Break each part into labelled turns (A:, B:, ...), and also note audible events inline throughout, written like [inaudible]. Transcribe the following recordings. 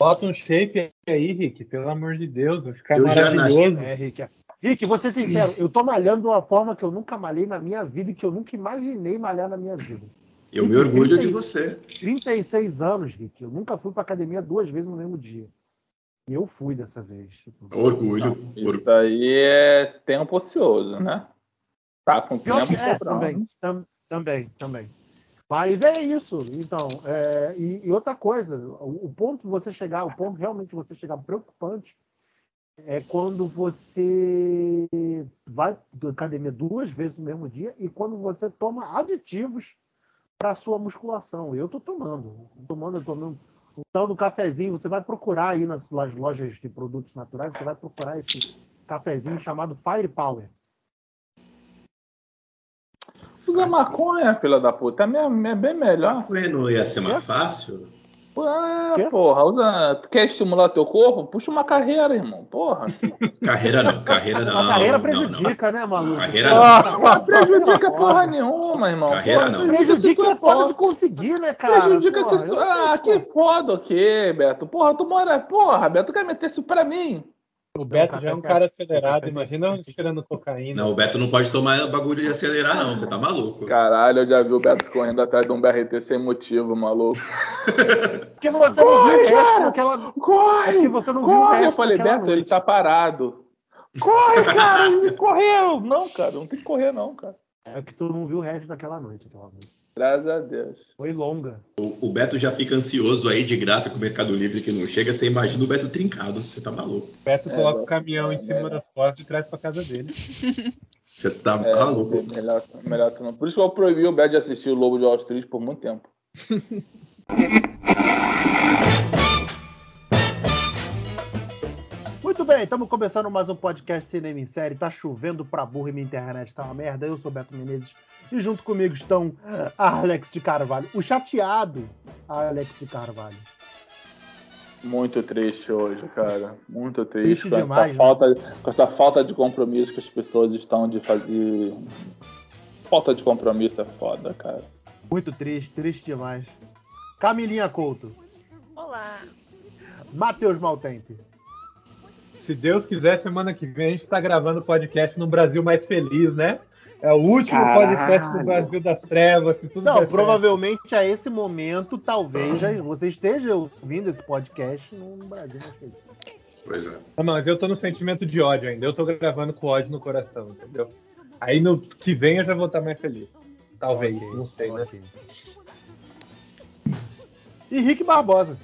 A: Bota um shape aí, Rick, pelo amor de Deus, vai ficar
B: Eu já
A: maravilhoso.
C: É, Rick. é. Rick, vou ser sincero, eu tô malhando de uma forma que eu nunca malhei na minha vida e que eu nunca imaginei malhar na minha vida.
B: Eu me orgulho de você.
C: 36 anos, Rick, eu nunca fui pra academia duas vezes no mesmo dia. E eu fui dessa vez. tipo.
B: Orgulho. orgulho.
D: Isso aí é tempo ocioso, né? Tá com
C: Pior
D: tempo
C: que é,
D: sobrando.
C: também, tam- também, também. Mas é isso. Então, é, e, e outra coisa, o, o ponto você chegar, o ponto realmente você chegar preocupante é quando você vai à academia duas vezes no mesmo dia e quando você toma aditivos para sua musculação. Eu tô tomando, tô tomando, eu tomando o tal do cafezinho, você vai procurar aí nas, nas lojas de produtos naturais, você vai procurar esse cafezinho chamado Firepower.
D: Usa maconha, filha da puta. É, mesmo- é bem melhor.
B: Ué, não ia ser
C: É?
B: mais fácil?
D: Pô, É,
C: Quê?
D: porra, usa. Tu quer estimular teu corpo? Puxa uma carreira, irmão.
C: [laughs]
D: Porra.
B: Carreira não, carreira não.
C: a carreira
B: não, não.
C: prejudica, né, maluco?
B: Carreira não.
D: Não prejudica porra nenhuma, irmão.
B: Carreira
D: Porra,
B: não.
D: se tu
C: Prejudica
D: é
C: é foda de
D: forte.
C: conseguir, né, cara?
D: Prejudica
C: Porra,
D: se
C: eu
D: tu.
C: não
D: Ah,
C: penso,
D: que
C: pô.
D: foda o quê, Beto? Porra, tu mora. Porra, Beto, tu quer meter isso pra mim?
A: O Beto
C: Tem um
A: já é um
C: café
A: cara
C: que-
A: acelerado,
C: tem um café
A: imagina eu
C: que-
A: cheirando cocaína.
B: Não, o Beto não pode tomar bagulho de acelerar, não. Você tá maluco.
D: Caralho, eu já vi o Beto correndo atrás de um BRT sem motivo, maluco.
C: Porque você não viu o
D: Corre,
C: resto
D: cara!
C: daquela.
D: Corre!
C: Porque você não viu o
D: Corre!
C: resto
D: Eu falei,
C: daquela
D: Beto, ele
C: noite.
D: tá parado. Corre, cara! Ele correu! Não, cara, não tem que correr, não, cara.
C: É que tu não viu o resto daquela noite, aquela noite.
D: Graças a Deus.
C: Foi longa.
B: O, o Beto já fica ansioso aí de graça com o Mercado Livre que não chega. Você imagina o Beto trincado. Você tá maluco.
A: O Beto
D: É,
A: coloca
D: Beto,
A: o caminhão
D: é,
A: em cima
D: né?
A: das costas e traz pra casa dele.
B: Você tá
D: É,
B: maluco.
D: melhor, é melhor que não. Por isso que eu proibi o Beto de assistir o Lobo de Wall Street por muito tempo.
C: Muito bem, estamos começando mais um podcast Cinema em Série. Tá chovendo pra burro e minha internet tá uma merda. Eu sou Beto Menezes e junto comigo estão Alex de Carvalho, o chateado Alex de Carvalho.
D: Muito triste hoje, cara. Muito
C: Triste
D: triste. com,
C: demais, né?
D: essa falta, com essa falta de compromisso que as pessoas estão de fazer. Falta de compromisso é foda, cara.
C: Muito triste, triste demais. Camilinha Couto,
E: Olá.
C: Matheus Maltempe.
A: Se Deus quiser, semana que vem a gente tá gravando podcast no Brasil mais feliz, né? É o último podcast do Brasil das Trevas, se tudo der [laughs]
C: Não,
A: certo.
C: provavelmente a esse momento, talvez já você esteja ouvindo esse podcast no Brasil. não sei.
B: Pois é.
A: Não, Ah, mas eu tô no sentimento de ódio ainda. Eu tô gravando com ódio no coração, entendeu? Aí no que vem eu já vou estar mais feliz. Talvez,
C: Ok,
A: não sei, né?
C: ok. E Rick Barbosa.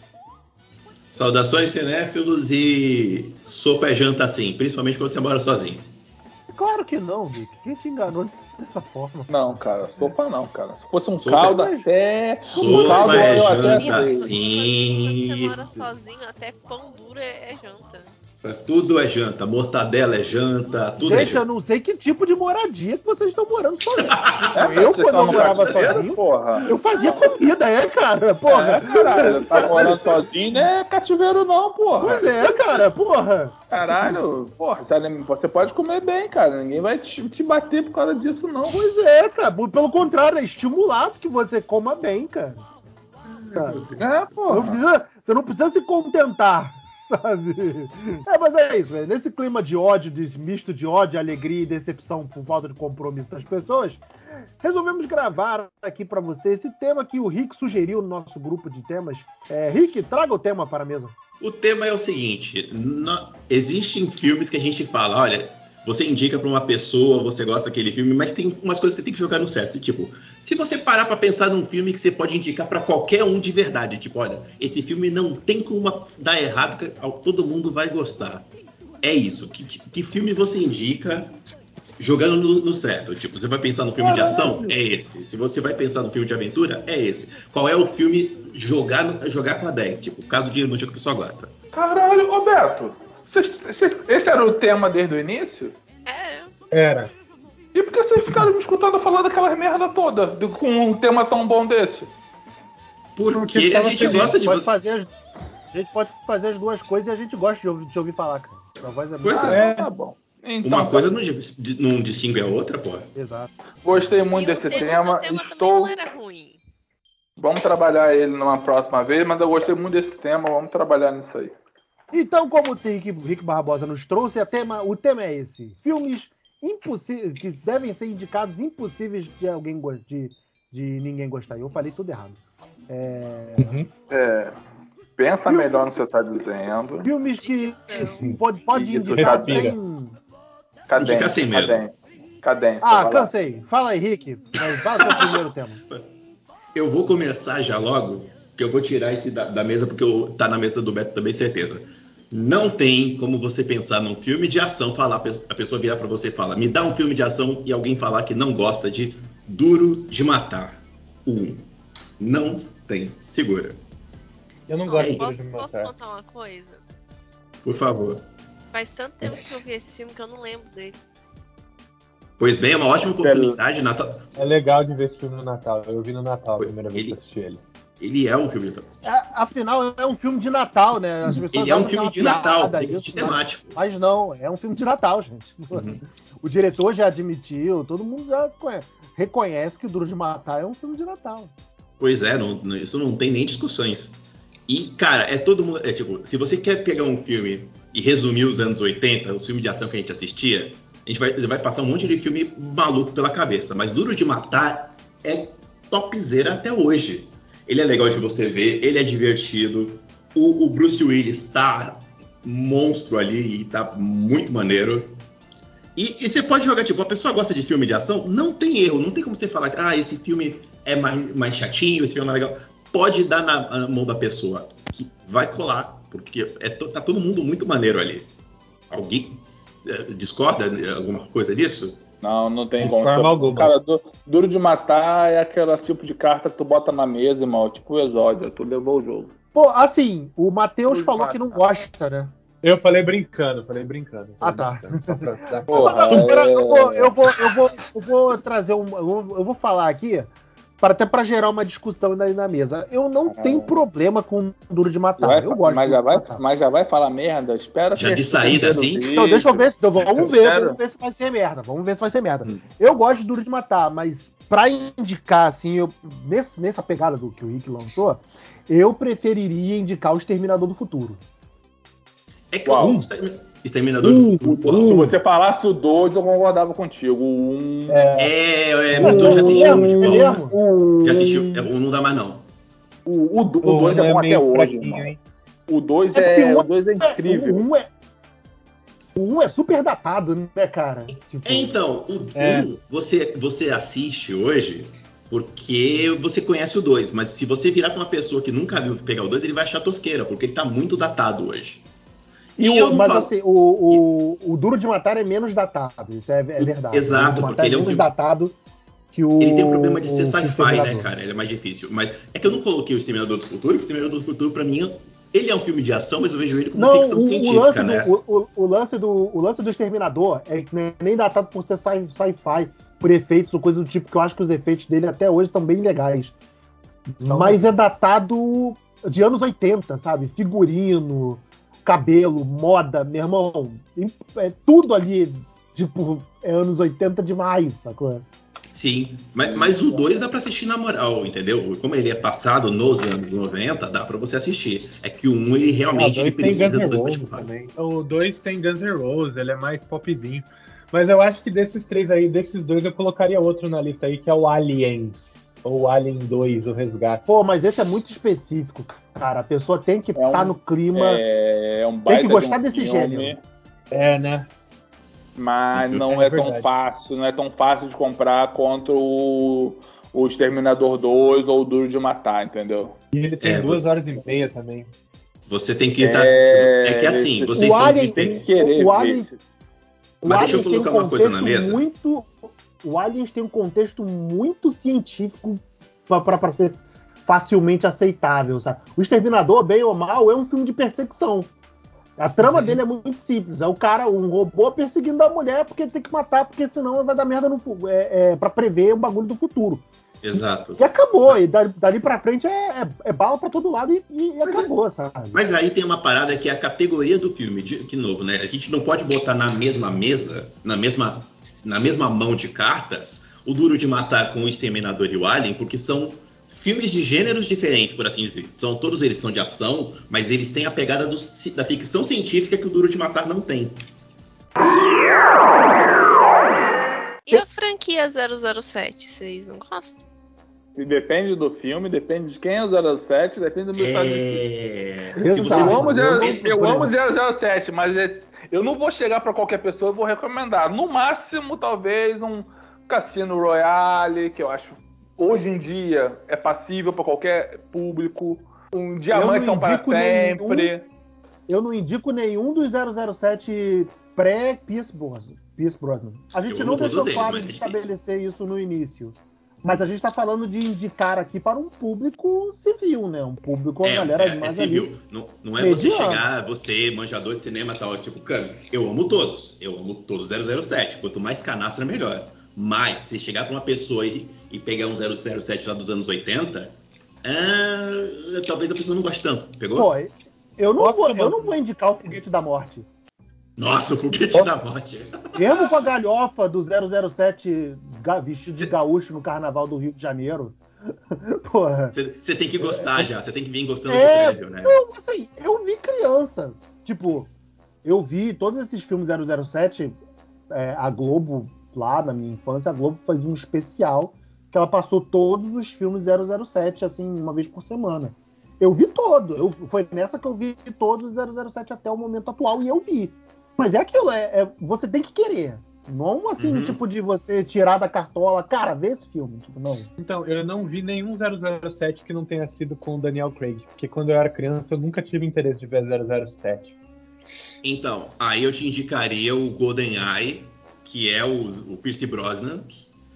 B: Saudações cinéfilos e sopa é janta sim, principalmente quando você mora sozinho.
C: Claro que não, Rick. Quem te enganou dessa forma?
D: Não, cara, sopa não, cara. Se fosse um
B: Sopa- é
D: caldo até. um
B: Sopa
D: caldo
B: é
D: eu até
B: janta
D: aceito.
B: sim.
E: Quando você mora
B: Sim.
E: sozinho, até pão duro é, é janta.
B: Tudo é janta, mortadela é janta, tudo é
C: Gente, eu
B: janta.
C: não sei que tipo de moradia que vocês estão morando sozinhos.
D: É,
C: eu,
D: vocês
C: quando eu
D: estavam
C: morava
D: brasileiro,
C: sozinho,
D: Porra.
C: eu fazia comida, é, cara?
D: Porra,
C: Porra.
D: caralho, tá morando sozinho não é cativeiro, não, porra.
C: Pois é, cara, porra.
D: Caralho, porra, se alime- você pode comer bem, cara. Ninguém vai te, te bater por causa disso, não.
C: Pois é, cara. Pelo contrário, é estimulado que você coma bem, cara. Sabe?
D: É,
C: Não
D: porra.
C: precisa- você não precisa se contentar, [laughs] sabe? É, mas é isso, velho. Nesse clima de ódio, de misto de ódio, alegria e decepção por falta de compromisso das pessoas, resolvemos gravar aqui pra você esse tema que o Rick sugeriu no nosso grupo de temas. É, Rick, traga o tema para a mesa.
B: O tema é o seguinte: na- existem filmes que a gente fala, olha, você indica pra uma pessoa, você gosta daquele filme, mas tem umas coisas que você tem que jogar no certo. Tipo, se você parar pra pensar num filme que você pode indicar pra qualquer um de verdade, tipo, olha, esse filme não tem como dar errado, que ao- todo mundo vai gostar. É isso. Que, que filme você indica jogando no, no certo? Tipo, você vai pensar no filme de ação? É esse. Se você vai pensar no filme de aventura, é esse. Qual é o filme jogar, no- jogar com a 10? Tipo, caso de luta que o pessoal gosta.
D: Caralho, ô Beto, vocês- vocês- esse era o tema desde o início?
E: É,
A: Era.
D: E por que vocês ficaram me escutando falar daquela merda toda do- com um tema tão bom desse?
B: Porque
A: Porque
B: a
A: tava
B: gente
A: feliz,
B: gosta de
C: Pode
B: você.
C: fazer as- a gente pode fazer as duas coisas e a gente gosta de ouvir, de ouvir falar, cara. Sua voz é
B: Pois
C: muito-
D: Ah,
A: é.
D: tá bom. Então,
B: Uma coisa não, di- não distingue a outra, pô.
C: Exato.
D: gostei muito
E: E o
D: desse
E: tema- o seu
D: tema.
E: tema também
D: Estou
E: não era ruim.
D: Vamos trabalhar ele numa próxima vez, mas eu gostei muito desse tema, vamos trabalhar nisso aí.
C: Então, como o Rick Rick Barbosa nos trouxe, a tema- o tema é esse: filmes impossíveis que devem ser indicados impossíveis de alguém go- de, de ninguém gostar. Eu falei tudo errado.
D: É, pensa melhor no que você está dizendo.
C: Filmes que [laughs] que pode, pode
D: Isso,
C: indicar
D: Jabira.
C: sem.
B: Indica
D: Cadência,
B: sem medo.
D: cadência, cadência.
C: Ah,
D: vai lá.
C: cansei. Fala aí, Rick. Vai, Fala seu primeiro tema.
B: Eu vou começar já logo, que eu vou tirar esse da, da mesa, porque eu, tá na mesa do Beto também, certeza. Não tem como você pensar num filme de ação, falar, a pessoa virar pra você e falar, me dá um filme de ação e alguém falar que não gosta de Duro de Matar. O um. Não tem. Segura.
A: Eu não
E: Ó,
A: gosto de tá? Duro de
E: posso, posso
A: Matar.
E: contar uma coisa?
B: Por favor.
E: Faz tanto tempo que eu vi esse filme que eu não lembro dele.
B: Pois bem, é uma ótima oportunidade, Natal.
A: É legal de ver esse filme no Natal. Eu vi no Natal a
B: Foi.
A: primeira vez que
B: Ele-
A: eu assisti ele.
B: Ele é um filme de Natal.
C: É, afinal, é um filme de Natal, né? As pessoas
B: Ele é um
C: acham que
B: filme
C: uma
B: de Natal,
C: piada
B: tem que
C: isso,
B: ser
C: né?
B: temático.
C: Mas não, é um filme de Natal, gente.
B: Uhum.
C: O diretor já admitiu, todo mundo já conhece- reconhece que Duro de Matar é um filme de Natal.
B: Pois é, não- não- isso não tem nem discussões. E, cara, é todo mundo. É tipo, se você quer pegar um filme e resumir os anos 80, os filmes de ação que a gente assistia, a gente vai, vai passar um monte de filme maluco pela cabeça. Mas Duro de Matar é topzera até hoje. Ele é legal de você ver, ele é divertido. O, o Bruce Willis tá monstro ali e tá muito maneiro. E, e você pode jogar, tipo, a pessoa gosta de filme de ação, não tem erro, não tem como você falar, ah, esse filme é mais, mais chatinho, esse filme é mais legal. Pode dar na, na mão da pessoa, que vai colar, porque é to- tá todo mundo muito maneiro ali. Alguém eh, discorda de alguma coisa disso?
D: Não, não tem
A: De
D: como.
A: forma
D: Tipo,
A: alguma.
D: Cara, du- duro de matar é aquele tipo de carta que tu bota na mesa, irmão. Tipo o exódio, tu levou o jogo.
C: Pô, assim, o Matheus
D: Duro de
C: falou que não
D: Matar.
C: gosta, né?
A: Eu falei brincando, falei brincando. falei
C: Ah, tá.
A: brincando, só pra dar-
D: Porra,
C: Mas, não, pera,
D: é-
C: eu, vou, eu, vou, eu, vou, eu vou trazer um. Eu vou, eu vou falar aqui, para até para gerar uma discussão aí na, na mesa. Eu não
D: Ah.
C: tenho problema com Duro de Matar.
D: Vai-
C: Ah, eu gosto.
D: mas,
C: de
D: já
C: Duro de
D: vai,
C: Matar.
D: mas já vai falar merda? Espera.
B: Já
D: ter-
B: de saída,
D: ter
B: assim?
D: vídeo.
C: Então, deixa eu ver, se- então,
D: Eu
C: vamos ver,
D: quero.
C: vamos ver se vai ser merda. Vamos ver se vai ser merda.
B: Hum.
C: Eu gosto de Duro de Matar, mas pra indicar, assim, eu, nesse- nessa pegada do que o Rick lançou, eu preferiria indicar o Exterminador do Futuro.
B: É que
D: Uau.
B: um extermi- exterminador do
C: Uh,
B: futuro. porra,
C: um.
D: Se você falasse o 2, eu concordava contigo. O 1. Um,
B: É, é,
C: Mas
B: mas eu já assisti
C: é
B: filme de
C: mesmo?
B: bola.
D: o-
B: Já assistiu, é, um não dá mais não.
D: O 2
A: Pô,
D: é
A: um
D: bom até
A: meio
D: hoje,
A: fraquinho,
D: irmão.
A: hein?
D: O 2
C: É porque
D: é,
C: o
D: o dois é
C: O
D: incrível.
C: 1 é, o um é super datado, né, cara? Tipo,
B: É, Então, o
A: É.
B: um, você, você assiste hoje porque você conhece o 2, mas se você virar pra uma pessoa que nunca viu pegar o 2, ele vai achar tosqueira, porque ele tá muito datado hoje.
C: E
B: eu
C: o,
B: não
C: mas
B: falo-
C: assim, o, o, o Duro de Matar é menos datado, isso é, é verdade.
B: Exato,
C: o Duro de
B: porque
C: Matar é
B: ele é um
C: menos
B: filme-
C: datado que o.
B: Ele tem o problema de ser
C: o
B: sci-fi,
C: Exterminador.
B: né, cara? Ele é mais difícil. Mas é que eu não coloquei o Exterminador do Futuro, porque o Exterminador do Futuro, pra mim, ele é um filme de ação, mas eu vejo ele como
C: Não,
B: ficção
C: o, o
B: científica,
C: lance
B: né?
C: do, o, o- o lance do, o lance do Exterminador é que nem- nem datado por ser sci- sci-fi, por efeitos ou coisa do tipo, que eu acho que os efeitos dele até hoje estão bem legais. Mas é datado de anos 80, sabe? Figurino, cabelo, moda, meu irmão. em- É tudo ali, tipo, é anos 80 demais, sacou?
B: Sim, mas, mas o 2 dá pra assistir na moral, entendeu? Como ele é passado nos anos 90, dá pra você assistir. É que o 1 um, ele realmente
A: Ah,
B: ele
A: dois
C: tá
A: tem
B: precisa
A: Guns
B: do
A: N'
B: 2 pra
C: né?
A: Roses
B: te falar.
A: também. O 2 tem Guns N' Roses, ele é mais popzinho. Mas eu acho que desses três aí, desses dois, eu colocaria outro na lista aí, que é o Alien. Ou Alien 2, o resgate.
C: Pô, mas esse é muito específico, cara. A pessoa tem que
D: É
C: estar
D: um-
C: no clima.
D: É, é um
C: Tem
D: baita
C: que
D: de
C: gostar
D: um
C: desse
D: filme,
C: gênero.
A: É, né?
D: Mas
B: Isso,
D: não
A: é
D: é, tão
A: verdade.
D: fácil, não é tão fácil de comprar contra o, o Exterminador 2 ou o Duro de Matar, entendeu?
A: E ele tem
B: É,
A: duas
B: você-
A: horas e meia também.
B: Você tem que estar.
D: É,
B: É... que assim,
D: esse-
B: vocês
C: o
B: têm
C: Alien-
B: que ter.
D: Tem que querer
C: O
D: ver
C: Alien-
D: esse-
C: O
B: Mas deixa eu
C: Aliens tem um
B: colocar uma coisa na
C: contexto
B: mesa.
C: Muito, o Aliens tem um contexto muito científico para ser facilmente aceitável, sabe? O Exterminador, bem ou mal, é um filme de perseguição. A trama
B: Uhum.
C: dele é muito simples. É o cara, um robô perseguindo a mulher porque ele tem que matar, porque senão vai dar merda no fu- é, é, para prever o bagulho do futuro.
B: Exato.
C: E acabou. E dali, dali pra frente é, é- é bala pra todo lado e, e
B: Mas é-
C: acabou, sabe?
B: Mas aí tem uma parada que é a categoria do filme, de, de novo, né? A gente não pode botar na mesma mesa, na mesma, na mesma mão de cartas, o Duro de Matar com o Exterminador e o Alien, porque são filmes de gêneros diferentes, por assim dizer. São, todos eles são de ação, mas eles têm a pegada do ci- da ficção científica que o Duro de Matar não tem.
E: E a franquia 007, vocês não gostam?
D: E depende do filme, depende de quem é o 07, depende do meu estado de
B: É...
C: Eu
B: se você-
C: Tá,
D: Eu amo,
C: mas não,
D: zero- eu
C: por
D: amo 007, mas é- eu não vou chegar pra qualquer pessoa e vou recomendar. No máximo, talvez um Cassino Royale, que eu acho hoje em dia é passível pra qualquer público. Um Diamante São para
C: indico nenhum.
D: Sempre.
C: Eu não indico nenhum dos 007 pré-Pierce Brosnan. Pierce Brosnan. A gente
B: Eu
C: não
B: amo todos
C: deixou
B: eles,
C: claro
B: mas é
C: de
B: difícil.
C: estabelecer isso no início. Mas a gente está falando de indicar aqui para um público civil, né? Um público, a
B: É,
C: galera
B: é, é
C: mais ali.
B: civil. Não, não é você
C: Mediano.
B: chegar, você, é manjador de cinema e tal, tipo, cara, eu amo todos. Eu amo todos 007. Quanto mais canastra, melhor. Mas, se chegar pra uma pessoa e, e pegar um 007 lá dos anos 80, ah, talvez a pessoa não goste tanto. Pegou?
C: Pô, eu não,
A: Posso
C: vou,
A: tomar
C: eu não
A: um-
C: vou indicar o foguete da morte.
B: Nossa, o foguete
A: Posso?
B: da morte.
C: Mesmo com a galhofa do 007 ga- vestido de gaúcho no carnaval do Rio de Janeiro. [laughs] Porra.
B: Você você tem que gostar já, você tem que vir gostando
C: É,
B: do prévio, né?
C: Eu, assim, eu vi criança. Tipo, eu vi todos esses filmes 007. é, a Globo, lá na minha infância, a Globo fez um especial que ela passou todos os filmes 007, assim, uma vez por semana. Eu vi todo. Eu, foi nessa que eu vi todos os 007 até o momento atual e eu vi. Mas é aquilo, é, é- você tem que querer. Não assim,
B: Uhum.
C: tipo, de você tirar da cartola, cara, vê esse filme. Tipo, não.
A: Então, eu não vi nenhum 007 que não tenha sido com o Daniel Craig, porque quando eu era criança eu nunca tive interesse de ver 007.
B: Então, aí eu te indicaria o GoldenEye, que é o, o Pierce Brosnan.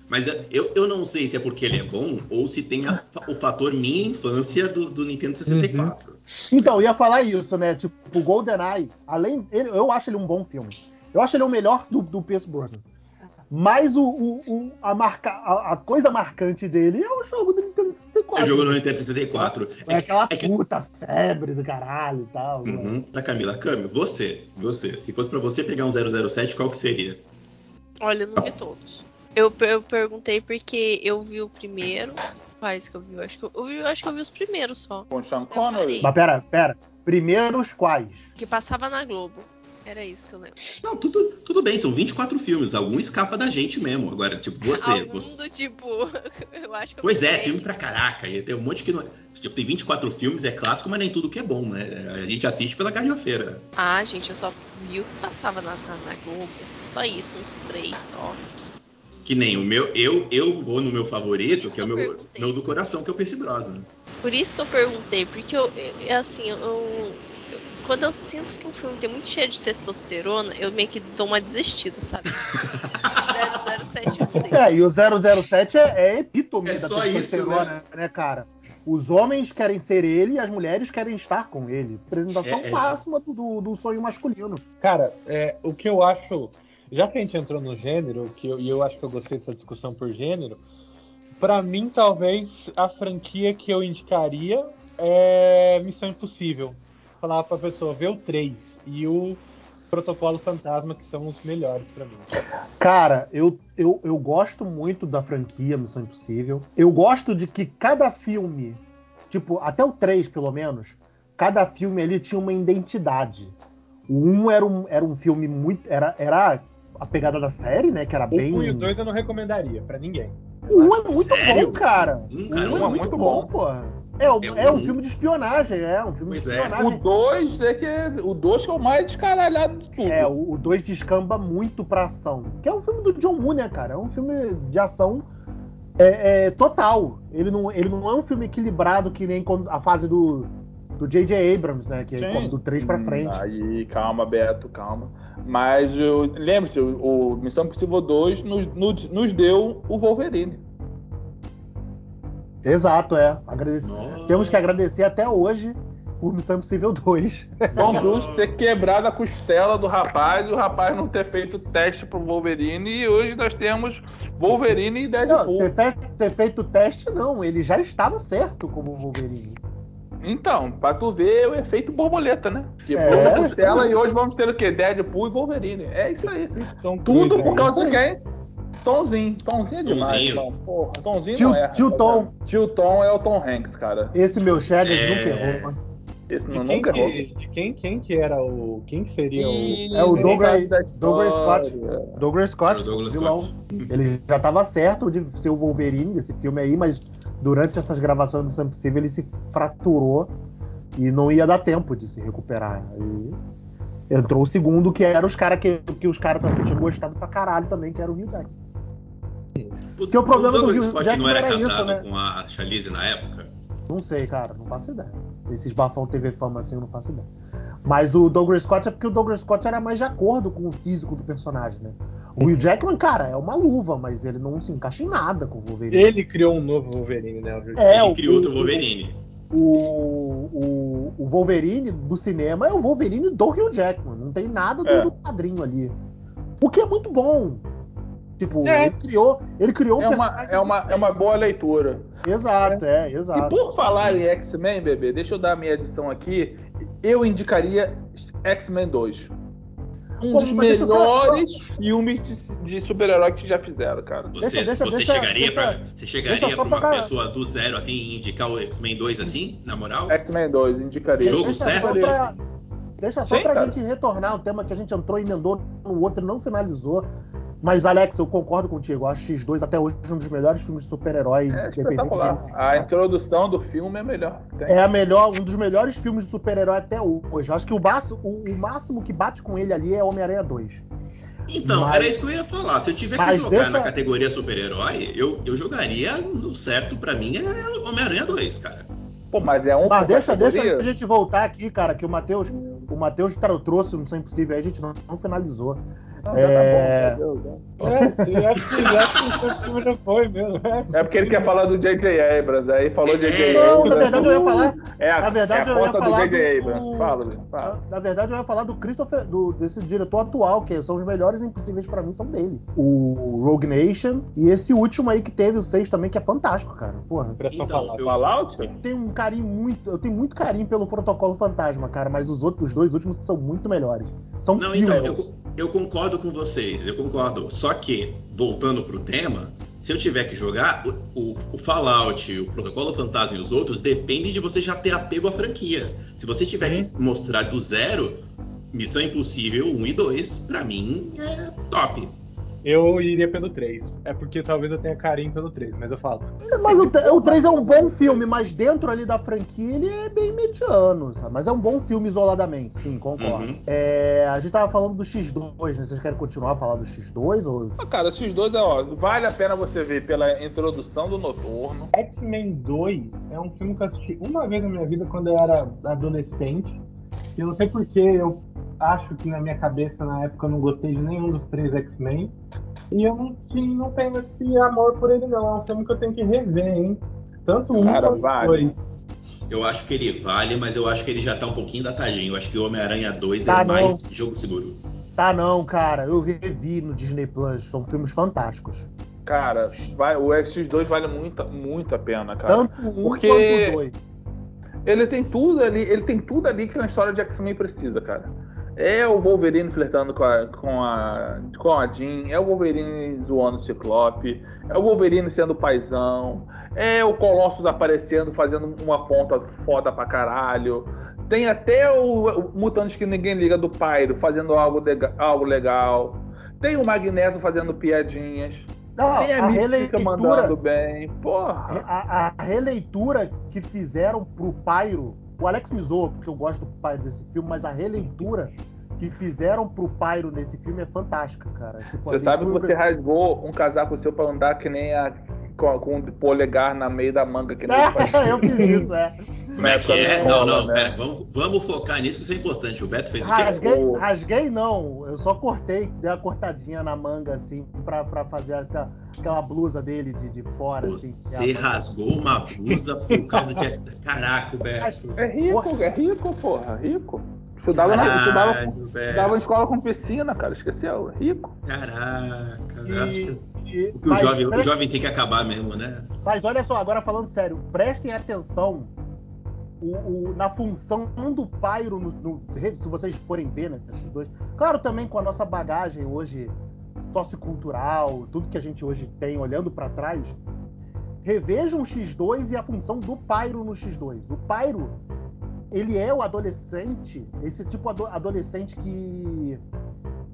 B: Mas eu, eu não sei se é porque ele é bom ou se tem a- o fator minha infância do, do Nintendo 64.
C: Então, eu ia falar isso, né? Tipo, o GoldenEye, além. Ele, eu acho ele um bom filme. Eu acho ele o melhor do, do Pierce Brosnan. Mas o, o- o- a, marca, a, a coisa marcante dele é o jogo do Nintendo
B: Eu
C: 64.
B: É jogo no Nintendo 64.
C: É aquela puta febre do caralho e tal. né?
B: Uhum. Tá, Camila. Câmbio, você, você. Se fosse pra você pegar um 007, qual que seria?
E: Olha, eu não vi todos. Eu, per- eu perguntei porque eu vi o primeiro. Quais que eu vi? Eu acho que eu, eu vi? eu acho que eu vi os primeiros só.
D: Com Sean Connery.
C: Mas pera, pera. Primeiros quais?
E: Que passava na Globo. Era isso que eu lembro.
B: Não, tudo, tudo bem, são 24 filmes. Algum escapa da gente mesmo. Agora, tipo, você.
E: Algum
B: você...
E: do tipo. [laughs] eu acho que eu
B: Pois é,
E: vi
B: filme pra caraca. E tem um monte que não. Tipo, tem 24 filmes, é clássico, mas nem tudo que é bom, né? A gente assiste pela galhofeira.
E: Ah, gente, eu só vi o que passava na, na, na Globo. Só isso, uns três só.
B: Que nem o meu. Eu, eu vou no meu favorito,
E: Isso
B: que é o meu,
E: eu perguntei.
B: meu do coração, que é o Percy Brosnan.
E: Por isso que eu perguntei, porque eu, eu- é assim, eu, eu- quando eu sinto que um filme tem muito cheio de testosterona, eu meio que dou uma desistida, sabe?
B: [laughs]
E: 007 não tem.
C: É, e o 007 é, é epítome
B: É
C: da
B: só isso,
C: testosterona, né? cara? Os homens querem ser ele e as mulheres querem estar com ele. Representação
B: É, é.
C: máxima do- do, do sonho masculino.
A: Cara, é, o que eu acho. Já que a gente entrou no gênero, que eu, e eu acho que eu gostei dessa discussão por gênero, pra mim, talvez a franquia que eu indicaria é Missão Impossível. Falar pra pessoa, ver o 3 e o Protocolo Fantasma, que são os melhores pra mim.
C: Tá Cara, eu, eu, eu gosto muito da franquia Missão Impossível. Eu gosto de que cada filme, tipo, até o 3 pelo menos, cada filme ali tinha uma identidade. O 1 era um, era um filme muito. Era, era a pegada da série, né? Que era
A: O
C: bem.
A: 1 e o 2 eu não recomendaria pra ninguém.
C: O 1 é muito
B: Sério?
C: bom, cara.
B: Hum,
C: o 1
B: cara,
C: é
B: o um
C: muito,
D: é muito
C: bom,
D: bom.
C: porra. É, o-
B: É, o
C: é um
B: um-
C: filme de espionagem, é um filme
B: Pois
C: de
B: é.
D: O
C: espionagem.
D: 2 é que o 2 que é o mais descaralhado de tudo.
C: É, o 2 descamba muito pra ação. Que é um filme do John Woo, né, cara? É um filme de ação é, é, total. Ele não, ele não é um filme equilibrado que nem quando- a fase do do J.J. Abrams, né? Que é
A: Sim.
C: como do 3 pra
D: Hum,
C: frente.
D: Aí, calma, Beto, calma. Mas eu- lembre-se, o, o Missão Impossível 2 nos, nos- nos deu o Wolverine.
C: Exato, é. Agradece-
B: Nossa.
C: Temos que agradecer até hoje por Missão Impossível 2.
D: Tom Cruise ter quebrado a costela do rapaz e o rapaz não ter feito teste pro Wolverine. E hoje nós temos Wolverine e
C: Não,
D: Deadpool.
C: ter, fe- ter feito o teste, não. Ele já estava certo como Wolverine.
D: Então, pra tu ver o efeito borboleta, né? Quebrou
C: É,
D: a costela
C: sim.
D: e hoje vamos ter o quê? Deadpool e Wolverine. É isso aí.
A: Então,
D: Tudo
C: é
D: por causa
C: isso
D: de quem? Tonzinho, Tonzinho é demais,
B: Tonzinho.
D: Tom. Porra, Tonzinho
C: Tio-
D: não é. erra.
C: tio
D: rapaziada. Tio Tom é o Tom Hanks, cara.
C: Esse meu Shaders
B: É.
C: nunca errou. né? mano.
D: Esse
A: De
D: não,
A: quem,
D: nunca errou.
A: que, de quem, quem que era o. Quem que seria o.
C: É o Douglas,
D: Verdade da
C: Douglas Scott.
D: história.
C: Douglas
B: Era
C: Scott,
B: o Douglas
C: vilão. Ele já tava certo de ser o Wolverine desse filme aí, mas durante essas gravações do Missão Impossível ele se fraturou e não ia dar tempo de se recuperar. E entrou o segundo, que era os caras que, que os caras também tinham gostado pra caralho também, que era o Hugh Jack. Porque o problema do
B: Douglas
C: Hugh
B: Scott
C: Jackman
B: não era
C: era
B: casado
C: isso, né?
B: com a Charlize na época?
C: Não sei, cara, não faço ideia. Esses bafão TV fama assim, eu não faço ideia. Mas o Douglas Scott é porque o Douglas Scott era mais de acordo com o físico do personagem, né? O Hugh Jackman, cara, é uma luva, mas ele não se encaixa em nada com o Wolverine.
A: Ele criou um novo Wolverine, né? o-
C: É,
B: Ele
C: o-
B: criou outro
C: o-
B: Wolverine.
C: O, o, o Wolverine do cinema é o Wolverine do Hugh Jackman. Não tem nada do,
D: É.
C: do quadrinho ali. O que é muito bom. Tipo,
D: É.
C: ele criou, ele criou um
D: É uma,
C: personagem-
D: é, uma, é uma boa leitura.
C: Exato, é,
D: E
C: exato.
D: por falar em X-Men, bebê, deixa eu dar a minha edição aqui. Eu indicaria X-Men 2. Um
C: Pô,
D: dos
C: Hum, mas deixa eu só-
D: melhores filmes de, de super-herói que já fizeram, cara.
B: Você,
C: Deixa- deixa-
B: você
C: deixa-
B: chegaria
C: deixa-
B: pra, você chegaria
C: deixa só
B: pra uma
C: pra-
B: pessoa do zero assim e indicar o X-Men 2 assim, na moral?
D: X-Men 2, indicaria.
B: Jogo
C: deixa
B: certo?
C: Só pra, deixa só
D: Sim,
C: pra
D: cara.
C: gente retornar o tema que a gente entrou, emendou no outro e não finalizou. Mas, Alex, eu concordo contigo. Eu acho X2 até hoje um dos melhores filmes de super-herói,
D: É
C: independente de
D: espetacular.
C: MC.
D: A introdução do filme é melhor. que tem.
C: É a melhor, um dos melhores filmes de super-herói até hoje. Eu Acho que o, baço- o- o máximo que bate com ele ali é Homem-Aranha 2.
B: Então,
C: Mas-
B: era isso que eu ia falar. Se eu tiver que
C: Mas
B: jogar
C: deixa-
B: na categoria super-herói, eu, eu jogaria no certo pra mim é Homem-Aranha 2, cara.
D: Pô, mas é um.
C: Mas
D: por
C: deixa, deixa
D: categoria?
C: a gente voltar aqui, cara, que o Matheus o Matheus tra- trouxe no São Impossível aí, a gente não, não finalizou.
D: Não, já tá bom,
C: É.
D: meu Deus, né?
A: É, eu acho que, eu acho que o filme já foi mesmo. né?
D: É porque ele quer falar do J.J. Abrams, aí falou J.J.
B: É,
C: Não,
D: Abrams.
C: na verdade eu ia falar.
D: É a,
C: na verdade,
D: é a
C: eu ia
D: porta do
C: falar
D: J.J.
C: do-
D: Abrams. Fala, Luiz, fala.
C: Na verdade, eu ia falar do Christopher, do- desse diretor atual, que são os melhores impossíveis pra mim, são dele. O Rogue Nation e esse último aí que teve, o 6 também, que é fantástico, cara. Porra.
A: Impressão
B: Então,
A: falar.
B: eu-
D: Fallout?
C: tenho um carinho muito. Eu tenho muito carinho pelo protocolo fantasma, cara, mas os outros, os dois últimos são muito melhores. São
B: Não,
C: filmes.
B: então, eu, eu concordo com vocês, eu concordo. Só que, voltando pro tema, se eu tiver que jogar, o, o- o Fallout, o Protocolo Fantasma e os outros dependem de você já ter apego à franquia. Se você tiver que mostrar do zero, Missão Impossível 1 e 2, pra mim, é top.
A: Eu iria pelo 3. É porque talvez eu tenha carinho pelo 3, mas eu falo.
C: Mas o, te- o 3 é um bom filme, mas dentro ali da franquia ele é bem mediano, sabe? Mas é um bom filme isoladamente, sim, concordo.
B: Uhum.
C: É, a gente tava falando do X2, né? Vocês querem continuar a falar do X2? Ou...
D: Ah, cara, esses dois, ó, vale a pena você ver pela introdução do Noturno.
A: X-Men 2 é um filme que eu assisti uma vez na minha vida quando eu era adolescente. E eu não sei porque eu acho que na minha cabeça na época eu não gostei de nenhum dos três X-Men. E eu não, ti- não tenho esse amor por ele, não. É um filme que eu tenho que rever, hein? Tanto um
D: Cara,
A: quanto
D: vale.
A: dois.
B: Eu acho que ele vale, mas eu acho que ele já tá um pouquinho datadinho. Eu acho que o Homem-Aranha 2
C: Tá,
B: é
C: não.
B: mais jogo seguro.
C: Tá não, cara. Eu revi no Disney Plus. São filmes fantásticos.
D: Cara, vai- o X2 vale muito, muito a pena, cara.
C: Tanto um
D: porque-
C: quanto o dois.
D: Ele tem tudo ali, ele tem tudo ali que uma história de X-Men precisa, cara. É o Wolverine flertando com a, com a com a Jean, é o Wolverine zoando o Ciclope, é o Wolverine sendo paizão, é o Colossus aparecendo fazendo uma ponta foda pra caralho. Tem até o, o Mutantes que ninguém liga do Pyro fazendo algo, lega- algo legal. Tem o Magneto fazendo piadinhas.
C: Não,
D: tem a,
C: Ah, a
D: Mística mandando
C: releitura,
D: bem. Porra.
C: a, a releitura que fizeram pro Pyro, o Alex me zoa, porque eu gosto do Pyro desse filme, mas a releitura que fizeram pro Pyro nesse filme é fantástica, cara. Tipo, a
D: Você sabe que
C: leitura-
D: você rasgou um casaco seu pra andar que nem a, com, com um polegar na meio da manga que nem [laughs]
C: Ah, eu fiz isso, [laughs] é.
B: Como é que
D: Mas
B: é?
D: também
B: Não,
D: rola,
B: não,
D: né?
B: pera, vamos, vamos focar nisso que isso é importante. O Beto fez o quê?
C: Rasguei,
D: Pô.
C: rasguei não, eu só cortei, dei uma cortadinha na manga, assim, pra, pra fazer aquela, aquela blusa dele de, de fora, assim. que
B: Você
C: é a-
B: rasgou uma blusa por causa de. Caraca, Beto.
D: É rico, é rico, porra, rico. Estudava,
C: Ah,
D: na, estudava,
C: é.
B: Caralho, Beto.
D: estudava em escola com piscina, cara, esqueceu, é rico.
B: Caraca.
C: E-
B: eu acho que-
C: e-
B: O que o
C: mas
B: jovem, o
C: presta-
B: jovem tem que acabar mesmo, né?
C: Mas olha só, agora falando sério, prestem atenção o- o- na função do Pyro, no- no- se vocês forem ver, né? Esses dois. Claro, também com a nossa bagagem hoje sociocultural, tudo que a gente hoje tem olhando para trás, revejam o X2 e a função do Pyro no X2. O Pyro, ele é o adolescente, esse tipo ado- adolescente que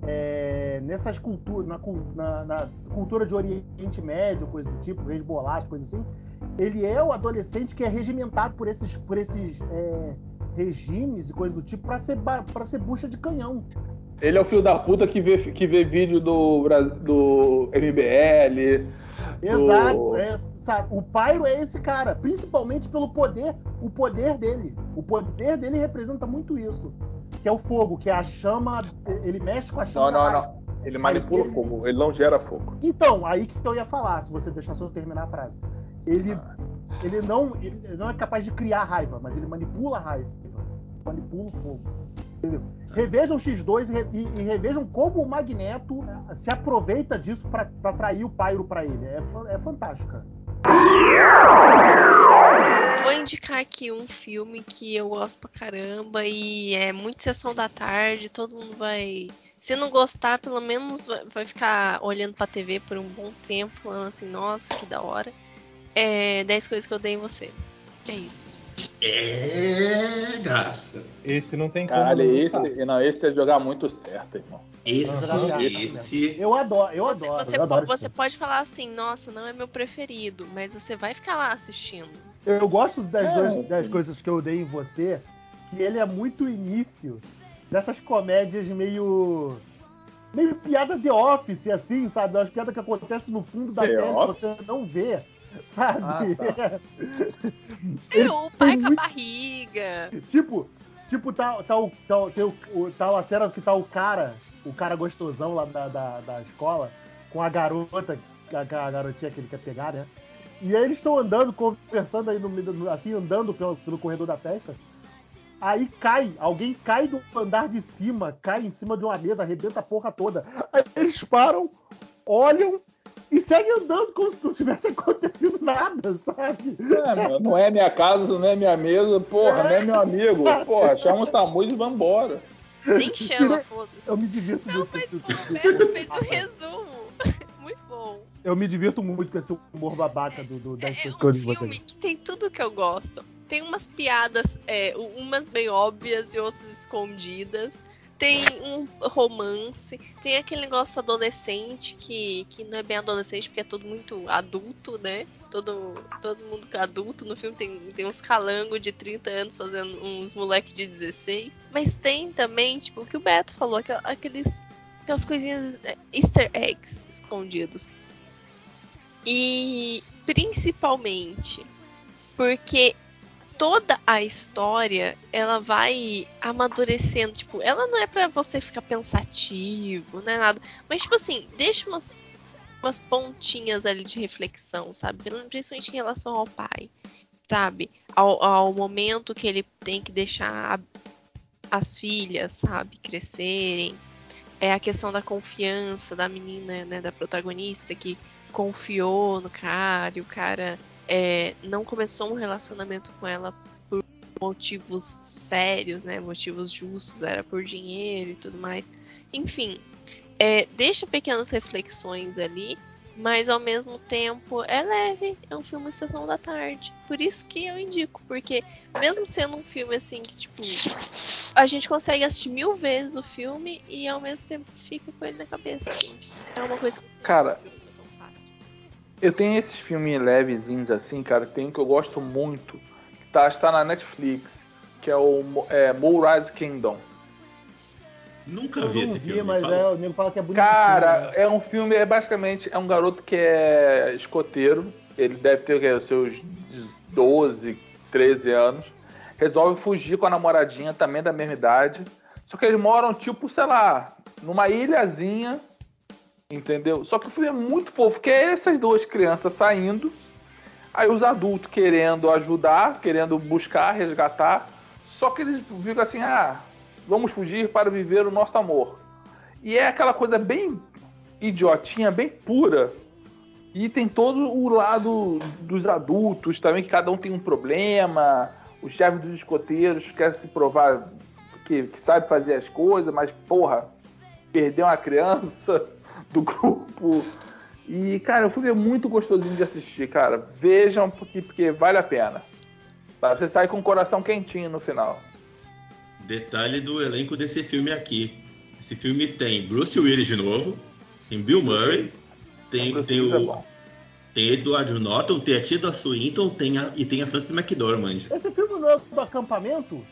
C: é, nessas culturas, na, cul- na- na cultura de Oriente Médio, coisa do tipo, reis bolachas, coisa assim, ele é o adolescente que é regimentado por esses, por esses é, regimes e coisa do tipo para ser, ba- pra ser bucha de canhão.
D: Ele é o filho da puta que vê, que vê vídeo do, Bra- do MBL.
C: Exato.
D: do-
C: é, sabe, o Pyro é esse cara, principalmente pelo poder, o poder dele. O poder dele representa muito isso. Que é o fogo, que é a chama. Ele mexe com a
D: Não,
C: chama. da
D: não,
C: raiva.
D: não. Ele manipula
C: Mas ele-
D: fogo, ele não gera fogo.
C: Então, aí que eu ia falar, se você deixasse eu terminar a frase. Ele, ele, não, ele não é capaz de criar raiva, mas ele manipula a raiva. Manipula o fogo. Entendeu? Revejam o X2 e, re- e- e revejam como o Magneto eh, se aproveita disso pra pra atrair o Pyro pra ele. É, fa- é fantástico, cara.
E: Vou indicar aqui um filme que eu gosto pra caramba e é muito sessão da tarde, todo mundo vai. Se não gostar, pelo menos vai- vai ficar olhando pra TV por um bom tempo, falando assim, nossa, que da hora. É 10 coisas que eu dei em você. É isso.
B: É, gata.
A: Esse não tem como.
D: Caralho,
A: não gostar.
D: esse, não, esse é jogar muito certo, irmão.
C: Uhum.
B: Esse, esse.
C: Eu adoro, eu
E: Você,
C: adoro.
E: você
C: eu,
E: po-
C: adoro esse
E: você
C: filme.
E: pode falar assim, nossa, não é meu preferido, mas você vai ficar lá assistindo.
C: eu gosto das,
D: É,
C: duas- das coisas que eu dei em você, que ele é muito início dessas comédias meio. meio piada de office, assim, sabe? Umas piadas que acontecem no fundo da
D: The
C: tela que
D: Office?
C: você não vê, sabe?
D: Ah,
C: [laughs]
E: É, o pai com a
C: muito-
E: barriga.
C: Tipo, tipo, tá, tá, o, tá, o- tem o, o- tá uma cena que tá o cara, o cara gostosão lá da, da, da escola, com a garota, a, a garotinha que ele quer pegar, né? E aí eles estão andando, conversando aí no, meio do- assim, andando pelo, pelo corredor da festa. Aí cai, alguém cai do andar de cima, cai em cima de uma mesa, arrebenta a porra toda. Aí eles param, olham e seguem andando como se não tivesse [laughs] acontecido nada, sabe?
D: É, meu, não é minha casa, não é minha mesa, porra, não é meu [laughs] amigo. Porra, chama o Samu e vambora.
C: [laughs]
E: Nem chama, foda-se.
C: Eu me divirto
E: Não,
C: muito com [laughs]
E: mas
C: esse
E: pô, o
C: filme.
E: Beto fez um resumo. [laughs] Muito bom.
C: Eu me divirto muito com esse humor babaca do, do, das
E: É
C: coisas
E: um
C: que eu digo
E: filme
C: vocês.
E: que tem tudo que eu gosto. Tem umas piadas, é, u- umas bem óbvias e outras escondidas. Tem um romance, tem aquele negócio adolescente que, que não é bem adolescente porque é todo muito adulto, né? Todo, todo mundo que é adulto. No filme tem, tem uns calangos de 30 anos fazendo uns moleques de 16. Mas tem também, tipo, o que o Beto falou, aquela- aqueles, aquelas coisinhas é, easter eggs escondidos. E principalmente porque toda a história ela vai amadurecendo, tipo, ela não é pra você ficar pensativo, não é nada, mas tipo assim, deixa umas umas pontinhas ali de reflexão, sabe? Principalmente em relação ao pai, sabe? Ao, ao momento que ele tem que deixar a- as filhas, sabe, crescerem. É a questão da confiança da menina, né, da protagonista que confiou no cara e o cara é, não começou um relacionamento com ela por motivos sérios, né? Motivos justos, era por dinheiro e tudo mais. Enfim, é, deixa pequenas reflexões ali, mas ao mesmo tempo é leve, é um filme de sessão da tarde. Por isso que eu indico, porque mesmo sendo um filme assim que, tipo, a gente consegue assistir mil vezes o filme e ao mesmo tempo fica com ele na cabeça. assim. É uma coisa que você não
D: Cara,
E: vê tão fácil.
D: Eu tenho esses filmes levezinhos assim, cara. Tem um que eu gosto muito, que tá, está na Netflix, que é o Mo- é, Moonrise Kingdom.
B: Nunca
C: Eu
B: vi
C: não
B: esse
C: vi,
B: filme.
C: mas
B: fala.
C: é, o nego fala que é bonito.
D: Cara, é um filme, é basicamente, é um garoto que é escoteiro, ele deve ter o quê, os seus 12, 13 anos, resolve fugir com a namoradinha também da mesma idade, só que eles moram, tipo, sei lá, numa ilhazinha, entendeu? Só que o filme é muito fofo, que é essas duas crianças saindo, aí os adultos querendo ajudar, querendo buscar, resgatar, só que eles ficam assim, ah, vamos fugir para viver o nosso amor. E é aquela coisa bem idiotinha, bem pura. E tem todo o lado dos adultos também, que cada um tem um problema. O chefe dos escoteiros quer se provar que, que sabe fazer as coisas, mas, porra, perdeu uma criança, [laughs] do grupo. E, cara, o filme é muito gostosinho de assistir, cara. Vejam, porque, porque vale a pena. Tá? Você sai com o coração quentinho no final.
B: Detalhe do elenco desse filme aqui. Esse filme tem Bruce Willis de novo, tem Bill Murray, tem,
D: Então,
B: tem
D: Bruce Willis é
B: o
D: bom.
B: tem Edward Norton, tem a Tilda Swinton tem a- e tem a Frances McDormand.
C: Esse filme não é do acampamento?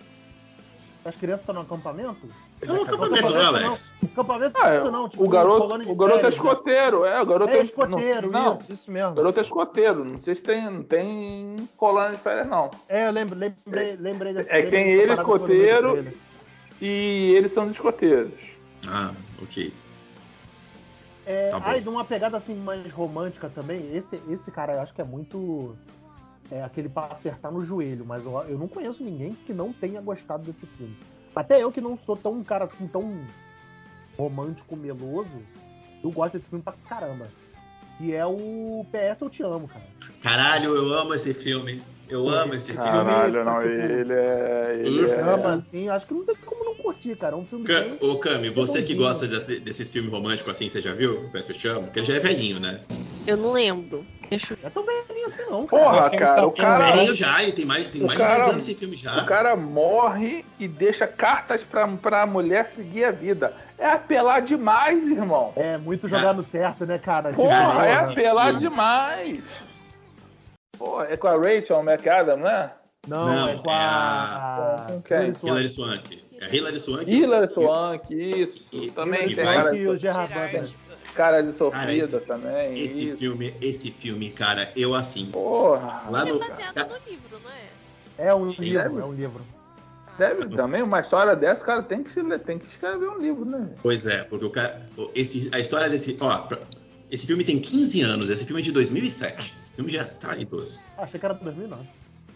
C: As crianças estão no acampamento?
B: É um acampamento, né,
C: acampamento
B: Alex?
C: não. Acampamento
D: Ah, é,
C: não, tipo, um
D: o garoto,
C: colônia de
D: o garoto é
C: férias, né?
D: escoteiro, é, o garoto
C: É escoteiro,
D: não, não,
C: isso.
F: Isso
D: o
F: mesmo.
D: garoto é escoteiro, não sei se tem, não tem colônia de férias, não.
C: É, eu lembro, lembrei, lembrei dessa
D: É que tem
C: lembrei
D: ele,
C: dessa parada que eu lembrei
D: escoteiro.
C: dele.
D: E eles são dos escoteiros.
B: Ah, ok.
C: É,
B: Tá bom.
C: ah, e de uma pegada assim mais romântica também. Esse, esse cara eu acho que é muito. É aquele pra acertar no joelho, mas eu, eu não conheço ninguém que não tenha gostado desse filme. Até eu que não sou tão um cara assim, tão romântico, meloso, eu gosto desse filme pra caramba. E é o PS Eu Te Amo, cara.
B: Caralho, eu amo esse filme. Eu amo esse filme.
D: Caralho, não,
C: Tipo,
D: ele é. Ele
B: esse-
D: é...
C: Ama, assim, acho que não tem como não curtir, cara. É um filme
B: Ca-
C: bem.
B: Ô, Cami, você que
C: Redondinho.
B: gosta desse- desses filmes românticos assim, você já viu? Peço eu te amo? Porque ele já é velhinho, né?
E: Eu não lembro. Deixa eu
C: Não é tão velhinho assim, não, cara.
D: Porra, cara, o cara,
B: velhinho já, ele tem mais, tem
D: o
B: mais
D: cara-
B: de 10 anos esse filme já.
D: o cara morre e deixa cartas pra, pra mulher seguir a vida. É apelar demais, irmão.
C: É muito jogar no certo, né, cara? Tipo,
D: Porra, é
B: Caralho.
D: apelar demais. Porra, é com a Rachel McAdam, né?
C: Não,
B: Não,
C: é com
B: é
C: a.
B: a-
D: Com quem?
C: Hilary Swank.
B: Hilary Swank. É Hilary Swank?
D: Hilary Swank, isso.
B: E-
D: também
B: e
D: tem
B: vai
D: cara,
C: que o Gerard
E: Gerard.
C: Butler.
D: cara de sofrida
B: Cara, esse-
D: também.
B: Esse
D: isso.
B: filme, esse filme, cara, eu assim.
D: Porra.
B: Lá
E: Ele é
B: no,
E: baseado no livro, não é?
C: É um
B: Tem
C: livro,
D: livro?
C: é um livro.
D: Deve também, uma história dessa, cara, tem que, se ler, tem que escrever um livro, né?
B: Pois é, porque o cara. o- Esse, a história desse. Ó, pra- esse filme tem 15 anos, esse filme é de 2007. Esse filme já tá idoso.
C: Ah, Achei que era de 2009.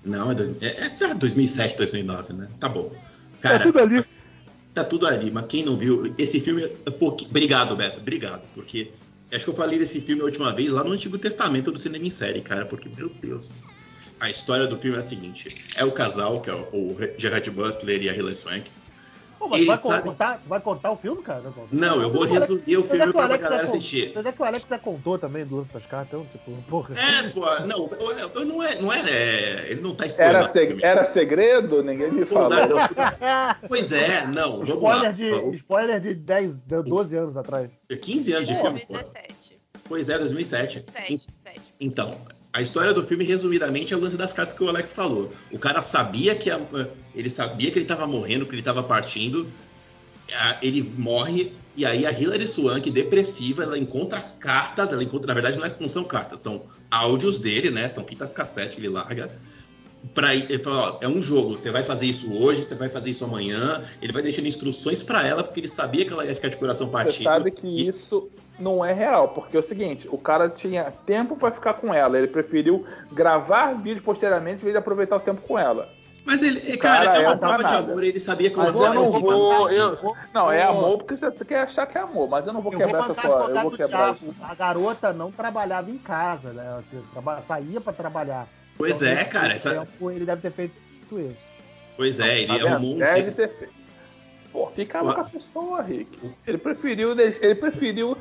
B: Não, é, dois, é, é tá 2007, 2009, né? Tá bom. Cara,
F: ali.
B: tá tudo ali, mas quem não viu, esse filme. é pouqui- Obrigado, Beto, obrigado, porque. Acho que eu falei desse filme a última vez lá no Antigo Testamento do cinema em série, cara, porque, meu Deus. A história do filme é a seguinte: é o casal, que é o, o Gerard Butler e a Hilary Swank.
C: Pô, mas
B: Ele
C: vai, co-
B: sabe-
C: contar, vai contar o filme, cara?
B: Não, eu vou
C: Mas o Alex-
B: resumir o
C: Mas é
B: filme
C: que o
B: pra
C: Alex já
B: galera
C: con-
B: assistir.
C: Mas é que o Alex já contou também do lance das cartas, então, tipo, porra.
B: É, pô, não, eu- eu não é, não é, é, ele não tá
D: Era,
B: spoilando.
D: seg- era segredo? Ninguém me
B: Pô,
D: falou.
B: não, não,
C: [laughs]
B: pois é, não, vamos lá.
C: Spoiler de, spoiler de 10, de 12 anos atrás.
B: 15 anos É de filme, pô.
E: 2017.
B: Pois é, 2007.
E: 17, 17.
B: Então, a história do filme, resumidamente, é o lance das cartas que o Alex falou. O cara sabia que a- ele sabia que ele estava morrendo, que ele estava partindo. A- Ele morre e aí a Hilary Swank, depressiva, ela encontra cartas. Ela encontra, na verdade, não, é- não são cartas, são áudios dele, né? São fitas cassete que ele larga. Pra, ir- ele fala, ó, é um jogo, você vai fazer isso hoje, você vai fazer isso amanhã. Ele vai deixando instruções pra ela, porque ele sabia que ela ia ficar de coração partido.
D: Você sabe que
B: E-
D: isso não é real, porque é o seguinte, o cara tinha tempo pra ficar com ela, ele preferiu gravar vídeo posteriormente em vez de aproveitar o tempo com ela.
B: Mas ele, é,
D: Cara,
B: cara, é
D: é
B: uma
D: um
B: prova de
D: danado.
B: amor, ele sabia que
D: Mas eu não
B: que-
D: vou- eu- Não, é
C: amor.
D: amor porque você quer achar que é amor, mas eu não vou
C: Eu vou
D: quebrar
C: bancar
D: essa sua. Eu
C: advogado
D: vou
C: do
D: quebrar isso.
C: diabo. A garota não trabalhava em casa, né? Ela tinha- traba- saía pra trabalhar.
B: Pois
C: Então,
B: é,
C: nesse
B: cara. essa-
C: tempo, ele deve ter feito isso.
B: Pois é, ele
D: Tá vendo?
B: arrumou um.
D: Deve ter feito. Pô, ficava
B: Ué.
D: com a pessoa, Rick. Ele preferiu, deix- ele preferiu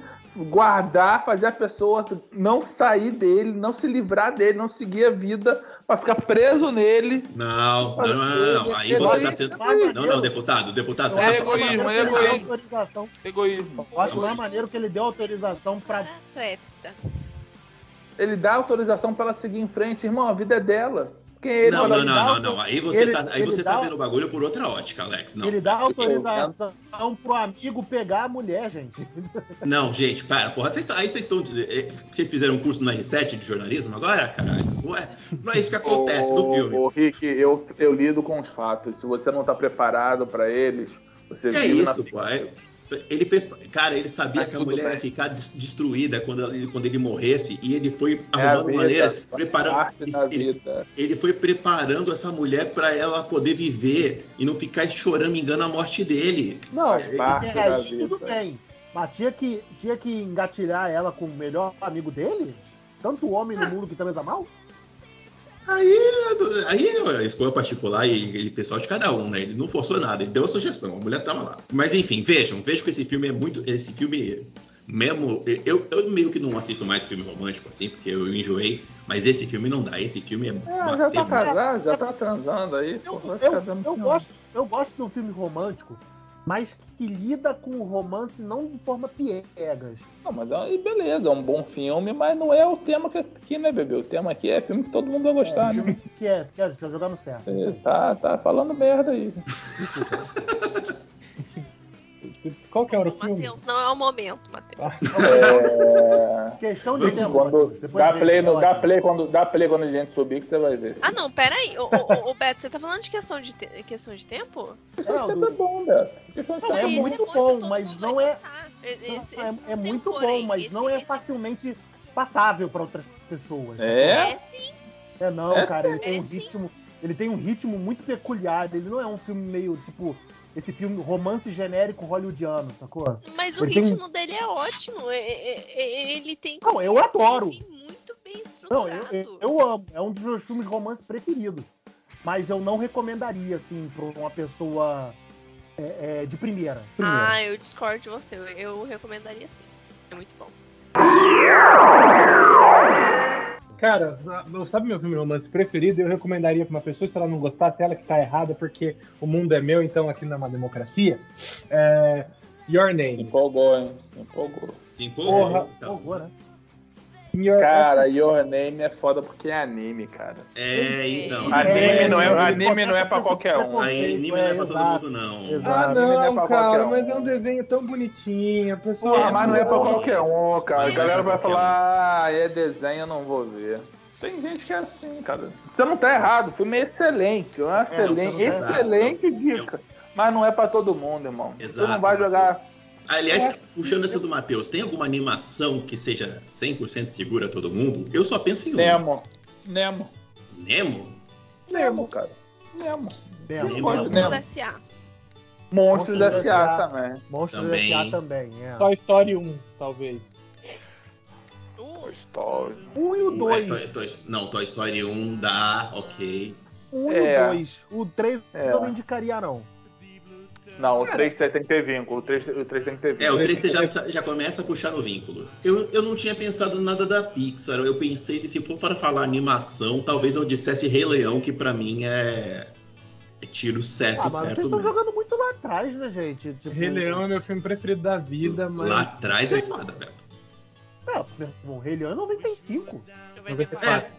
D: guardar, fazer a pessoa não sair dele, não se livrar dele, não seguir a vida, pra ficar preso nele.
B: Não, não, não, não, não. Aí você tá sendo. Não, não, deputado, deputado, você
D: É
B: tá
C: Eu acho
D: egoísmo,
C: maneiro que ele
D: é
C: deu
D: egoísmo.
C: autorização.
D: Egoísmo.
C: Eu acho mais maneiro que ele deu autorização pra
E: Pra trépida.
D: Ele dá autorização pra ela seguir em frente, irmão, a vida é dela. Quem é ele?
B: Não,
D: Ela
B: não,
D: dá-
B: não, não, não. Aí você
C: ele-
B: tá, aí
C: ele
B: você tá
C: dá-
B: vendo o bagulho por outra ótica, Alex. Não.
C: Ele dá autorização pro amigo pegar a mulher, gente.
B: Não, gente, para, porra. Vocês tá- aí vocês estão. eh, Vocês fizeram um curso no R7 de jornalismo agora, caralho? Não é, não é isso que acontece no
D: Ô,
B: filme.
D: ô, Rick, eu, eu lido com os fatos. Se você não tá preparado pra eles, você
B: Que é
D: vive na
B: isso, pô. é- Ele, prepa- cara, ele sabia
D: Mas
B: que a
D: Tá tudo
B: mulher
D: bem.
B: ia ficar des- destruída quando, ela- quando ele morresse e ele foi
D: É a
B: arrumando
D: vida,
B: maneiras,
D: faz
B: preparando.
D: parte
B: [laughs]
D: da
B: ele-
D: vida.
B: ele foi preparando essa mulher pra ela poder viver e não ficar chorando engano a morte dele.
C: Não,
D: Faz parte
C: até
D: da
C: aí
D: vida.
C: tudo bem. Mas tinha que, tinha que engatilhar ela com o melhor amigo dele? Tanto homem no mundo que transa mal?
B: Aí, aí é a escolha particular e, e pessoal de cada um, né? Ele não forçou nada, ele deu a sugestão, a mulher tava lá. Mas enfim, vejam, vejam que esse filme é muito. Esse filme Mesmo. Eu, eu meio que não assisto mais filme romântico assim, porque eu enjoei. Mas esse filme não dá. Esse filme é.
D: Ah, já tá
B: bater-
D: casado, já tá transando aí.
C: Eu,
D: pô, vai
C: eu-
D: ficar dando
C: eu
D: filme.
C: gosto, eu gosto de um filme romântico, mas que lida com o romance não de forma piegas.
D: Não, mas aí beleza, é um bom filme, mas não é o tema que aqui, né, bebê? O tema aqui é filme que todo mundo vai gostar,
C: é,
D: né?
C: Que é, que é, que é jogar no certo.
D: É, Tá, tá falando merda aí.
A: Qual que
C: Hum.
A: era o filme?
E: Matheus, não é o momento, Matheus.
C: Ah.
D: É...
C: Questão de tempo.
D: Quando
C: Matheus. Depois
D: dá,
C: vem,
D: play
C: é
D: no, dá,
C: ótimo.
D: play quando, dá play quando a gente subir que você vai ver.
E: Ah, não, peraí. Ô, ô, ô, ô, Beto, você tá falando de questão de, te- questão de tempo?
C: É, o
D: Isso é
C: do-
D: bom, Beto. Questão de
C: Não, é
E: Esse
D: tempo.
C: muito
E: que
C: bom,
E: todo
C: mas
E: mundo
C: não
E: vai
C: é-
E: passar. Esse- esse
C: É-
E: não
C: é,
E: tem
C: muito bom,
E: porém.
C: mas
E: Esse-
C: não é
E: esse-
C: facilmente passável para outras pessoas.
D: É?
E: É sim,
C: É não,
D: É
C: cara, ele tem
E: É
C: um
E: sim.
C: ritmo, ele tem um ritmo muito peculiar. Ele não é um filme meio tipo esse filme romance genérico hollywoodiano, sacou?
E: mas o
C: Ele tem um-
E: ritmo dele é ótimo. é- é- é- Ele tem.
C: Não, eu adoro.
E: Ele tem muito bem
C: Não,
E: estruturado.
C: eu, eu, eu amo. É um dos meus filmes romance preferidos. Mas eu não recomendaria, assim, pra uma pessoa é, é, de primeira. primeira.
E: Ah, eu discordo de você. Eu, eu recomendaria sim. É muito bom.
A: Cara, na- meu- sabe meu filme romance preferido? Eu recomendaria pra uma pessoa, se ela não gostasse, ela que tá errada, porque o mundo é meu, então aqui não é uma democracia. É, Your
D: Se
A: Name.
D: Empolgou, hein? Se Empolgou.
B: Se
A: Porra,
B: empolga. então.
C: Horror, né?
A: Your-
D: Cara, Your Name é foda porque é anime, cara.
B: É, então.
D: Anime
C: É,
D: não é-
C: ele
D: anime
C: começa
D: não é pra
C: com esse
D: qualquer um.
C: preconceito,
B: Anime não é pra todo
C: exato.
B: mundo, não.
C: Exato.
A: Ah,
D: anime não é
A: não,
D: pra
A: cara,
D: qualquer um.
A: mas é um desenho tão bonitinho. A pessoa
D: Porra, mas não é pra qualquer um, cara. A
B: Mas
D: galera
B: não é
D: vai
B: pra qualquer
D: falar, ah, é desenho, eu não vou ver. Tem gente que é assim, cara. Você não tá errado, o filme é excelente, é uma excelente,
C: você não tá
D: excelente
B: errado.
D: dica. Mas não é pra todo mundo, irmão. Você
B: Exato.
D: não vai jogar.
B: Aliás, puxando essa do Matheus, tem alguma animação que seja 100% segura a todo mundo? Eu só penso em um.
D: Nemo. Nemo.
B: Nemo?
D: Nemo, cara. Nemo.
C: Nemo.
D: Eu gosto de
E: Monstros
B: Nemo. é
D: Nemo.
E: S.A.
D: Monstros
C: Monstros
D: S.A.
C: S.A.
D: também.
C: Monstros
B: Também.
C: S.A. também, é.
A: Toy Story 1, talvez.
E: Uh,
D: Story.
C: Um e o
B: é
C: dois.
B: Toy- Toy- não, Toy Story 1 dá, ok.
C: Um e
D: É.
C: o dois. O três
D: É.
C: eu não indicaria, não.
D: Não, o 3 tem que ter vínculo. O 3, o três tem que ter
B: É, o
D: vínculo.
B: 3 já, já começa a puxar no vínculo. Eu, eu não tinha pensado nada da Pixar. Eu pensei, se for para falar animação, talvez eu dissesse Rei Leão, que pra mim é, é tiro certo,
C: Ah, mas vocês
B: certo né?
C: estão
B: mesmo.
C: jogando muito lá atrás, né, gente? Tipo,
A: Rei Leão é meu filme preferido da vida, mas.
B: Lá atrás é foda, velho.
C: É, meu irmão, Rei Leão é 95.
E: Vai ter
B: É,
E: vários.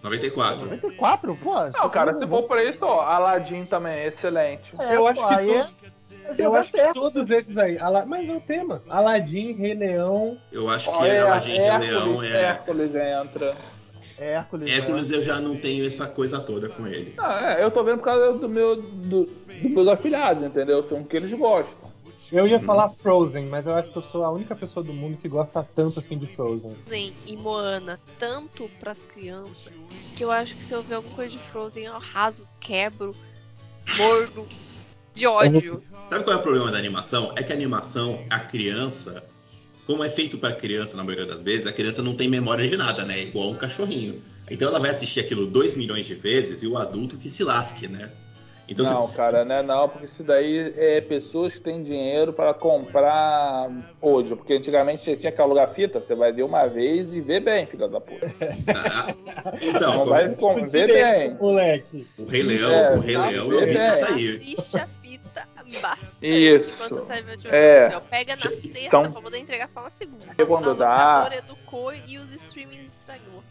B: 94.
C: 94, pô.
D: Não, cara, se for pra isso, ó, Aladdin também é excelente.
C: É,
A: Eu acho
C: pô,
A: que
C: aí é- é
A: Eu
C: jogar
A: acho que
C: certo.
A: todos esses aí. Ala- Mas é o tema. Aladdin, Rei Leão.
B: Eu acho
D: Ó,
B: que é, Aladdin Rei
D: Hércules,
B: Leão é.
D: Hércules entra.
C: É Hércules. né?
B: Hércules eu já não tenho essa coisa toda com ele.
D: Não, é, eu tô vendo por causa do meu. Do, dos meus afilhados, entendeu? São o que eles gostam.
A: Eu ia falar Frozen, mas eu acho que eu sou a única pessoa do mundo que gosta tanto assim de Frozen.
E: Frozen e Moana tanto pras crianças que eu acho que se eu ver alguma coisa de Frozen eu raso, quebro, mordo de ódio.
B: Sabe qual é o problema da animação? É que a animação, a criança, como é feito pra criança na maioria das vezes, a criança não tem memória de nada, né? É igual um cachorrinho. Então ela vai assistir aquilo 2 milhões de vezes e o adulto que se lasque, né? Então
D: Não, cara, né? Não, porque isso daí é pessoas que têm dinheiro para comprar hoje. Porque antigamente você tinha que alugar fita, você vai ver uma vez e vê bem, filha da puta.
B: você- Ah, então,
D: [laughs] Não
B: como-
D: vai com- ver bem.
A: Moleque.
B: o Rei Leão,
D: É,
B: o Rei
D: tá
B: Leão eu vi
D: bem.
B: isso aí.
E: Assiste a fita bastante
D: Isso.
E: enquanto tá vendo o
D: É.
E: jornal. Pega na sexta
D: Então-
E: pra poder entregar só na segunda.
D: E quando
E: a
D: dá?
E: locadora educou e os streamings estragou.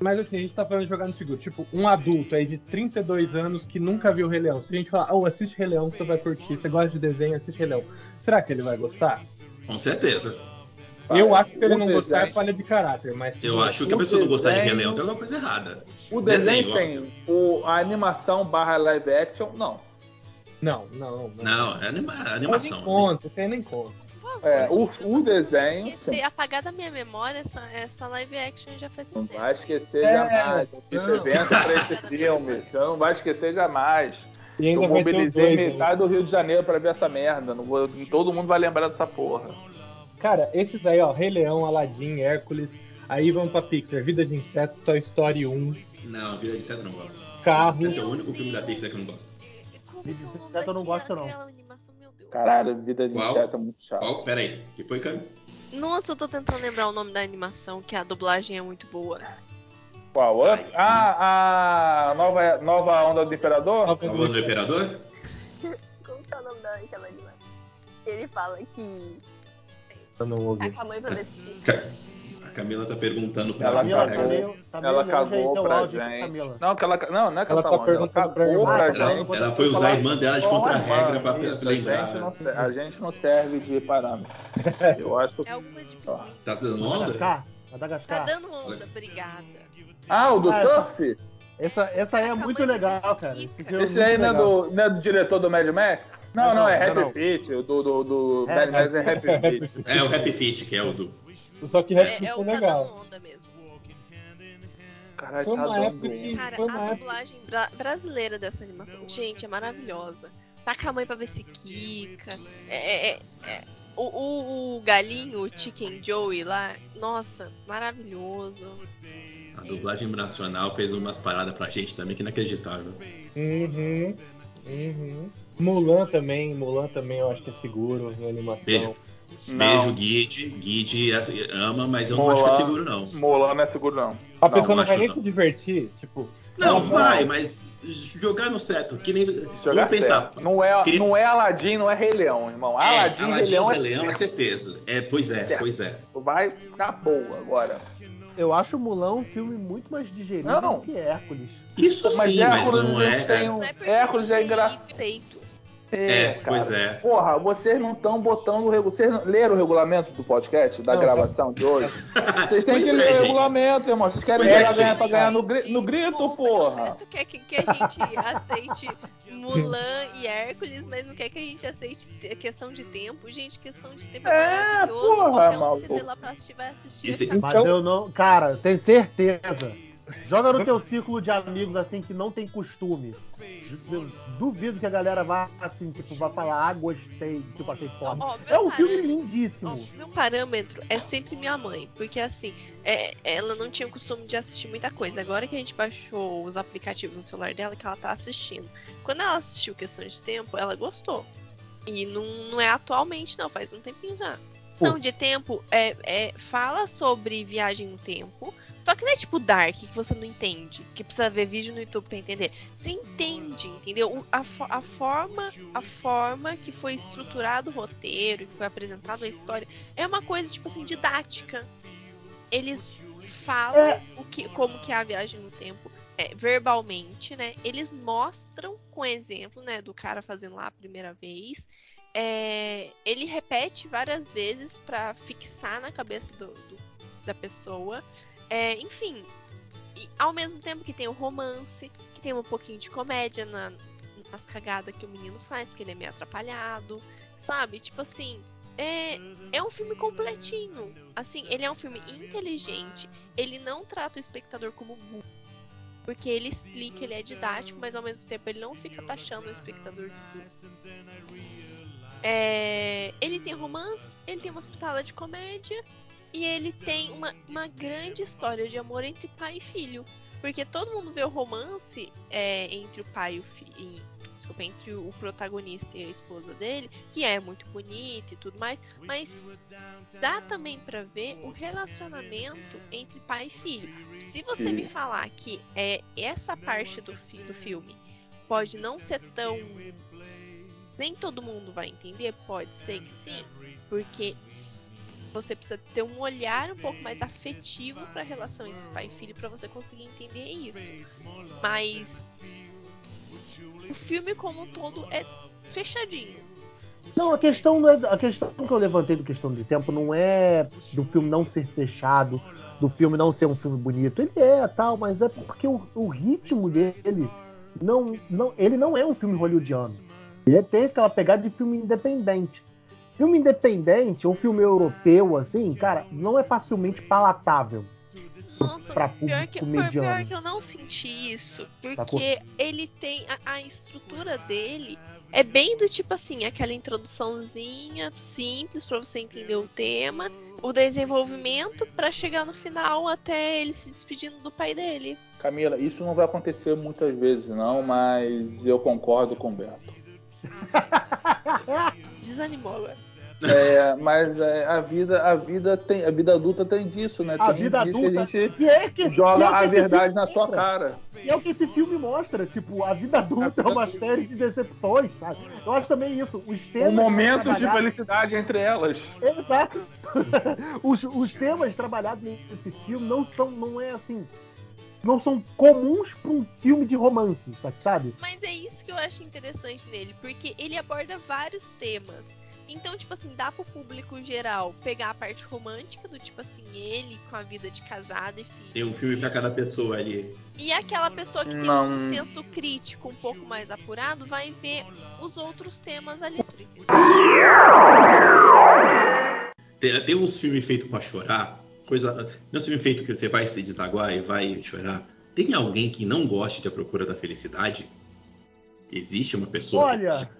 A: Mas assim, a gente tá falando de jogar no seguro. Tipo, um adulto aí de 32 anos que nunca viu Rei Leão. Se a gente falar, oh, assiste Rei Leão, você vai curtir. Você gosta de desenho, assiste Rei Leão. Será que ele vai gostar?
B: Com certeza.
A: Eu acho que se ele
D: O
A: não gostar é
D: desenho-
A: falha de caráter, mas. tipo,
B: Eu acho que a
D: O
B: pessoa não gostar de Rei
D: desenho-
B: Leão tem alguma coisa errada.
D: O desenho,
B: Desenho,
D: tem o, a animação barra live action, não.
A: Não, não, não.
B: Não, é anima-
A: Isso aí nem
B: animação.
A: conta, isso aí nem conta.
E: Por favor,
D: É, o,
E: gente, eu
D: o
E: tô-
D: desenho.
E: Esquecer, apagar da minha memória essa, essa live action já faz
D: Não
E: um tempo.
D: vai esquecer
A: É,
D: jamais. Eu fiz
A: não.
D: evento pra esse filme. Você não vai esquecer jamais.
A: E
D: Eu
A: ainda vai ter os
D: mobilizei
A: dois. né?
D: metade do Rio de Janeiro pra ver essa merda. Não vou- todo mundo vai lembrar dessa porra.
A: Cara, esses aí, ó, Rei Leão, Aladdin, Hércules, aí vamos pra Pixar, Vida de Inseto, Toy Story 1,
B: Não, Vida de Inseto eu não gosto.
A: Carro.
B: Esse é o único filme da Pixar que eu não gosto.
E: Como
C: Vídeo
E: que
C: de inseto
E: vou
C: eu não
E: daquela-
C: gosto, não.
E: aquela animação, meu Deus.
D: Caralho, vida de
B: Qual?
D: inseto é muito chato.
B: Ó, peraí, que foi, Cami?
E: Nossa, eu tô tentando lembrar o nome da animação, que a dublagem é muito boa.
D: Qual? Up? Ah, a nova, nova onda do Imperador?
B: Tá falando do Imperador?
F: Como que é o nome daquela animação? Ele fala que.
A: Eu não ouvi.
F: Tá com a mãe pra ver se fica.
B: Ca- A Camila tá perguntando pra
D: Ela
B: ela.
C: Camila, tá
D: cagou.
C: meio, tá meio
D: Ela
C: longe aí
D: cagou
C: teu
D: pra
C: áudio,
D: gente.
B: Tá
C: Camila.
D: Não, que ela, ca- não, não é que ela,
A: Ela
D: tá
A: tá
D: longe, ela
A: perguntando pra
D: cagou
A: irmã.
D: pra
C: Ah, tá
D: gente.
B: ela, ela foi usar a irmã dela de contra-regra pra, pra
D: Isso, a, gente não
B: lembrar.
D: serve, a gente não serve de parâmetro. Eu acho
E: É
D: que.
E: alguma coisa de pinguim.
B: Tá dando onda?
C: Madagascar?
E: Tá
C: Madagascar?
E: dando onda, obrigada.
D: Ah, o do
C: Ah, essa-
D: surf?
C: Essa, essa
B: Tá
C: aí é muito legal, cara. Esse, filme é
D: Esse
C: muito
D: aí não é,
C: legal.
D: do, não é do diretor do Mad Max? Não,
C: Não,
D: não, é
C: não,
D: Happy
C: não.
D: Feet. O do, do, do
C: É,
D: Mad Max é
C: é.
D: Happy Feet.
B: É o Happy Fit, que é o do.
A: Só que
E: É,
A: Rap
E: é
A: é,
E: o tá dando
A: legal.
E: onda mesmo.
D: Caralho,
A: Foi
D: tá
A: uma
D: dando
A: época que-
E: Cara,
A: Foi uma
E: a
A: época-
E: dublagem bra- brasileira dessa animação, gente, é maravilhosa. Taca a mãe pra ver se quica. É, é- é- é. O, o- o galinho, o Chicken Joey lá, nossa, maravilhoso.
B: A dublagem nacional fez umas paradas pra gente também que é inacreditável.
A: Uhum. Uhum. Mulan também, Mulan também eu acho que é seguro em animação.
B: Beijo. Beijo,
D: Não,
B: Guide. Guide é- ama, mas eu não
D: Olá.
B: acho que é seguro, não.
D: Molan não é seguro, não.
A: A
D: Não,
A: pessoa não
B: acho
A: vai nem
B: não.
A: se divertir, tipo.
B: Não,
A: ela
B: vai, mas jogar no certo, que nem.
D: Jogar
B: vamos pensar.
D: certo. Não é,
B: Queria-
D: não é Aladdin, não é Rei Leão, irmão. Aladdin, Rei
B: Aladim
D: Leão é
B: é
D: certo.
B: certeza. É, pois é,
D: Certo.
B: pois é.
D: Vai na boa agora.
C: Eu acho o Mulan um filme muito mais digerível
D: Não.
C: que Hércules.
B: Isso
D: Mas
B: sim, mas
D: Hércules
B: não
D: já
B: é.
D: tem um-
E: Não é porque
D: Hércules é
E: tem
D: engraçado.
E: conceito.
B: É, pois é.
D: Porra, vocês não estão botando o regulamento. Vocês não- leram o regulamento do podcast, da
C: Não.
D: gravação de
B: [laughs]
D: hoje? Vocês têm
B: Pois
D: que
B: é,
D: ler o
B: gente.
D: regulamento, irmão. Vocês querem
B: Pois
D: ver
B: é,
D: ela ganhar
B: gente.
D: pra ganhar no, gri-
E: Gente,
D: no grito,
E: bom,
D: porra.
E: Tu quer que, que a gente aceite Mulan e Hércules, mas não quer que a gente aceite te- questão de tempo. Gente, questão de tempo
D: É,
E: é maravilhoso.
D: porra,
E: Qualquer um
D: maluco.
E: que você dê lá pra assistir vai assistir.
B: Esse-
E: vai
C: Mas
A: Então-
C: eu não. Cara, tem certeza. Joga no teu círculo de amigos assim que não tem costume. Eu duvido que a galera vá assim, tipo, vai falar, ah, gostei, tipo, achei foda.
E: Ó, meu
C: É um filme
E: parâmetro-
C: lindíssimo.
E: ó, meu parâmetro é sempre minha mãe, porque assim, é, ela não tinha o costume de assistir muita coisa. Agora que a gente baixou os aplicativos no celular dela, que ela tá assistindo. Quando ela assistiu Questão de Tempo, ela gostou. E não, não é atualmente, não, faz um tempinho já. Questão de Tempo é, é- fala sobre viagem no tempo. Só que não é tipo Dark, que você não entende, que precisa ver vídeo no YouTube pra entender. Você entende, entendeu? O- A, fo- a forma a forma que foi estruturado o roteiro, que foi apresentado a história, é uma coisa, tipo assim, didática. Eles falam
C: É.
E: o que, como que é a viagem no tempo é, verbalmente, né? Eles mostram com exemplo, né, do cara fazendo lá a primeira vez. É, ele repete várias vezes pra fixar na cabeça do- do- da pessoa. É, enfim, e ao mesmo tempo que tem o romance, que tem um pouquinho de comédia na, nas cagadas que o menino faz, porque ele é meio atrapalhado, sabe? Tipo assim, é, é um filme completinho. Assim, ele é um filme inteligente, ele não trata o espectador como burro. Porque ele explica, ele é didático, mas ao mesmo tempo ele não fica taxando o espectador de burro. É, ele tem romance, ele tem uma pitada de comédia e ele tem uma, uma grande história de amor entre pai e filho. Porque todo mundo vê o romance é, entre o pai e o filho. Desculpa, entre o protagonista e a esposa dele, que é muito bonita e tudo mais, mas dá também pra ver o relacionamento entre pai e filho. Se você
D: Sim.
E: me falar que é essa parte do, fi- do filme pode não ser tão. Nem todo mundo vai entender, pode ser que sim, porque você precisa ter um olhar um pouco mais afetivo pra relação entre pai e filho pra você conseguir entender isso. Mas o filme como um todo é fechadinho.
C: Não, a questão não é. A questão que eu levantei do questão de tempo não é do filme não ser fechado, do filme não ser um filme bonito. Ele é tal, mas é porque o, o ritmo dele não, não. Ele não é um filme hollywoodiano. Ele é, tem aquela pegada de filme independente. Filme independente ou filme europeu, assim, cara, não é facilmente palatável.
E: Nossa,
C: Pra
E: pior
C: público
E: que, pior,
C: mediano.
E: pior que eu não senti isso.
C: Sacou?
E: Porque ele tem. A, a estrutura dele é bem do tipo assim, aquela introduçãozinha simples pra você entender o tema, o desenvolvimento pra chegar no final até ele se despedindo do pai dele.
D: Camila, isso não vai acontecer muitas vezes, não, mas eu concordo com o Beto.
E: Desanimou agora.
D: É, mas é, a vida, a vida tem, a vida adulta tem disso, né?
C: A
D: tem
C: vida
D: disso,
C: adulta.
D: a gente
C: que é que, que
D: joga
C: é o que
D: a
C: esse
D: verdade
C: filme
D: na sua
C: mostra.
D: cara.
C: E é o que esse filme mostra. Tipo, a vida adulta é uma série de decepções, sabe? Eu acho também isso. Os temas.
D: Com momentos Um de
C: trabalhados-
D: felicidade entre elas.
C: Exato. [laughs] os, os temas trabalhados nesse filme não são, não é assim, não são comuns para um filme de romance, sa- sabe?
E: Mas é isso que eu acho interessante nele, porque ele aborda vários temas. Então, tipo assim, dá pro público geral pegar a parte romântica do tipo assim, ele com a vida de casado e filho.
B: Tem um filme pra cada pessoa ali.
E: E aquela pessoa que tem
D: Não.
E: um senso crítico um pouco mais apurado vai ver os outros temas ali.
B: Tem, tem uns filmes feitos pra chorar, coisa. Não é um filme feito que você vai se desaguar e vai chorar. Tem alguém que não goste de A Procura da Felicidade? Existe uma pessoa? que- Ah,
C: Olha,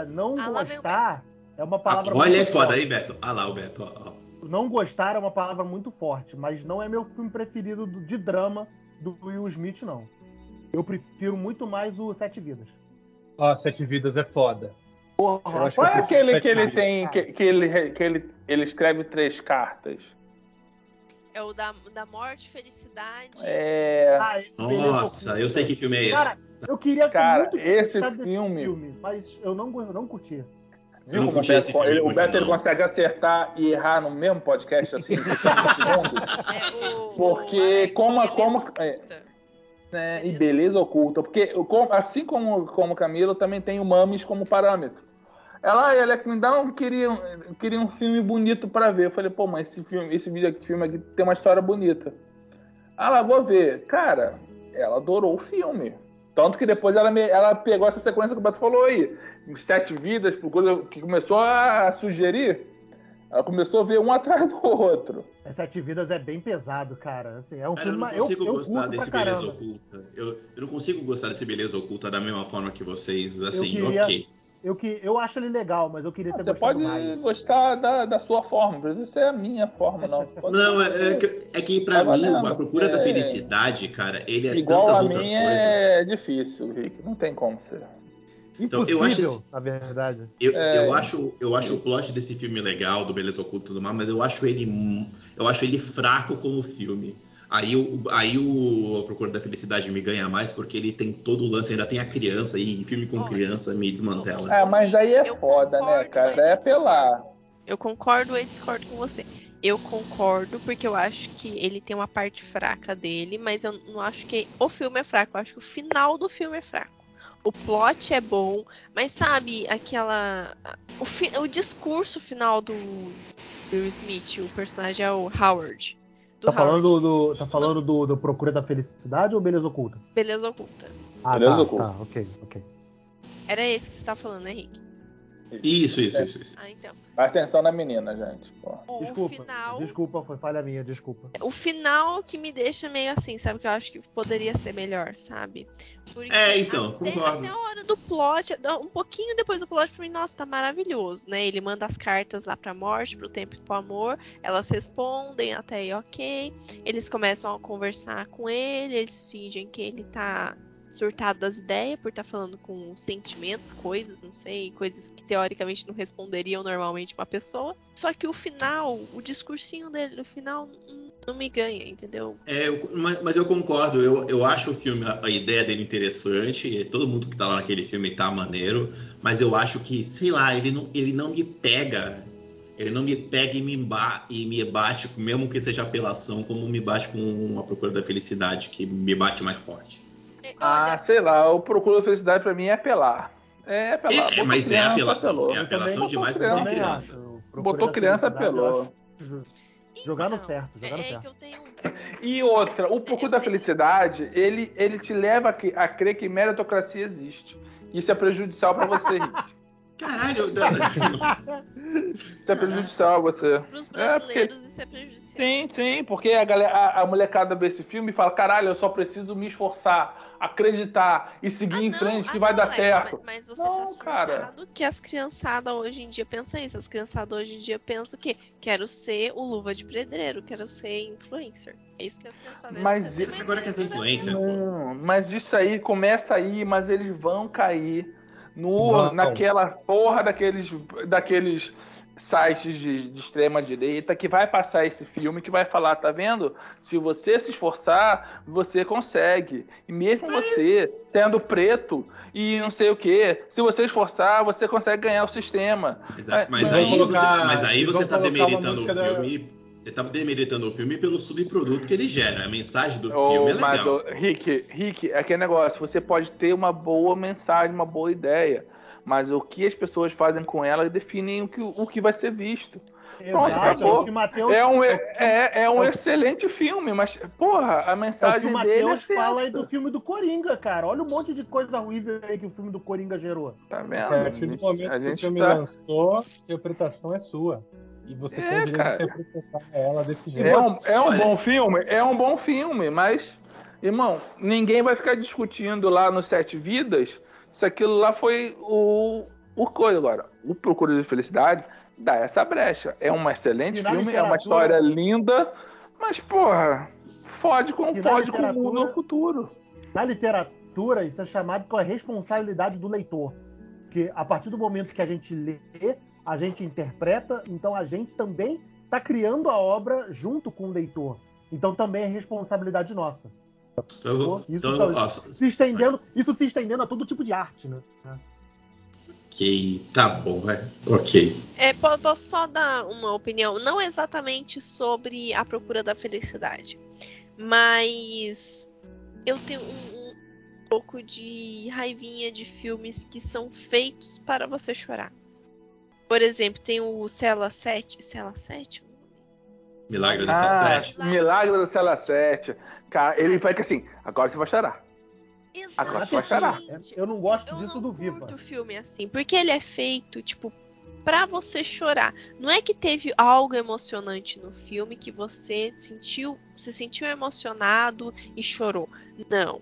C: olha, não
E: Ah, lá vem o
C: gostar é uma
B: Ah,
C: palavra.
B: olha, é
C: muito
B: foda
C: forte.
B: aí, Beto. Olha lá o Beto, ó, ó.
C: Não gostar é uma palavra muito forte, mas não é meu filme preferido do- de drama do Will Smith, não. Eu prefiro muito mais o Sete Vidas.
A: Ó, Sete Vidas é foda. Eu
C: Porra,
A: acho
D: Qual é
A: que
D: aquele que ele
A: Sete
D: tem, que, que ele, que ele, ele escreve três cartas?
E: É o da, da morte, felicidade.
D: [laughs] É.
C: Ah, esse beleza,
B: Nossa, eu sei que filme é esse.
C: Cara, eu queria
D: Cara,
C: muito ter
D: esse
C: gostado desse
D: filme-
C: mas eu não, eu não curti.
B: eu
D: Viu
B: não
D: como o
B: curti esse
D: Beto, ele,
B: filme
D: o Beto ele
B: muito, não.
D: consegue acertar e errar no mesmo podcast assim, em 50 [laughs] segundos?
E: É o,
D: Porque
E: ai,
D: como-
E: beleza
D: como-
E: oculta.
D: né? E beleza oculta. Porque, eu com- assim como, como Camila, eu também tenho Mames como parâmetro. Ela, ela é que me dá um. Queria, um- queria um filme bonito pra ver. Eu falei, pô, mas esse filme, esse vídeo aqui, filme aqui tem uma história bonita. Ela, vou ver. Cara, ela adorou o filme. Tanto que depois ela, me- ela pegou essa sequência que o Beto falou aí. Sete vidas, procura, que começou a sugerir. Ela começou a ver um [laughs] atrás do outro.
C: É, Sete Vidas é bem pesado, cara. Assim, é um
B: Cara, eu
C: filme.
B: não
C: ma- Eu,
B: consigo
C: eu,
B: gostar
C: curto pra
B: desse Beleza
C: caramba.
B: Oculta. Eu, eu não consigo gostar desse Beleza Oculta da mesma forma que vocês, assim,
C: queria-
B: ok.
C: Eu, que, eu acho ele legal, mas eu queria ter
D: Ah, Você
C: gostado
D: pode
C: mais.
D: gostar da, da sua forma, não precisa ser a minha
B: [laughs]
D: forma, não. Pode
B: Não, é,
D: ser
B: é que, é que pra
D: Tá
B: mim,
D: valendo,
B: A Procura da
D: é.
B: Felicidade, cara, ele é
D: Igual
B: tantas
D: a
B: outras
D: minha
B: coisas.
D: é difícil, Rick. Não tem como ser.
B: Então, eu
C: Impossível,
B: acho-
C: na verdade.
B: Eu,
D: É.
B: eu acho, eu acho o plot desse filme legal, do Beleza Oculta e tudo mais, mas eu acho ele, mu- eu acho ele fraco como filme. Aí, o- aí o A Procura da Felicidade me ganha mais, porque ele tem todo o lance, ainda tem a criança, e filme com
E: Olha.
B: criança me desmantela.
D: Ah, mas aí é
E: Eu
D: foda, né,
E: concordo, mas
D: cara? É
E: eu discordo.
D: apelar.
E: Eu concordo e discordo com você. Eu concordo porque eu acho que ele tem uma parte fraca dele, mas eu não acho que o filme é fraco. Eu acho que o final do filme é fraco. O plot é bom, mas sabe aquela o, fi- o discurso final do Will Smith, o personagem é o Howard. Do
C: Tá
E: Howard,
C: falando, do, tá falando do, do Procura da Felicidade ou Beleza Oculta?
E: beleza oculta.
C: Ah,
D: Beleza
C: tá,
D: Oculta.
C: tá, ok, ok.
E: Era esse que você tá falando, né, Rick?
B: Isso, isso, isso, isso.
E: Ah, então.
D: É, Atenção na menina, gente. pô.
E: O
C: Desculpa,
E: final,
C: desculpa, foi falha minha, desculpa.
E: o final que me deixa meio assim, sabe? Que eu acho que poderia ser melhor, sabe? Porque
B: É, então,
E: Tem
B: concordo.
E: até a hora do plot, dá um pouquinho depois do plot, pra mim, nossa, tá maravilhoso, né? Ele manda as cartas lá pra morte, pro tempo e pro amor, elas respondem até aí, ok. Eles começam a conversar com ele, eles fingem que ele tá surtado das ideias por estar falando com sentimentos, coisas, não sei, coisas que teoricamente não responderiam normalmente uma pessoa. Só que o final, o discursinho dele no final hum, não me ganha, entendeu?
B: É, eu- mas, mas eu concordo, eu, eu acho o filme, a, a ideia dele interessante, e todo mundo que tá lá naquele filme tá maneiro, mas eu acho que, sei lá, ele não, ele não me pega, ele não me pega e me, emba, e me bate, mesmo que seja apelação, como me bate com a Procura da Felicidade, que me bate mais forte.
E: É,
D: Ah,
E: olha,
D: sei lá, eu procuro a felicidade pra mim é apelar. É
B: É,
D: apelar.
B: é, mas é
D: criança,
B: apelação,
D: apelou.
B: é
D: Eu também
B: apelação
D: botou
B: demais pra
D: criança.
B: mim.
C: Também
B: criança.
C: acho, Procura
D: Botou
C: da
D: criança,
C: Felicidade, eu
D: apelou.
C: acho ju- Jogaram
E: então,
C: certo, jogaram
E: é, é
C: certo.
E: que eu tenho
D: E outra, o Procura da Felicidade, ele, ele te leva a, cre- a crer que meritocracia existe. Isso é prejudicial pra você, Rick.
B: Caralho, eu- eu-
D: Isso é prejudicial a você.
E: Pros
D: É, porque-
E: brasileiros isso é prejudicial.
D: Sim, sim, porque a, galera, a, a molecada vê esse filme e fala: caralho, eu só preciso me esforçar, acreditar e seguir
E: Ah,
D: em
E: não,
D: frente que
E: ah,
D: vai
E: não,
D: dar
E: Alex,
D: certo.
E: Mas, mas você
D: Não,
E: tá surtado
D: cara.
E: que as criançadas hoje em dia pensam isso. As criançadas hoje em dia pensam o quê? Quero ser o Luva de Pedreiro, quero ser influencer. É isso que as criançadas
D: Mas
E: pensam.
D: isso
E: Também
B: agora que
E: não
B: essa
E: é verdade.
B: influência, pô.
D: Não, mas isso aí começa aí, mas eles vão cair no,
A: Não.
D: naquela porra daqueles, daqueles sites de, de extrema direita que vai passar esse filme que vai falar, tá vendo? Se você se esforçar, você consegue. E mesmo você sendo preto e não sei o que, se você esforçar, você consegue ganhar o sistema.
B: Exato. Mas,
A: É, Mas
B: aí
A: vão colocar-
B: você, mas aí
A: eles
B: você
A: vão
B: tá
A: colocar
B: demeritando o
A: uma música
B: filme. Você tá demeritando o filme pelo subproduto que ele gera. A mensagem do
D: Ô,
B: filme é
D: mas,
B: legal.
D: ô, Rick, Rick, é aquele negócio, você pode ter uma boa mensagem, uma boa ideia, mas o que as pessoas fazem com ela definem o que, o que vai ser visto.
G: Exato, é
D: acabou.
G: o que o Matheus,
D: É um,
G: é,
D: é, é um excelente filme, mas, porra, a
G: o que
D: mensagem
G: o
D: dele é
G: Matheus fala aí
D: certa,
G: do filme do Coringa, cara. Olha o monte de coisa ruim aí que o filme do Coringa gerou.
D: Tá
A: É, A
D: vendo?
A: partir do tipo, momento que
D: a
A: o
D: gente
A: filme é
D: tá...
A: lançou, a interpretação é sua. E você
D: É,
A: tem o direito
D: cara.
A: de interpretar ela desse jeito.
D: é, um, é um
B: Olha.
D: bom filme? É um bom filme, mas, irmão, ninguém vai ficar discutindo lá nos Sete Vidas se aquilo lá foi o, o coisa agora. O Procura de Felicidade dá essa brecha. É um excelente
G: E na
D: filme, é uma
G: literatura-
D: história linda, mas, porra, fode com,
G: E na
D: fode com o mundo
G: literatura-
D: no futuro.
G: Na literatura, isso é chamado com a responsabilidade do leitor. Porque a partir do momento que a gente lê, a gente interpreta, então a gente também está criando a obra junto com o leitor. Então também é responsabilidade nossa.
B: Então, eu vou-
G: Isso
B: então,
G: tá-
B: ó,
G: Se estendendo, isso se estendendo a todo tipo de arte, né?
B: ok, tá bom, vai. Ok.
E: É, po- posso só dar uma opinião, não exatamente sobre a procura da felicidade, mas eu tenho um, um pouco de raivinha de filmes que são feitos para você chorar. Por exemplo, tem o Cela 7. Cela 7?
B: Milagre da Sala
D: Ah,
B: 7.
D: Milagre da Cela 7. Cara, ele vai que assim, agora você vai chorar. Agora você vai chorar.
E: Exatamente.
G: É, Eu não gosto
E: Eu
G: disso
E: não
G: do Viva.
E: curto filme assim, porque ele é feito, tipo, pra você chorar. Não é que teve algo emocionante no filme que você sentiu, se sentiu emocionado e chorou. Não.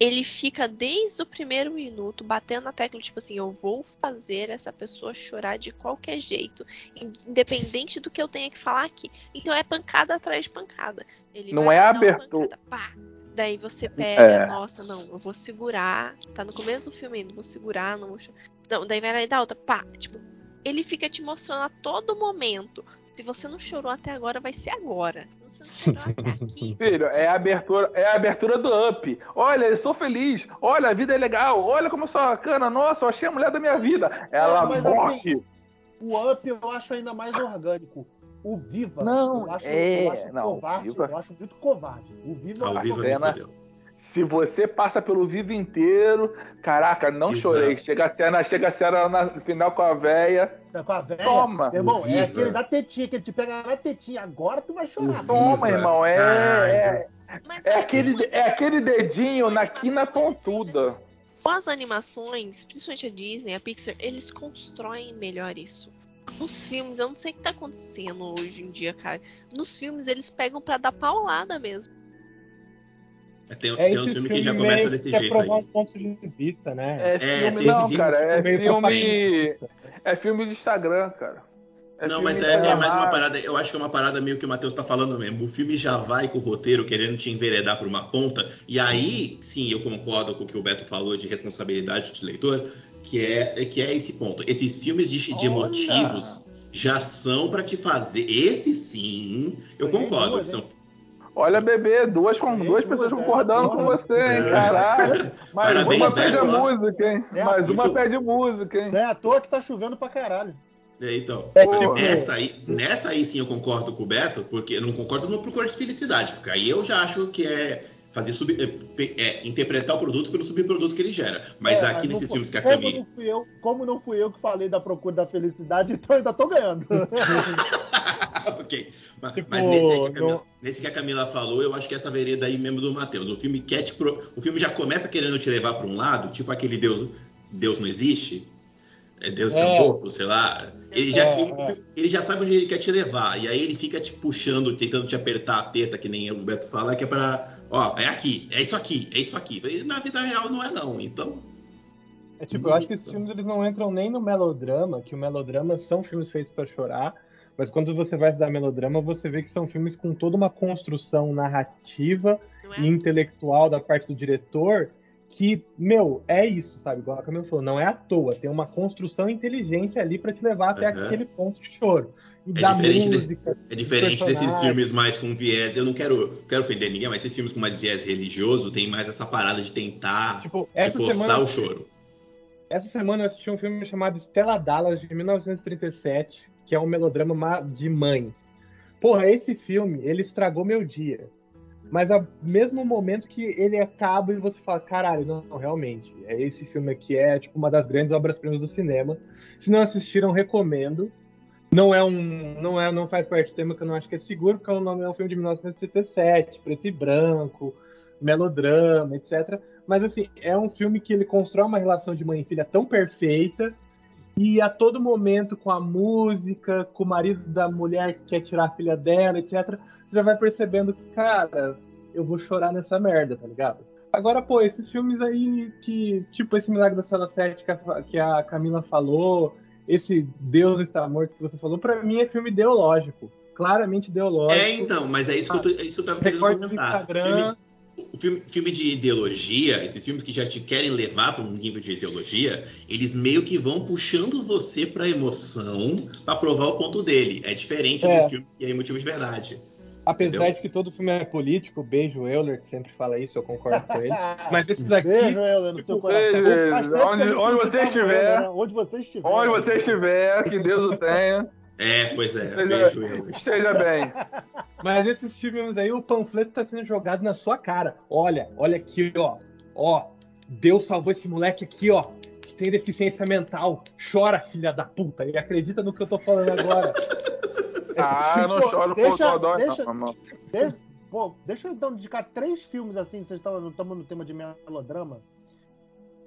E: Ele fica desde o primeiro minuto batendo na tecla, tipo assim, eu vou fazer essa pessoa chorar de qualquer jeito, in- independente do que eu tenha que falar aqui. Então é pancada atrás de pancada. Ele
D: Não
E: vai
D: é
E: dar uma
D: abertura.
E: pancada, pá. Daí você pega,
D: É.
E: nossa, não, eu vou segurar. Tá no começo do filme ainda, vou segurar, não vou. cho- Não, daí vai lá e dá outra, pá. Tipo, ele fica te mostrando a todo momento. Se você não chorou até agora, vai ser agora. Se você não chorou até
D: [laughs]
E: aqui.
D: Filho, é a abertura, é a abertura do Up. Olha, eu sou feliz. Olha, a vida é legal. Olha como eu sou bacana. Nossa, eu achei a mulher da minha vida. Ela
G: mas
D: morre.
G: O Up eu acho ainda mais orgânico. O Viva,
D: Não,
G: eu acho,
D: é,
G: eu acho
D: não, o
G: covarde,
D: Viva-
G: eu acho muito covarde. O
A: tá
G: Viva eu
B: Ao
G: acho
B: vivo, é
D: cena-
A: né?
B: meu Deus.
D: Se você passa pelo vivo inteiro, caraca, não
B: Exato.
D: chorei. Chega a cena, chega a cena no final com a véia.
G: Tá Com a velha.
D: Toma.
G: Meu irmão, é
B: Viva.
G: aquele da tetinha, que ele te pega na tetinha. Agora tu vai
A: Tá
G: chorar.
B: Viva.
D: Toma, irmão. É, é,
E: Mas
D: é
E: olha,
D: aquele,
E: muita-
D: é aquele dedinho na quina pontuda.
E: Com as animações, principalmente a Disney, a Pixar, eles constroem melhor isso. Nos filmes, eu não sei o que tá acontecendo hoje em dia, cara. Nos filmes, eles pegam pra dar paulada mesmo.
B: Tem,
A: É
B: tem uns
A: esse
B: filmes
A: filme
B: que já
A: meio
B: começa
A: que
B: desse
A: quer
B: jeito aí.
A: provar um ponto de vista, né?
D: É filme,
B: tem
D: não,
B: filme
D: cara. É
A: meio
D: filme.
A: propagandista.
D: É filme de Instagram, cara. É
B: não,
D: filme
B: mas
D: de
B: é, é
D: Instagram.
B: mais uma parada. Eu acho que é uma parada meio que o Matheus tá falando mesmo. O filme já vai com o roteiro querendo te enveredar para uma ponta. E aí, sim, eu concordo com o que o Beto falou de responsabilidade de leitor, que é, é que é esse ponto. Esses filmes de, de
D: Olha.
B: motivos já são para te fazer. Esse sim, eu
G: Ganhei
B: concordo.
G: duas,
B: que
D: né?
B: são,
D: Olha, bebê, duas, com,
G: Tem
D: duas
G: duas,
D: pessoas
G: né?
D: concordando com
G: Porra.
D: você, hein?
B: É.
D: Caralho. Mais
B: Parabéns,
D: uma pede a
B: Beto, ó.
D: música, hein?
G: É,
D: Mais uma
B: muito-
D: pede música, hein?
G: Não é à toa que tá chovendo pra caralho.
B: É, então,
A: É
B: por exemplo,
D: tipo-
B: nessa, aí, nessa aí sim eu concordo com o Beto, porque eu não concordo no procura de felicidade, porque aí eu já acho que é fazer sub, é, pe- é interpretar o produto pelo subproduto que ele gera. Mas
G: É,
B: aqui
G: não
B: nesses
G: foi-
B: filmes que a
G: como
B: Camille.
G: não fui eu, Como não fui eu que falei da procura da felicidade, [laughs] então eu ainda tô ganhando.
B: [laughs] ok. Mas,
A: Tipo,
B: mas nesse, aí que a Camila,
A: não-
B: nesse que a Camila falou, eu acho que essa vereda aí mesmo do Matheus. O filme quer te pro- o filme já começa querendo te levar para um lado, tipo aquele Deus, Deus não existe. é Deus
A: É.
B: tampouco, sei lá. Ele já,
A: É,
B: ele,
A: é.
B: ele já sabe onde ele quer te levar. E aí ele fica te puxando, tentando te apertar a teta, que nem o Beto fala, que é pra. Ó, é aqui, é isso aqui, é isso aqui. E na vida real não é, não. Então.
A: É tipo, eu acho que esses filmes eles não entram nem no melodrama, que o melodrama são filmes feitos pra chorar, mas quando você vai estudar melodrama, você vê que são filmes com toda uma construção narrativa
E: Não é?
A: e intelectual da parte do diretor que, meu, é isso, sabe? Igual a Camila falou, não é à toa. Tem uma construção inteligente ali pra te levar até
B: Uhum.
A: aquele ponto de choro. E
B: É
A: da
B: diferente desse-
A: música. tipo,
B: É diferente desses
A: personagem.
B: filmes mais com viés. Eu não quero, quero ofender ninguém, mas esses filmes com mais viés religioso tem mais essa parada de tentar
A: Tipo, essa
B: forçar
A: semana,
B: o choro.
A: essa semana eu assisti um filme chamado Stella Dallas, de 1937, que é um melodrama ma- de mãe. Porra, esse filme, ele estragou meu dia. Mas ao mesmo momento que ele acaba e você fala, caralho, não, não, realmente. É esse filme aqui é tipo uma das grandes obras-primas do cinema. Se não assistiram, recomendo. Não é um. Não, é, não faz parte do tema que eu não acho que é seguro, porque é um, é um filme de 1937, preto e branco, melodrama, etc. Mas assim, é um filme que ele constrói uma relação de mãe e filha tão perfeita. E a todo momento, com a música, com o marido da mulher que quer tirar a filha dela, etc., você já vai percebendo que, cara, eu vou chorar nessa merda, tá ligado? Agora, pô, esses filmes aí que, tipo, esse Milagre da Sala 7 que a, que a Camila falou, esse Deus está morto que você falou, pra mim é filme ideológico. Claramente ideológico.
B: É, então, mas é isso que eu, tô, é isso que eu tava querendo
A: Recorte do
B: comentar.
A: Instagram.
B: Filme de- o filme, filme de ideologia, esses filmes que já te querem levar para um nível de ideologia, eles meio que vão puxando você para emoção para provar o ponto dele. É diferente
A: É.
B: do filme que é emotivo de verdade.
A: Apesar
B: Entendeu?
A: de que todo filme é político, beijo Euler, que sempre fala isso, eu concordo
G: [laughs]
A: com
D: [laughs]
A: ele.
G: Ah,
A: Mas esses aqui,
C: Beijo, Euler, no seu
D: Tipo,
C: coração.
D: beijo,
C: Faz tempo que
D: onde-
C: a gente
D: onde
C: não
D: você
C: fala com
D: estiver.
C: Euler, né? Onde você estiver.
D: Onde você estiver, que Deus o tenha,
B: É, pois é.
D: Pois é.
B: beijo, eu.
D: esteja bem.
A: mas esses filmes aí, o panfleto tá sendo jogado na sua cara. Olha, olha aqui, ó. Ó, Deus salvou esse moleque aqui, ó. Que tem deficiência mental. Chora, filha da puta. E acredita no que eu tô falando agora.
D: Ah, eu não
C: Pô,
D: choro por
C: deixa-
D: Dodói,
C: deixa-
D: não, mano.
C: Deixa, pô, deixa eu então indicar três filmes assim, vocês estão estamos no tema de melodrama.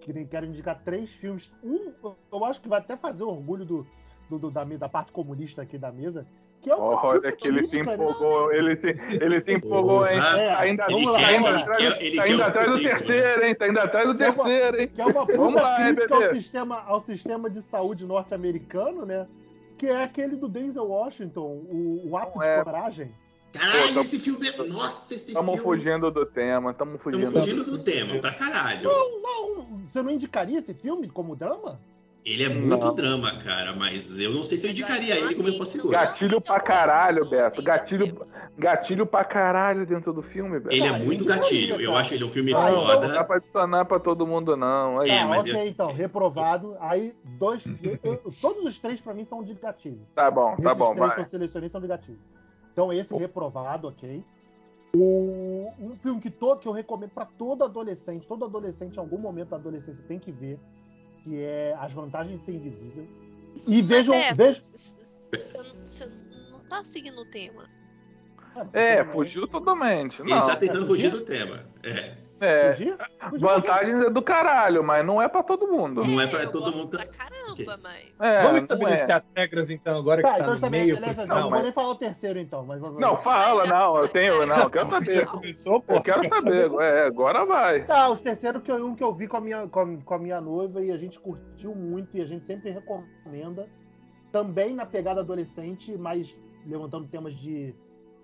C: Que nem quero indicar três filmes. Um, eu acho que vai até fazer orgulho do, do- do- da, mi- da parte comunista aqui da mesa. Que é uma puta
D: Olha que ele se
C: crítica, né?
D: empolgou, ele se, ele se empolgou, hein?
B: Porra.
C: É,
D: Tá ainda,
B: Ele
D: tá
B: quer,
D: ainda
B: ele
D: atrás,
B: quer, ele
D: tá
B: quer
D: ainda
B: o
D: atrás do
B: público, né?
D: terceiro, hein? Tá ainda atrás do
C: Que é uma-
D: terceiro, hein?
C: Que é uma
D: Vamos
C: puta
D: lá,
C: crítica
D: RBD.
C: ao sistema, ao sistema de saúde norte-americano, né? Que é aquele do Denzel Washington, o, o ato
D: Não
C: de
D: é.
C: coragem.
B: Caralho,
D: Pô, tamo-
B: esse filme é... Nossa, esse
D: Estamos
B: filme...
D: fugindo né? do tema, estamos
B: Estamos
D: fugindo.
B: fugindo do tema, pra caralho.
C: Não, Você não indicaria esse filme como drama?
B: Ele é muito
D: Não.
B: drama, cara, mas eu não sei se eu
E: Mas
B: indicaria
E: eu acho
B: ele como
E: que-
B: eu seguro.
E: Gato.
D: Gatilho pra caralho, Beto. Gatilho, gatilho pra caralho dentro do filme, Beto.
B: Ele é
C: Ah,
B: muito
C: indicaria,
B: gatilho. Eu
C: cara.
B: acho ele um filme
C: Ah, então-
D: Não dá
B: foda.
D: pra adicionar pra todo mundo, não. Aí,
B: É,
C: tá,
B: mas
C: ok,
B: eu-
C: então, reprovado. Aí, dois. eu- eu- todos os três pra mim são de gatilho.
D: Tá bom, tá
C: Esses
D: bom,
C: três
D: vai.
C: que eu selecionei são de gatilho. Então, esse reprovado, ok. O, um filme que, to, que eu recomendo pra todo adolescente, todo adolescente, em algum momento da adolescência, tem que ver, que é As Vantagens de Ser Invisível. E vejam.
E: Beto,
C: vejam
E: s- s- eu não- Você não tá seguindo o tema.
D: É,
C: né? Tá,
D: fugiu totalmente.
B: Ele
D: Não,
B: tá tentando
C: É,
B: fugir
C: fugir?
B: do tema. É.
D: é.
C: Fugir? Fugiu.
D: Vantagens é do caralho, mas não é pra todo mundo.
B: Não é pra
E: eu
B: todo
E: gosto
B: mundo-
E: Pra caramba, mas.
D: [laughs] É,
A: Vamos
D: não
A: estabelecer
D: é.
A: as regras, então, agora
C: Tá,
A: que tá
C: então
A: no
C: também,
A: meio.
C: beleza,
A: porque-
C: então, não
A: Não,
C: vou
A: mas
C: nem falar o terceiro, então. Mas vou-
D: Não, fala, não. Eu tenho, não, eu quero
B: [laughs]
D: saber.
A: começou, pô.
D: Eu quero saber. É, agora vai.
C: Tá, os terceiros que eu, um que eu vi com a, minha, com, a, com a minha noiva e a gente curtiu muito e a gente sempre recomenda. Também na pegada adolescente, mas levantando temas de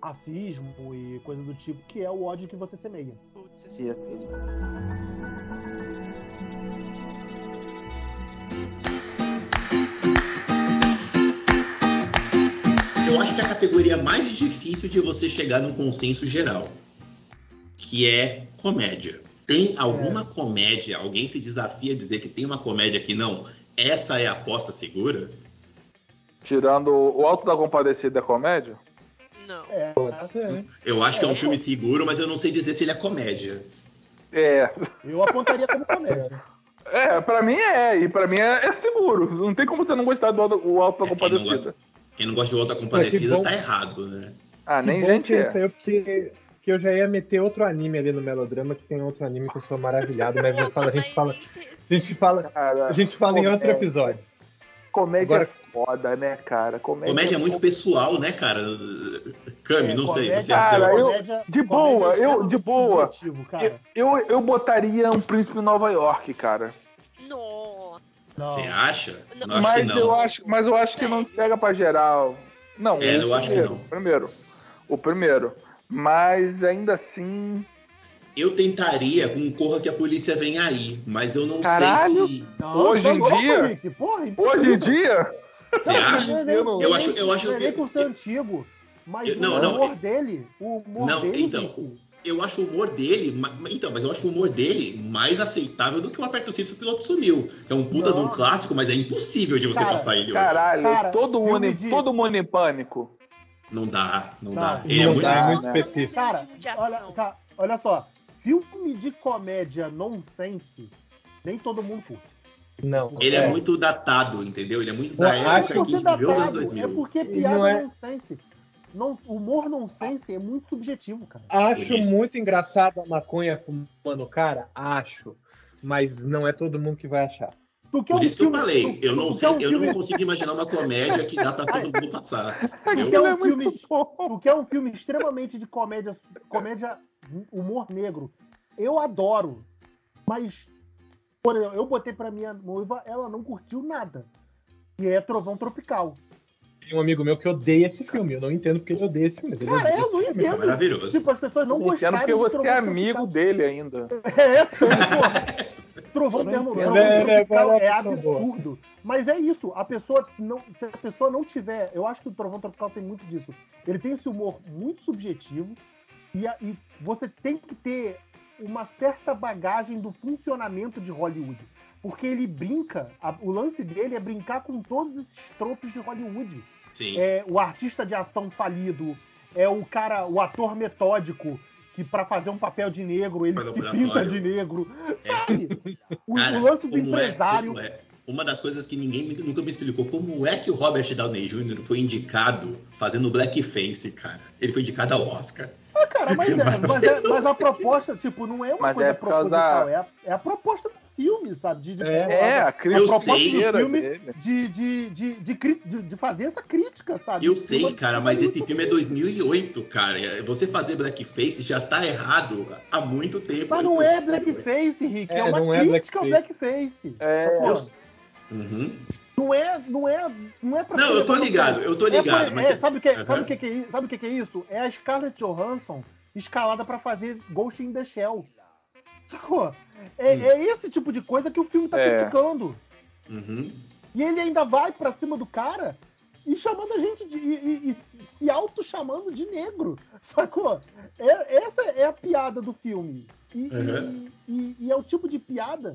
C: racismo e coisa do tipo, que é o ódio que você semeia.
E: Putz, assim,
H: Sim,
B: Eu acho que é a categoria mais difícil de você chegar num consenso geral, que é comédia. Tem alguma
D: É.
B: comédia? Alguém se desafia a dizer que tem uma comédia que não? Essa é a aposta segura?
D: Tirando o Alto da Compadecida é comédia?
E: Não.
C: É,
A: Pode ser.
B: Eu acho que é um
C: É.
B: filme seguro, mas eu não sei dizer se ele é comédia.
D: É.
C: eu apontaria como comédia.
D: É, pra mim é. E pra mim é, é seguro. Não tem como você não gostar do Alto- o Alto da
B: É, quem não
D: Compadecida.
B: Quem não gosta de Volta Compadecida
A: bom.
B: tá errado, né?
D: Ah,
A: Que
D: nem
A: bom
D: gente
A: que
D: é.
A: saiu, porque, porque eu já ia meter outro anime ali no melodrama, que tem outro anime que eu sou maravilhado, mas eu falo, a gente fala, a gente fala,
D: Cara,
A: a gente fala em outro
D: Ah, comédia-
A: episódio.
D: Comédia
A: Agora-
D: é foda, né, cara? Comédia,
B: Comédia é muito pessoal, né, cara? Cami, não sei. Você,
D: Cara,
B: você-
D: eu- de boa,
C: é
D: eu-
C: extremamente
D: de boa.
C: subjetivo,
D: Eu,
C: cara.
D: eu, eu botaria um príncipe em Nova York, cara.
E: Nossa.
C: Não.
B: você acha?
E: Não,
B: Não, acho que
D: mas
B: não.
D: eu acho, mas eu acho que não pega pra geral. Não,
B: É,
D: o
B: eu acho que
D: primeiro,
B: não.
D: o Primeiro, o primeiro. Mas ainda assim,
B: Eu tentaria com um corra que a polícia vem aí, mas eu não
D: Caralho!
B: sei se.
C: Não,
D: Hoje
C: tá
D: em
C: louco,
D: dia-
C: Rick, porra,
D: Hoje em
C: impossível.
D: dia,
B: Você acha?
C: não é nem-
D: Eu
C: não
B: eu
C: é
B: acho-
C: nem-
B: eu acho
C: não é
B: que-
C: nem por ser antigo, mas
B: Eu- não,
C: o
B: não,
C: humor
B: eu-
C: dele, o humor
B: Não,
C: dele,
B: então,
C: Rick,
B: Eu acho o humor dele. ma- Então, mas eu acho o humor dele mais aceitável do que o aperto cinto e o piloto sumiu. Que é um puta de um
C: Não.
B: clássico, mas é impossível de você
C: Cara,
B: passar ele hoje.
D: caralho,
C: Cara,
D: todo,
C: filme
D: mundo, em-
C: de-
D: todo mundo em pânico.
B: Não dá, não,
C: Não,
B: dá. Ele é
A: não
B: muito.
A: dá,
D: Ah,
A: é muito
D: né?
A: específico.
C: Cara,
E: Filme de
C: olha,
E: ação.
C: cara, olha só, filme de comédia nonsense, nem todo mundo curte.
A: Não.
B: Ele é.
A: É.
B: muito datado, entendeu? Ele é muito
A: Eu
B: da
A: acho
B: época
C: é
A: que
B: que a
C: porque
B: gente viveu os anos
C: datado,
B: 2000.
C: é porque é
A: Não
C: piada
A: é-
C: nonsense. Não, humor nonsense é muito subjetivo, cara.
A: Acho
B: Por isso.
A: muito engraçado a maconha fumando o cara, acho. Mas não é todo mundo que vai achar.
C: Tu quer
B: Por
C: um
B: isso que eu
C: filme-
B: falei,
C: tu-
B: eu não
C: tu
B: sei,
C: quer um
B: eu não
C: filme-
B: consigo imaginar uma comédia que
C: [laughs]
B: dá pra todo mundo passar.
C: tu
B: entendeu?
C: quer
D: Ele
C: um
D: é muito
C: filme
D: bom.
C: O que é um filme extremamente de comédia, comédia humor negro. Eu adoro, mas por exemplo, eu botei pra minha noiva, ela não curtiu nada. Que é Trovão Tropical.
A: Tem um amigo meu que odeia esse filme. Eu não entendo porque ele odeia esse filme. mas ele
C: Cara,
A: odeia
C: eu
A: esse
C: não
A: filme.
B: É
C: entendo.
B: maravilhoso.
C: Tipo, as pessoas não
D: Entendo
C: gostaram
D: porque
C: de
D: você é
C: Trovão
D: amigo
C: Tropical.
D: dele ainda.
C: É, essa, porra.
D: [laughs]
C: Trovão
D: Eu não
C: Termo-
D: entendo.
C: Trovão
A: É, né,
C: Tropical
A: parece
C: é
A: tão
C: absurdo. Mas é isso. A pessoa não, se a pessoa não tiver, eu acho que o Trovão Tropical tem muito disso. Ele tem esse humor muito subjetivo e, a- e você tem que ter uma certa bagagem do funcionamento de Hollywood, porque ele brinca. a- o lance dele é brincar com todos esses tropos de Hollywood
B: Sim.
C: é o artista de ação falido, é o cara, o ator metódico que pra fazer um papel de negro ele
B: Faz um
C: se
B: laboratório.
C: pinta de negro,
B: É.
C: sabe? O,
B: Cara,
C: o lance do
B: como é,
C: empresário.
B: como é. Uma das coisas que ninguém me- nunca me explicou, como é que o Robert Downey Jr. foi indicado fazendo blackface, cara? Ele foi indicado ao Oscar.
C: Ah, cara,
B: [laughs]
C: mas, é- mas é- mas a proposta tipo não é uma
D: Mas
C: coisa
D: é por causa-
C: proposital, é, a, é a proposta do filme, sabe? De, de,
D: É, a
B: Eu
D: crítica
B: sei.
D: financeira
C: Filme-
D: dele.
C: de, de, de, de cri- de- de fazer essa crítica, sabe? Tipo,
B: Eu
C: Em cima
B: sei,
C: do
B: cara, mas esse
C: Hollywood.
B: filme é 2008, cara. Você fazer blackface já tá errado há muito tempo.
C: Mas não é blackface, Rick, é,
A: É,
C: uma
A: não é
C: crítica ao blackface.
D: É.
C: sacou?
B: Eu sei. Uhum.
C: Não é, não é, não é pra
B: Não,
C: ser
B: eu tô
C: levado a sério.
B: ligado, eu tô
C: É,
B: ligado.
C: por-
B: mas
C: é, sabe o que,
B: Aham.
C: sabe o que, que é isso? Sabe o que, que é isso? É a Scarlett Johansson escalada pra fazer Ghost in the Shell. Sacou? É,
B: Hum.
C: é esse tipo de coisa que o filme tá
D: É.
C: criticando.
B: Uhum.
C: E ele ainda vai pra cima do cara e chamando a gente de. e, e- e se auto-chamando de negro. [laughs] Sacou? É- essa é a piada do filme. E, e-
B: Uhum.
C: e- e é o tipo de piada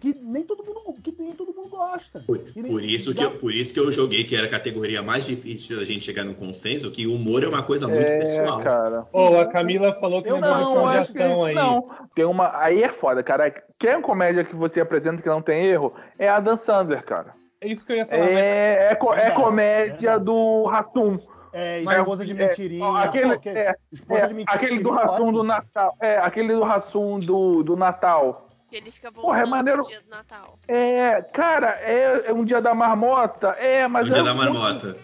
C: que nem todo mundo, que nem todo mundo gosta. E nem-
B: Por isso, que
C: dá-
B: eu, por isso que eu joguei que era a categoria mais difícil da gente chegar no consenso, que o humor é uma coisa muito pessoal.
D: É, cara.
A: Ó, a Camila falou que
C: Eu
A: não,
C: não,
A: gosta de
C: acho
A: ação aí.
D: não. Tem uma. Aí é foda, cara. Quer comédia que você apresenta que não tem erro? É Adam Sandler, cara.
A: É isso que eu ia falar. né?
D: É, é, co- é
C: Verdade,
D: comédia
C: verdade.
D: do Rassum.
C: É,
D: Mas-
C: esposa de
D: é,
C: mentirinha.
D: Aquele,
C: pô, que-
D: é,
C: esposa
D: é,
C: de mentirinha.
D: aquele do
C: ótimo.
D: Rassum do Natal. É, aquele do Rassum do, do Natal.
E: Que ele fica voltando
D: Porra, é maneiro.
E: no dia do Natal.
D: É, cara, é, é um dia da marmota. É,
B: É o
D: mas
B: dia
D: é,
B: da
D: muito-
B: marmota.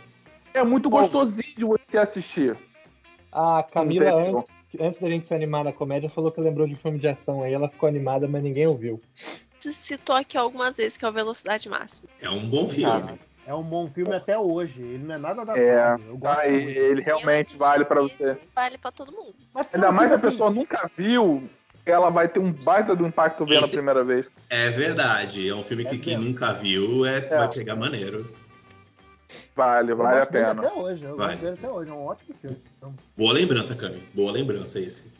D: é muito gostosinho de você assistir.
A: A Camila,
D: Entendeu?
A: antes, antes da gente se animar na comédia, falou que lembrou de filme de ação aí. Ela ficou animada, mas ninguém ouviu.
E: Se citou aqui algumas vezes que é o Velocidade Máxima.
B: É um bom
C: Cara,
B: filme.
C: É um bom filme até hoje. Ele não é nada da
D: É,
C: tarde. Eu gosto
D: Tá? E
C: muito.
D: ele
E: E
D: realmente
E: eu
D: vale pra
E: acredito que
D: você.
E: esse Vale pra todo mundo.
C: Mas, cara,
D: Ainda mais que a
C: tipo assim,
D: pessoa nunca viu, ela vai ter um baita do impacto vendo a
B: Esse-
D: primeira vez.
B: É verdade. É um filme
C: É
B: que quem
C: mesmo.
B: nunca viu é,
D: É.
B: vai pegar maneiro.
D: Vale,
C: eu
D: vale a
C: gosto dele
D: pena.
C: Até um hoje. Eu
B: Vale.
C: gosto dele até hoje. É um ótimo filme. Então,
B: Boa lembrança, Cami. Boa lembrança esse.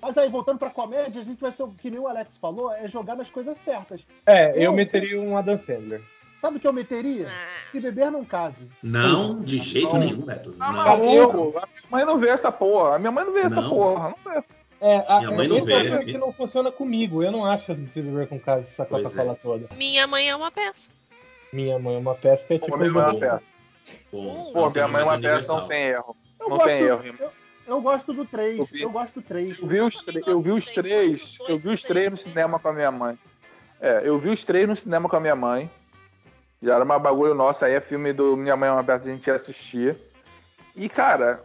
C: Mas aí, voltando pra comédia, a gente vai ser, o que nem o Alex falou, é jogar nas coisas certas.
A: É, eu
C: Eu-
A: meteria um Adam Sandler.
C: Sabe o que eu meteria?
E: Ah.
C: Se beber, não case.
B: Não, de jeito
D: Não.
B: nenhum, Beto.
D: Tá
B: Não.
D: maluco? A minha mãe não vê essa porra. A minha mãe não vê essa
B: Não.
D: porra. Não vê.
A: É, a,
B: Minha mãe não
A: esse
B: vê,
A: é um filme
B: né?
A: que não funciona comigo. Eu não acho que precisa ver com casa essa
B: Pois
A: Coca-Cola toda.
E: Minha mãe é uma peça.
A: Minha mãe é uma pesca é tipo.
D: Pô, minha mãe é uma
B: bom.
D: peça.
B: Bom,
D: Pô, minha
B: tema
D: mãe é uma
B: mais
D: peça, não
B: universal.
D: tem erro.
C: Eu
D: Não
C: gosto,
D: tem erro, irmão.
C: eu, eu gosto do
D: Eu
C: 3.
D: vi.
C: Eu gosto do 3.
D: Eu vi os, tre- eu vi os três. Eu vi os três no cinema com a minha mãe. É, eu vi os três no cinema com a minha mãe. Já era uma bagulho nosso, aí é filme do Minha Mãe é uma peça, a gente ia assistir. E, cara,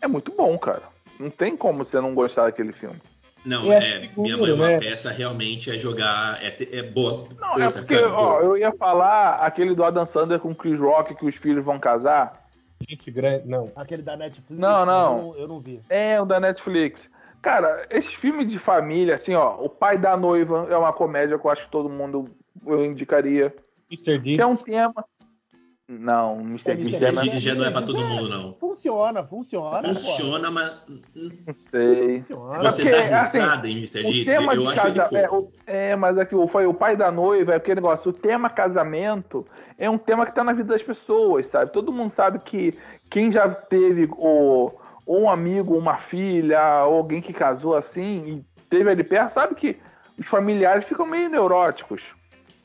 D: é muito bom, cara. Não tem como você não gostar daquele filme.
B: Não,
A: É
B: é,
A: seguro,
B: minha mãe é uma
A: né?
B: peça realmente é jogar. É, é boa.
D: Não, é
B: Puta,
D: porque,
B: Cami,
D: ó,
B: boa.
D: eu ia falar aquele do Adam Sandler com o Chris Rock que os filhos vão casar.
A: Gente grande. Não.
C: Aquele da Netflix.
D: Não, não.
C: Eu não, eu não vi.
D: É, o da um Netflix. Cara, esse filme de família, assim, ó, O Pai da Noiva é uma comédia que eu acho que todo mundo eu indicaria.
A: Mr. D.
D: Que é um tema. Não, Mr.
I: Mr.
B: Mr.
D: Beast é
I: Beast
D: mais.
B: Deed já não é pra todo mundo, não.
C: Funciona, funciona.
B: Funciona, mas
D: Não sei.
C: Funciona.
B: você
D: Porque,
B: dá
D: assim,
B: risada em Mr.
D: O
B: Deed,
D: tema
B: eu
D: de
B: acho ele
D: casa... é,
B: fofo.
D: o- é, mas aqui o- foi o pai da noiva, é aquele negócio. O tema casamento é um tema que tá na vida das pessoas, sabe? Todo mundo sabe que quem já teve o, ou um amigo, uma filha, ou alguém que casou assim e teve ali perto, sabe que os familiares ficam meio neuróticos.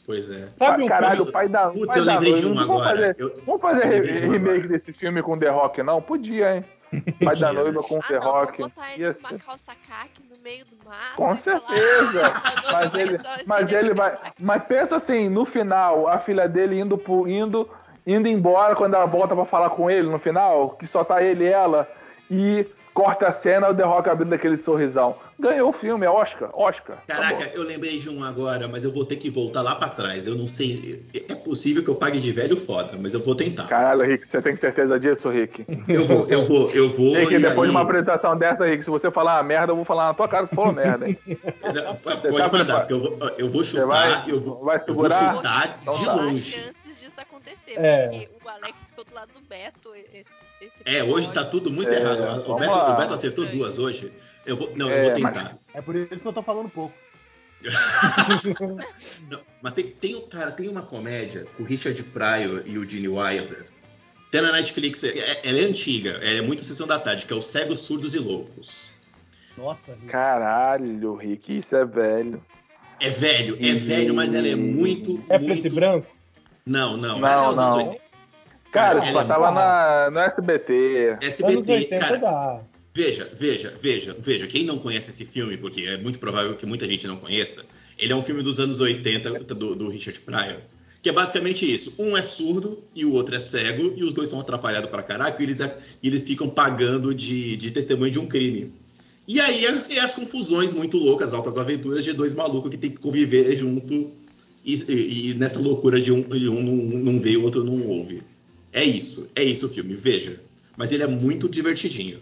B: Pois é.
A: Sabe
D: Ah,
A: um
D: caralho,
A: filme-
D: o pai da,
B: Putz,
D: pai
B: eu
D: da
B: lembrei de
D: noiva,
B: um
D: não vamos
B: agora.
D: fazer,
B: Eu-
D: vamos fazer re-
B: lembrei de um
D: remake
B: agora.
D: desse filme com The Rock, não?
B: [laughs]
D: Podia, hein? Pai da
B: Podia,
D: noiva
B: né?
D: com
E: ah,
D: The
E: não,
D: Rock.
E: vou botar ele
D: Ia
E: numa
D: ser-
E: calça caque no meio do mato.
D: Com
E: e falar,
D: certeza.
E: "Ah, sua noiva
D: Mas
E: vai
D: ele,
E: [laughs] só se
D: mas ele vai.
E: levantar".
D: Mas pensa assim, no final, a filha dele indo pro, indo, indo embora quando ela volta pra falar com ele no final, que só tá ele e ela, e corta a cena, o The Rock abrindo aquele sorrisão. Ganhou o filme, é Oscar, Oscar. tá
B: Caraca, eu lembrei de um agora, mas eu vou ter que voltar lá pra trás. Eu não sei. É possível que eu pague de velho foda, mas eu vou tentar.
D: Caralho, Rick, você tem certeza disso, Rick?
B: Eu vou, eu vou, eu vou.
D: Rick,
B: e
D: depois de uma
B: aí-
D: apresentação dessa, Rick, se você falar uma merda, eu vou falar na tua cara que tu falou merda, hein?
B: Pode
D: tá
B: mandar,
D: preparado?
B: porque eu vou, eu vou
D: Você
B: chutar,
D: vai,
B: Ah, eu, vou-
D: vai
B: eu vou
D: segurar.
B: chutar
D: Então
B: de
D: tá.
E: Há
B: longe.
E: chances disso acontecer,
A: É.
E: porque o Alex ficou do lado do Beto esse, esse
B: É, hoje tá
E: episódio.
B: tudo muito
D: É,
B: errado. O
D: vamos
B: Beto,
D: lá.
B: o Beto acertou duas hoje. Eu vou, não,
D: É,
B: eu vou
D: mas-
B: tentar.
C: É por isso que eu tô falando pouco.
B: Não, mas tem, tem, um- cara, tem uma comédia com o Richard Pryor e o Gene Wilder. Tem na Netflix, é- é- ela é antiga, ela é muito Sessão da Tarde, que é o Cegos, Surdos e Loucos.
C: Nossa, Rick.
D: Caralho, Rick, isso é velho.
B: É velho, é
D: Hum.
B: velho, mas ela é muito,
A: É preto e
B: muito...
A: branco?
B: Não, não.
D: Não,
B: ela é os
D: não.
B: anos 80.
D: Cara,
B: Ela
D: isso
B: é
D: passava na, no SBT.
A: Anos
B: SBT,
A: 80
B: cara,
A: dá.
B: Veja, veja, veja, veja. Quem não conhece esse filme, porque é muito provável que muita gente não conheça, ele é um filme dos anos 80 do, do Richard Pryor. Que é basicamente isso. Um é surdo e o outro é cego, e os dois são atrapalhados pra caraca, e eles, é, e eles ficam pagando de, de testemunho de um crime. E aí é, é as confusões muito loucas, altas aventuras de dois malucos que tem que conviver junto e, e- e nessa loucura de um, de um não, não vê e o outro não ouve. É isso, é isso o filme, veja. Mas ele é muito divertidinho.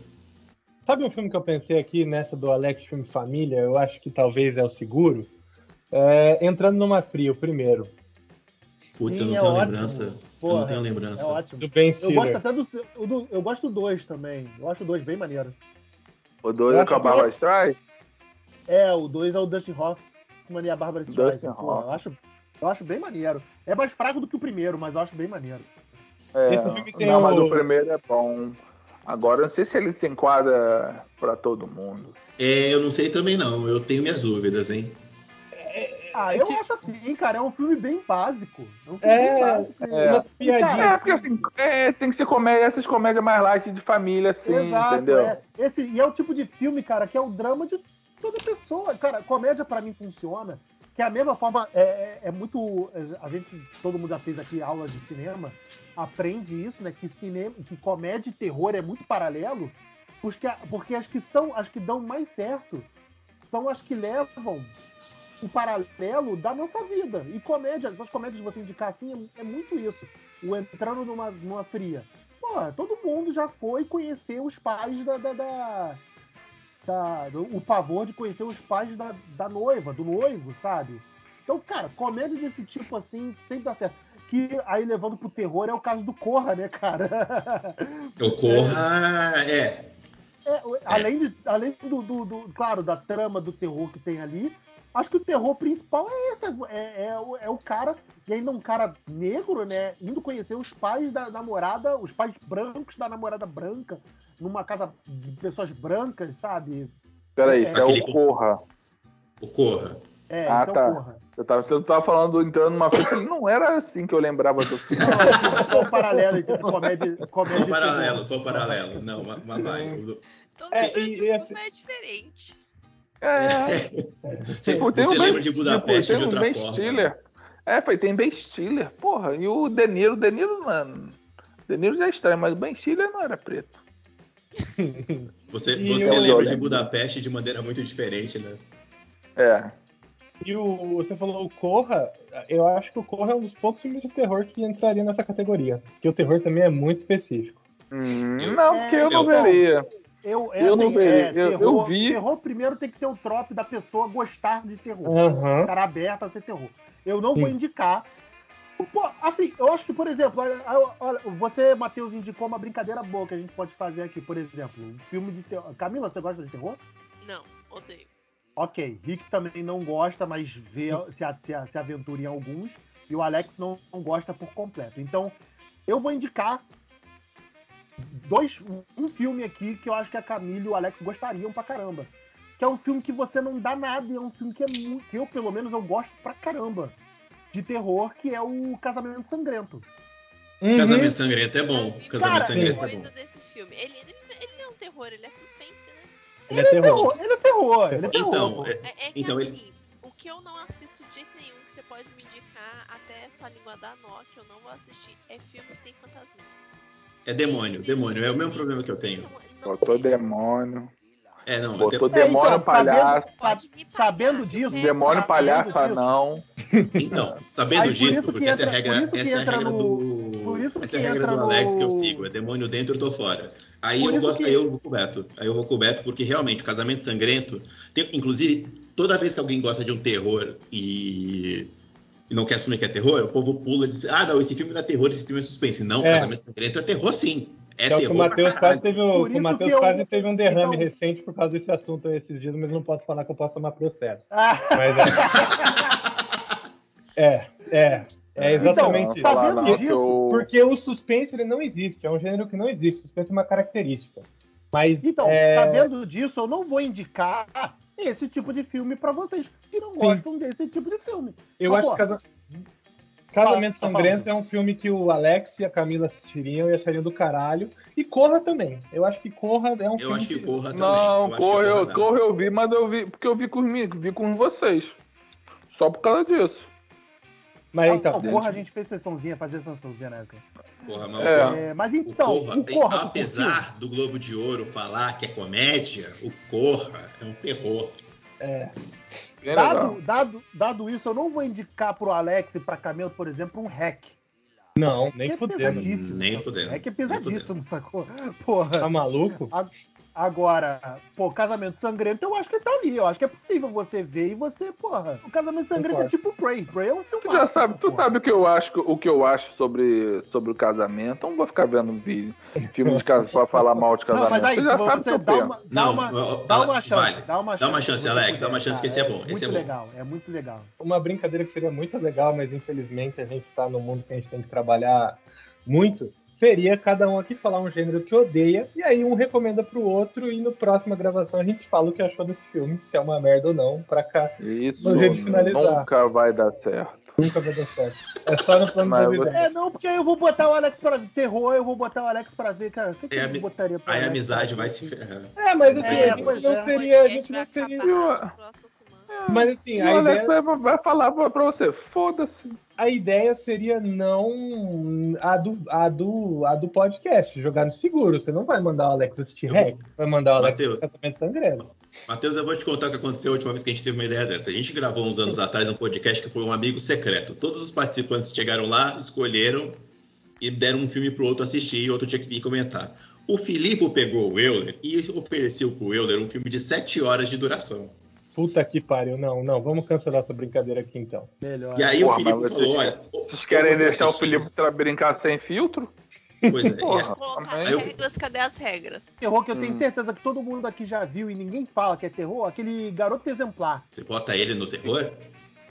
A: Sabe um filme que eu pensei aqui nessa do Alex Filme Família? Eu acho que talvez é o seguro. É, Entrando numa fria, o primeiro.
B: Putz,
C: Sim,
B: eu não
C: é
B: tenho
C: ótimo.
B: lembrança. eu não
C: Porra,
B: tenho
C: é
B: lembrança.
C: ótimo.
A: Do Ben
C: Eu
A: Stiller.
C: gosto até do, o do- Eu gosto do dois também. Eu acho o dois bem maneiro.
D: O dois
A: Eu
D: é
A: acho
D: com a
A: que
D: Bárbara Streisand?
C: É, o dois é o Dustin Hoffman e a Bárbara
D: Dustin
C: Streisand. Porra, eu
D: Hoffman.
C: acho, eu acho bem maneiro. É mais fraco do que o primeiro, mas eu acho bem maneiro.
D: É,
A: Esse filme tem
D: não, mas
A: o-
D: o primeiro é bom. Agora, eu não sei se ele se enquadra pra todo mundo.
B: É, eu não sei também não. Eu tenho minhas dúvidas, hein?
C: Ah,
A: É
C: eu
A: que-
C: acho assim, cara. É um filme bem básico. É um filme
A: É,
C: bem básico.
A: É. Umas
D: É,
A: piadinhas.
D: porque assim, é, tem que ser comédia, essas comédias mais light de família, assim,
C: Exato,
D: entendeu?
C: é. Esse, e é o tipo de filme, cara, que é o drama de toda pessoa. Cara, comédia pra mim funciona, que é a mesma forma, é, é- é muito. A gente, todo mundo já fez aqui aula de cinema, aprende isso, né? Que, cinema, que comédia e terror é muito paralelo, porque, porque as que são, as que dão mais certo, são as que levam o paralelo da nossa vida. E comédia, essas comédias que você indicar assim, é, é muito isso. O entrando numa, numa fria. Pô, todo mundo já foi conhecer os pais da. da, da- da- do- o pavor de conhecer os pais da, da noiva, do noivo, sabe? Então, cara, comédia desse tipo assim sempre dá certo. Que aí levando pro terror é o caso do Corra, né, cara? [laughs]
B: Eu corro. Ah, é.
C: É, o- além de, além do, do- do- claro, da trama do terror que tem ali, acho que o terror principal é esse, é, é o- é o cara, e ainda um cara negro, né, indo conhecer os pais da namorada, os pais brancos da namorada branca, numa casa de pessoas brancas, sabe?
D: Peraí, isso é
B: Aquele-
D: o Corra.
B: O corra.
C: É,
D: Ah,
C: isso é
D: tá.
C: o porra.
D: Eu tava, você tava falando do entrando numa festa, não era assim que eu lembrava do filme.
C: Qual o É um paralelo entre comédia, comédia
B: Só
C: e terror?
B: paralelo, só paralelo. Não, mas mas vai.
E: Todo
A: É,
E: mundo
A: e-
E: de
A: e
E: filme é diferente.
D: É,
B: Você,
D: Pô, tem
B: você
D: um
B: lembra
D: Ben-
B: de Budapeste de
D: tipo, tem um
B: outra
D: Ben
B: forma? né?
D: Stiller. É, foi, tem Ben Stiller, porra. E o De Niro, De Niro, mano. De Niro já é estranho, mas o Ben Stiller não era preto.
B: Você,
A: E
B: você
A: eu-
B: lembra de Budapeste de maneira muito diferente, né?
D: É.
A: E o, você falou o Corra, eu acho que o Corra é um dos poucos filmes de terror que entraria nessa categoria. Porque o terror também é muito específico.
D: Hum,
B: Eu-
D: não, porque eu
C: é,
D: não
B: eu-
D: veria.
C: Eu, é
D: Eu não
C: assim,
D: vejo.
C: é,
D: Eu- eu
C: terror,
D: vi.
C: terror primeiro tem que ter o trope da pessoa gostar de terror.
A: Aham.
C: Estar aberta a ser terror. Eu não vou
A: Sim.
C: indicar. Pô, assim, eu acho que, por exemplo, olha, olha, você, Matheus, indicou uma brincadeira boa que a gente pode fazer aqui, por exemplo, um filme de terror. Camila, você gosta de terror?
E: Não, odeio.
C: Ok, Rick também não gosta, mas vê, se, a- se, a- se aventura em alguns. E o Alex não, não gosta por completo. Então, eu vou indicar dois, um- um filme aqui que eu acho que a Camila e o Alex gostariam pra caramba. Que é um filme que você não dá nada, e é um filme que é muito. que eu, pelo menos, eu gosto pra caramba. De terror, que é o Casamento Sangrento. Uhum.
B: Casamento Sangrento é bom.
E: Já vi
B: Casamento
C: Cara,
B: Sangrento é
E: coisa
B: bom.
E: desse filme. Ele, ele, ele não é um terror, ele é suspense, né?
A: Ele é terror.
C: Terror, ele é terror, ele é terror.
B: Então,
C: pô.
B: é-
E: É, é que
B: Então,
E: assim, o que eu não assisto de jeito nenhum, que você pode me indicar até sua língua da nó, que eu não vou assistir, é filme que tem fantasminha.
B: é demônio, demônio. É o mesmo problema que eu tenho.
E: Então,
D: Botou demônio.
B: É, não.
D: Botou
B: até-
C: É,
D: demônio,
C: então,
D: um palhaço.
C: Sa- sabendo disso,
D: Demônio,
C: tá sabendo
D: palhaço,
C: disso.
D: anão.
B: Então, sabendo
C: Aí, por
B: disso,
C: isso que
B: porque essa é a
C: entra-
B: regra,
C: por isso que
B: essa é a
C: entra
B: regra
C: no-
B: do.
C: por
B: essa
C: isso
B: é a
C: que
B: regra
C: entra
B: do Alex que eu
C: no-
B: sigo. É demônio dentro, eu tô fora. Aí
C: Por
B: eu
C: isso
B: gosto,
C: que-
B: aí eu vou com o Beto. Aí eu vou com o Beto, porque realmente o casamento sangrento. tem- inclusive, toda vez que alguém gosta de um terror e. e não quer assumir que é terror, o povo pula e diz: Ah, não, esse filme não é terror, esse filme é suspense. Não,
A: É.
B: Casamento Sangrento é terror, sim. É,
A: É o que o
B: terror. pra
A: Matheus
B: caralho.
A: quase teve,
C: Por
A: um, que
C: isso
A: o Matheus
C: que eu-
A: quase teve um derrame
C: Então-
A: recente por causa desse assunto esses dias, mas não posso falar que eu posso tomar processo.
C: Ah.
A: Mas
C: [laughs]
A: é. é, é, é exatamente
C: Então,
A: isso.
C: sabendo
D: Falar não,
C: disso,
D: que eu-
A: Porque o suspense ele não existe, é um gênero que não existe. Suspense é uma característica. Mas
C: Então,
A: é,
C: sabendo disso, eu não vou indicar esse tipo de filme pra vocês que não gostam desse tipo de filme.
A: eu
C: Mas,
A: acho
C: pô,
A: que Casa- Casamento
C: fala, tá
A: Sangrento é um filme que o Alex e a Camila assistiriam e achariam do caralho. E Corra também. Eu acho que Corra é um
B: Eu
A: filme
B: acho que Corra também.
D: Não,
B: acho que
D: corre, eu,
B: não.
D: corre eu vi, mas eu vi porque eu vi comigo, vi com vocês. Só por causa disso. É,
A: Mas
C: Ah,
A: então,
C: o Corra, a gente fez sessãozinha, fazer sessãozinha na época.
B: Corra, mas
D: É.
B: o Corra-
C: É, mas
B: O tá
C: então,
B: Corra,
C: o Corra, tu curtiu?
B: apesar do Globo de Ouro falar que é comédia, o Corra é um terror.
A: é,
D: Bem legal.
C: dado, dado, dado isso, eu não vou indicar pro Alex e pra Camila, por exemplo, um hack.
A: não,
C: que
A: nem
C: é
A: fudendo.
C: pesadinho. Pesadíssimo.
B: Nem fudendo.
C: Hack é pesadíssimo, sacou? Porra.
A: Tá maluco?
C: Agora, pô, Casamento Sangrento, eu acho que tá ali. Eu acho que é possível você ver e você, porra. O Casamento Sangrento é
A: Concordo.
C: tipo Prey. Prey é um filme.
D: Tu já sabe, tu sabe o que eu acho, o que eu acho sobre, sobre o casamento. Eu não vou ficar vendo vídeo, filme de casa pra falar mal de casamento.
C: Não, mas aí,
D: tu já sabe o que
C: você
D: eu
C: dá
D: penso.
C: uma, dá
B: Não,
C: uma-
B: ó,
C: Dá
B: ó,
C: uma chance,
B: vale.
C: dá uma chance.
B: Dá uma chance,
C: se você
B: Alex, dá
C: puder,
B: uma chance que esse é
C: cara.
B: bom, esse é
C: muito
B: bom.
C: legal, é muito legal.
A: uma brincadeira que seria muito legal, mas infelizmente a gente tá num mundo que a gente tem que trabalhar muito, seria cada um aqui falar um gênero que odeia, e aí um recomenda pro outro, e no próxima gravação a gente fala o que achou desse filme, se é uma merda ou não, pra cá
D: Isso
A: No jeito de finalizar.
D: nunca vai dar certo.
A: nunca vai dar certo. É só no plano
D: Mas
A: das
D: você-
A: ideias.
C: É, não, porque aí eu vou botar o Alex pra ver terror, eu vou botar o Alex pra ver, cara, o que, que
B: É,
C: eu
B: ami-
C: botaria pra
B: Aí a
C: Alex
B: amizade
C: pra
B: vai
C: ver?
B: se ferrar.
A: É, mas assim,
C: É,
A: a gente
C: pois
A: não
C: é.
A: seria. A gente
E: vai
A: não seria.
E: um acabar na próxima semana.
A: Mas assim,
D: o
A: a
D: Alex
A: ideia,
D: vai, vai falar pra pra você, foda-se.
A: a ideia seria não a do, a, do, a do podcast, jogar no seguro. Você não vai mandar o Alex assistir
B: Eu vou-
A: Rex, vai mandar o Alex
B: Mateus.
A: assistir Casamento Sangrento.
B: Matheus, eu vou te contar o que aconteceu a última vez que a gente teve uma ideia dessa. A gente gravou uns anos atrás um podcast que foi um amigo secreto. Todos os participantes chegaram lá, escolheram e deram um filme pro outro assistir e o outro tinha que vir comentar. O Filipe pegou o Euler e ofereceu pro Euler um filme de 7 horas de duração.
A: Puta que pariu, não, não, vamos cancelar essa brincadeira aqui então.
C: Melhor.
B: E aí
D: Porra,
B: o
D: mas
B: Filipe
D: vocês-
B: falou, olha...
D: Vocês querem
B: você
D: deixar o
B: assiste
D: Felipe tra- brincar sem filtro?
B: isso? Pois é, e
D: Porra.
E: Colocar
D: Amém.
E: as regras, cadê as regras?
C: Terror que eu tenho
D: Hum.
C: certeza que todo mundo aqui já viu e ninguém fala que é terror, aquele garoto exemplar.
B: Você bota ele no terror?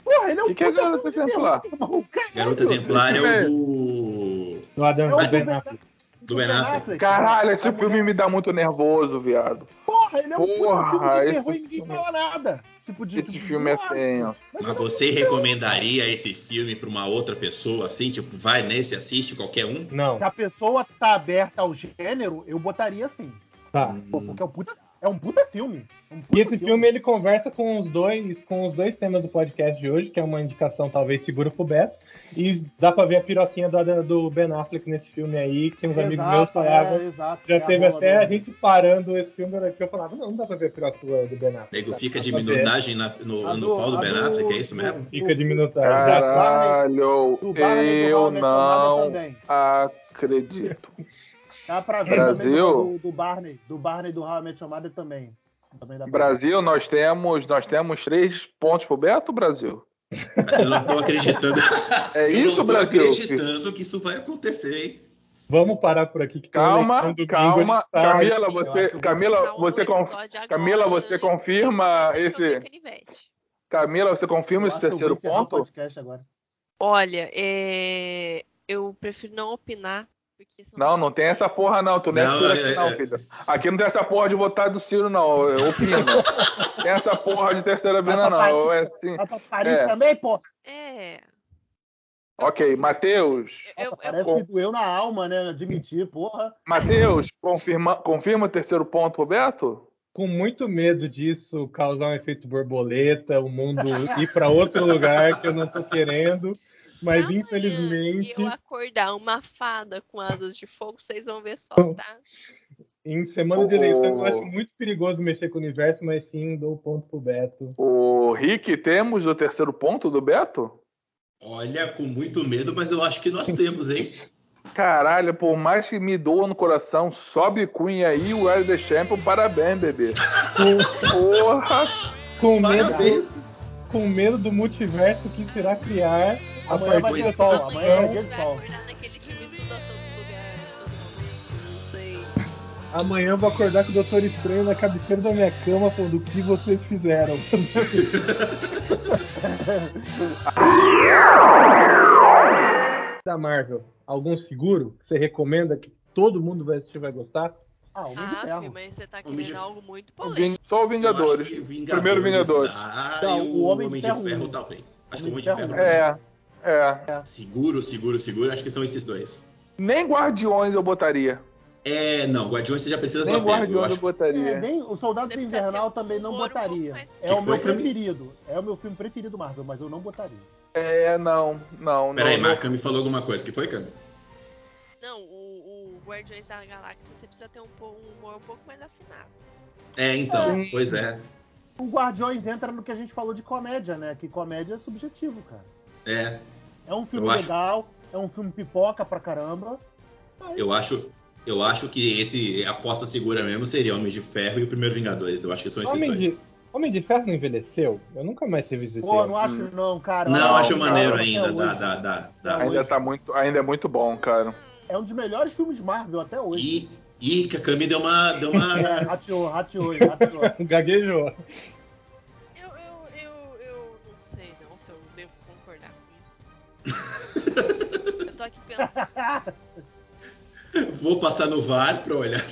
C: Porra, ele é um
D: Que que é
C: puta
D: Garoto
C: filme de
D: Exemplar?
C: terror, irmão, caralho.
B: Garoto Exemplar é
D: Velho.
B: o do.
A: No Adam
C: É o
A: do
C: do
A: Ben
C: Ben
A: Affleck.
B: Do Ben Affleck.
D: Caralho, esse
C: A mulher-
D: filme me dá muito nervoso, viado.
C: Porra, ele é um puta filme
D: Porra,
C: de
D: esse
C: terror e ninguém
D: filme-
C: fala nada. Tipo, de,
D: Esse filme é
C: Nossa,
D: tenso.
C: mas
B: Mas
C: ele é um
B: você
C: puta filme.
B: recomendaria esse filme pra uma outra pessoa, assim? Tipo, vai nesse, assiste qualquer um?
A: Não,
C: Se a pessoa tá aberta ao gênero, eu botaria assim. sim.
A: tá.
C: Pô,
B: Hum,
C: porque é um puta, é um puta filme. É um puta
A: E esse filme ele conversa com os dois, com os dois temas do podcast de hoje, que é uma indicação talvez segura pro Beto. E dá pra ver a piroquinha do, Adam- do Ben Affleck nesse filme aí, que uns amigos meus
C: Exato,
A: falavam.
C: é, exato.
A: Já
C: É a
A: teve
C: bola
A: até a
C: mesmo.
A: gente parando esse filme que eu falava, não, não dá pra ver a piroca do, do Ben Affleck.
B: Nego
A: Tá,
B: fica
A: dá
B: de
A: pra ver.
B: minutagem na- no,
C: A
B: no
C: do-
B: pau do
C: a
B: Ben
C: do-
B: Affleck, é isso
C: do-
B: mesmo?
A: Fica de minutagem. Dá-
C: Cara,
D: Caralho,
C: Do Barney e do
D: eu
C: How I Met Your Mother
D: não
C: também.
D: acredito.
C: Dá pra ver também
D: Brasil.
C: do, do Barney, do Barney do How I Met Your Mother também. também dá pra ver.
D: Brasil, nós temos, nós temos três pontos pro Beto, Brasil.
B: Eu não tô acreditando.
D: É
B: eu
D: isso,
B: não tô
D: Brasil.
B: acreditando que isso vai acontecer, hein?
A: Vamos parar por aqui que tem um
D: Calma,
A: eleição domingo,
D: calma,
A: a gente tá-
D: Camila,
A: eu acho
D: você-
A: que eu vou-
D: Camila,
E: Não,
D: você
E: no
D: con-
E: um episódio agora,
D: Camila, você
E: e
D: confirma
E: começa a
D: esse-
E: chover canivete.
D: Camila, você confirma
C: Eu
D: esse
C: acho que eu vou
D: terceiro
C: encerrar o
D: ponto?
C: podcast agora.
E: Olha, é, eu prefiro não opinar. Porque senão-
D: Não, não tem essa porra, não. Tu nem
B: Não,
D: tira aqui,
B: é-
D: não,
B: é-
D: filho. Aqui não tem essa porra de votar do Ciro, não. Eu opino.
B: [laughs]
D: tem essa porra de terceira
C: Vai
D: vina,
C: pra
D: não.
C: Paris,
D: É assim.
C: Vai pra Paris
D: É.
C: tá também, pô.
E: É.
D: Ok, Matheus.
E: Eu,
C: Nossa,
E: eu-
C: parece
D: eu-
C: que doeu na alma, né? Admitir, porra.
D: Matheus, confirma, confirma o terceiro ponto, Roberto?
A: com muito medo disso causar um efeito borboleta, o mundo [laughs] ir pra outro lugar que eu não tô querendo.
E: se
A: Mas
E: amanhã
A: infelizmente,
E: Eu acordar uma fada com asas de fogo, vocês vão ver só, tá?
A: em semana de
D: O-
A: eleição, eu acho muito perigoso mexer com o universo, mas sim dou o ponto pro Beto.
D: O Rick, temos o terceiro ponto do Beto?
B: Olha, com muito medo, mas eu acho que nós temos, hein?
D: Caralho, por mais que me doa no coração, sobe Cunha e o Air The Champion, parabéns, bebê.
A: Com,
D: Porra! É
A: com medo,
B: Parabéns.
A: com medo do multiverso que será criar a
C: Amanhã vai
A: partir
C: ter
B: Pois-
C: sol.
E: Amanhã
C: Amanhã
E: a
A: um
C: é
E: gente
C: dia de
E: vai
C: sol.
E: acordar naquele filme tudo a todo lugar, a né? todo momento, não sei.
A: Amanhã eu vou acordar com o Doutor Estranho na cabeceira da minha cama falando o que vocês fizeram. da Marvel, algum seguro que você recomenda que todo mundo vai assistir e vai gostar?
C: Ah, o de
E: Ah, filho,
C: ferro.
E: mas você tá
B: Homem de-
E: querendo algo muito
D: O
E: polêmico.
D: Vin- Só o
B: Eu acho
D: Vingadores.
B: que
D: Primeiro Vingadores.
B: Ah,
C: Não,
B: e
C: o Homem de Ferro um.
B: talvez. Acho que o
C: Homem
B: Homem
C: de
B: de
C: Ferro
B: Ferro.
C: um.
D: É, é.
B: Seguro, seguro, seguro. Acho que são esses dois.
D: Nem Guardiões eu botaria.
B: É, não, Guardiões você já precisa
D: Nem
B: do apego. Eu
D: Guardiões eu
B: acho
D: botaria.
C: É, nem, o Soldado
E: Deve ser
C: Invernal
E: até um
C: também não
E: humor um
C: botaria.
E: pouco mais-
C: É o
B: Que
C: meu
B: foi pra mim?
C: preferido. É o meu filme preferido Marvel, mas eu não botaria.
D: É, não, não,
B: Peraí,
D: não.
B: mas a Cami falou alguma coisa. que foi, Cami?
E: [laughs] Não, o, o Guardiões da Galáxia, você precisa ter um, po- um humor um pouco mais afinado.
B: É, então.
D: É.
B: Pois é.
C: O Guardiões entra no que a gente falou de comédia, né? Que comédia é subjetivo, cara.
B: É.
C: É um filme
B: Eu acho-
C: legal, é um filme pipoca pra caramba. Mas
B: Eu acho, eu acho que esse a aposta segura mesmo seria Homem de Ferro e o Primeiro Vingadores. Eu acho que são esses
A: Homem de-
B: dois.
A: Homem de Ferro não envelheceu? Eu nunca mais revisitei.
C: Pô, não acho não, cara.
B: Não,
C: Olha,
B: acho
C: cara,
B: maneiro
C: até
B: ainda.
C: hoje.
B: Dá, dá, dá, dá.
C: Até
D: Ainda
C: hoje.
D: tá muito, ainda é muito bom, cara.
C: É um dos melhores filmes Marvel até hoje.
B: E, e que a Cami deu uma. Deu
C: [laughs] É,
B: uma...
C: rateou, rateou, rateou.
A: [laughs] Gaguejou.
E: Eu, eu, eu, eu não sei não se eu devo concordar com isso. [laughs] eu tô aqui pensando.
B: Vou passar no VAR pra olhar.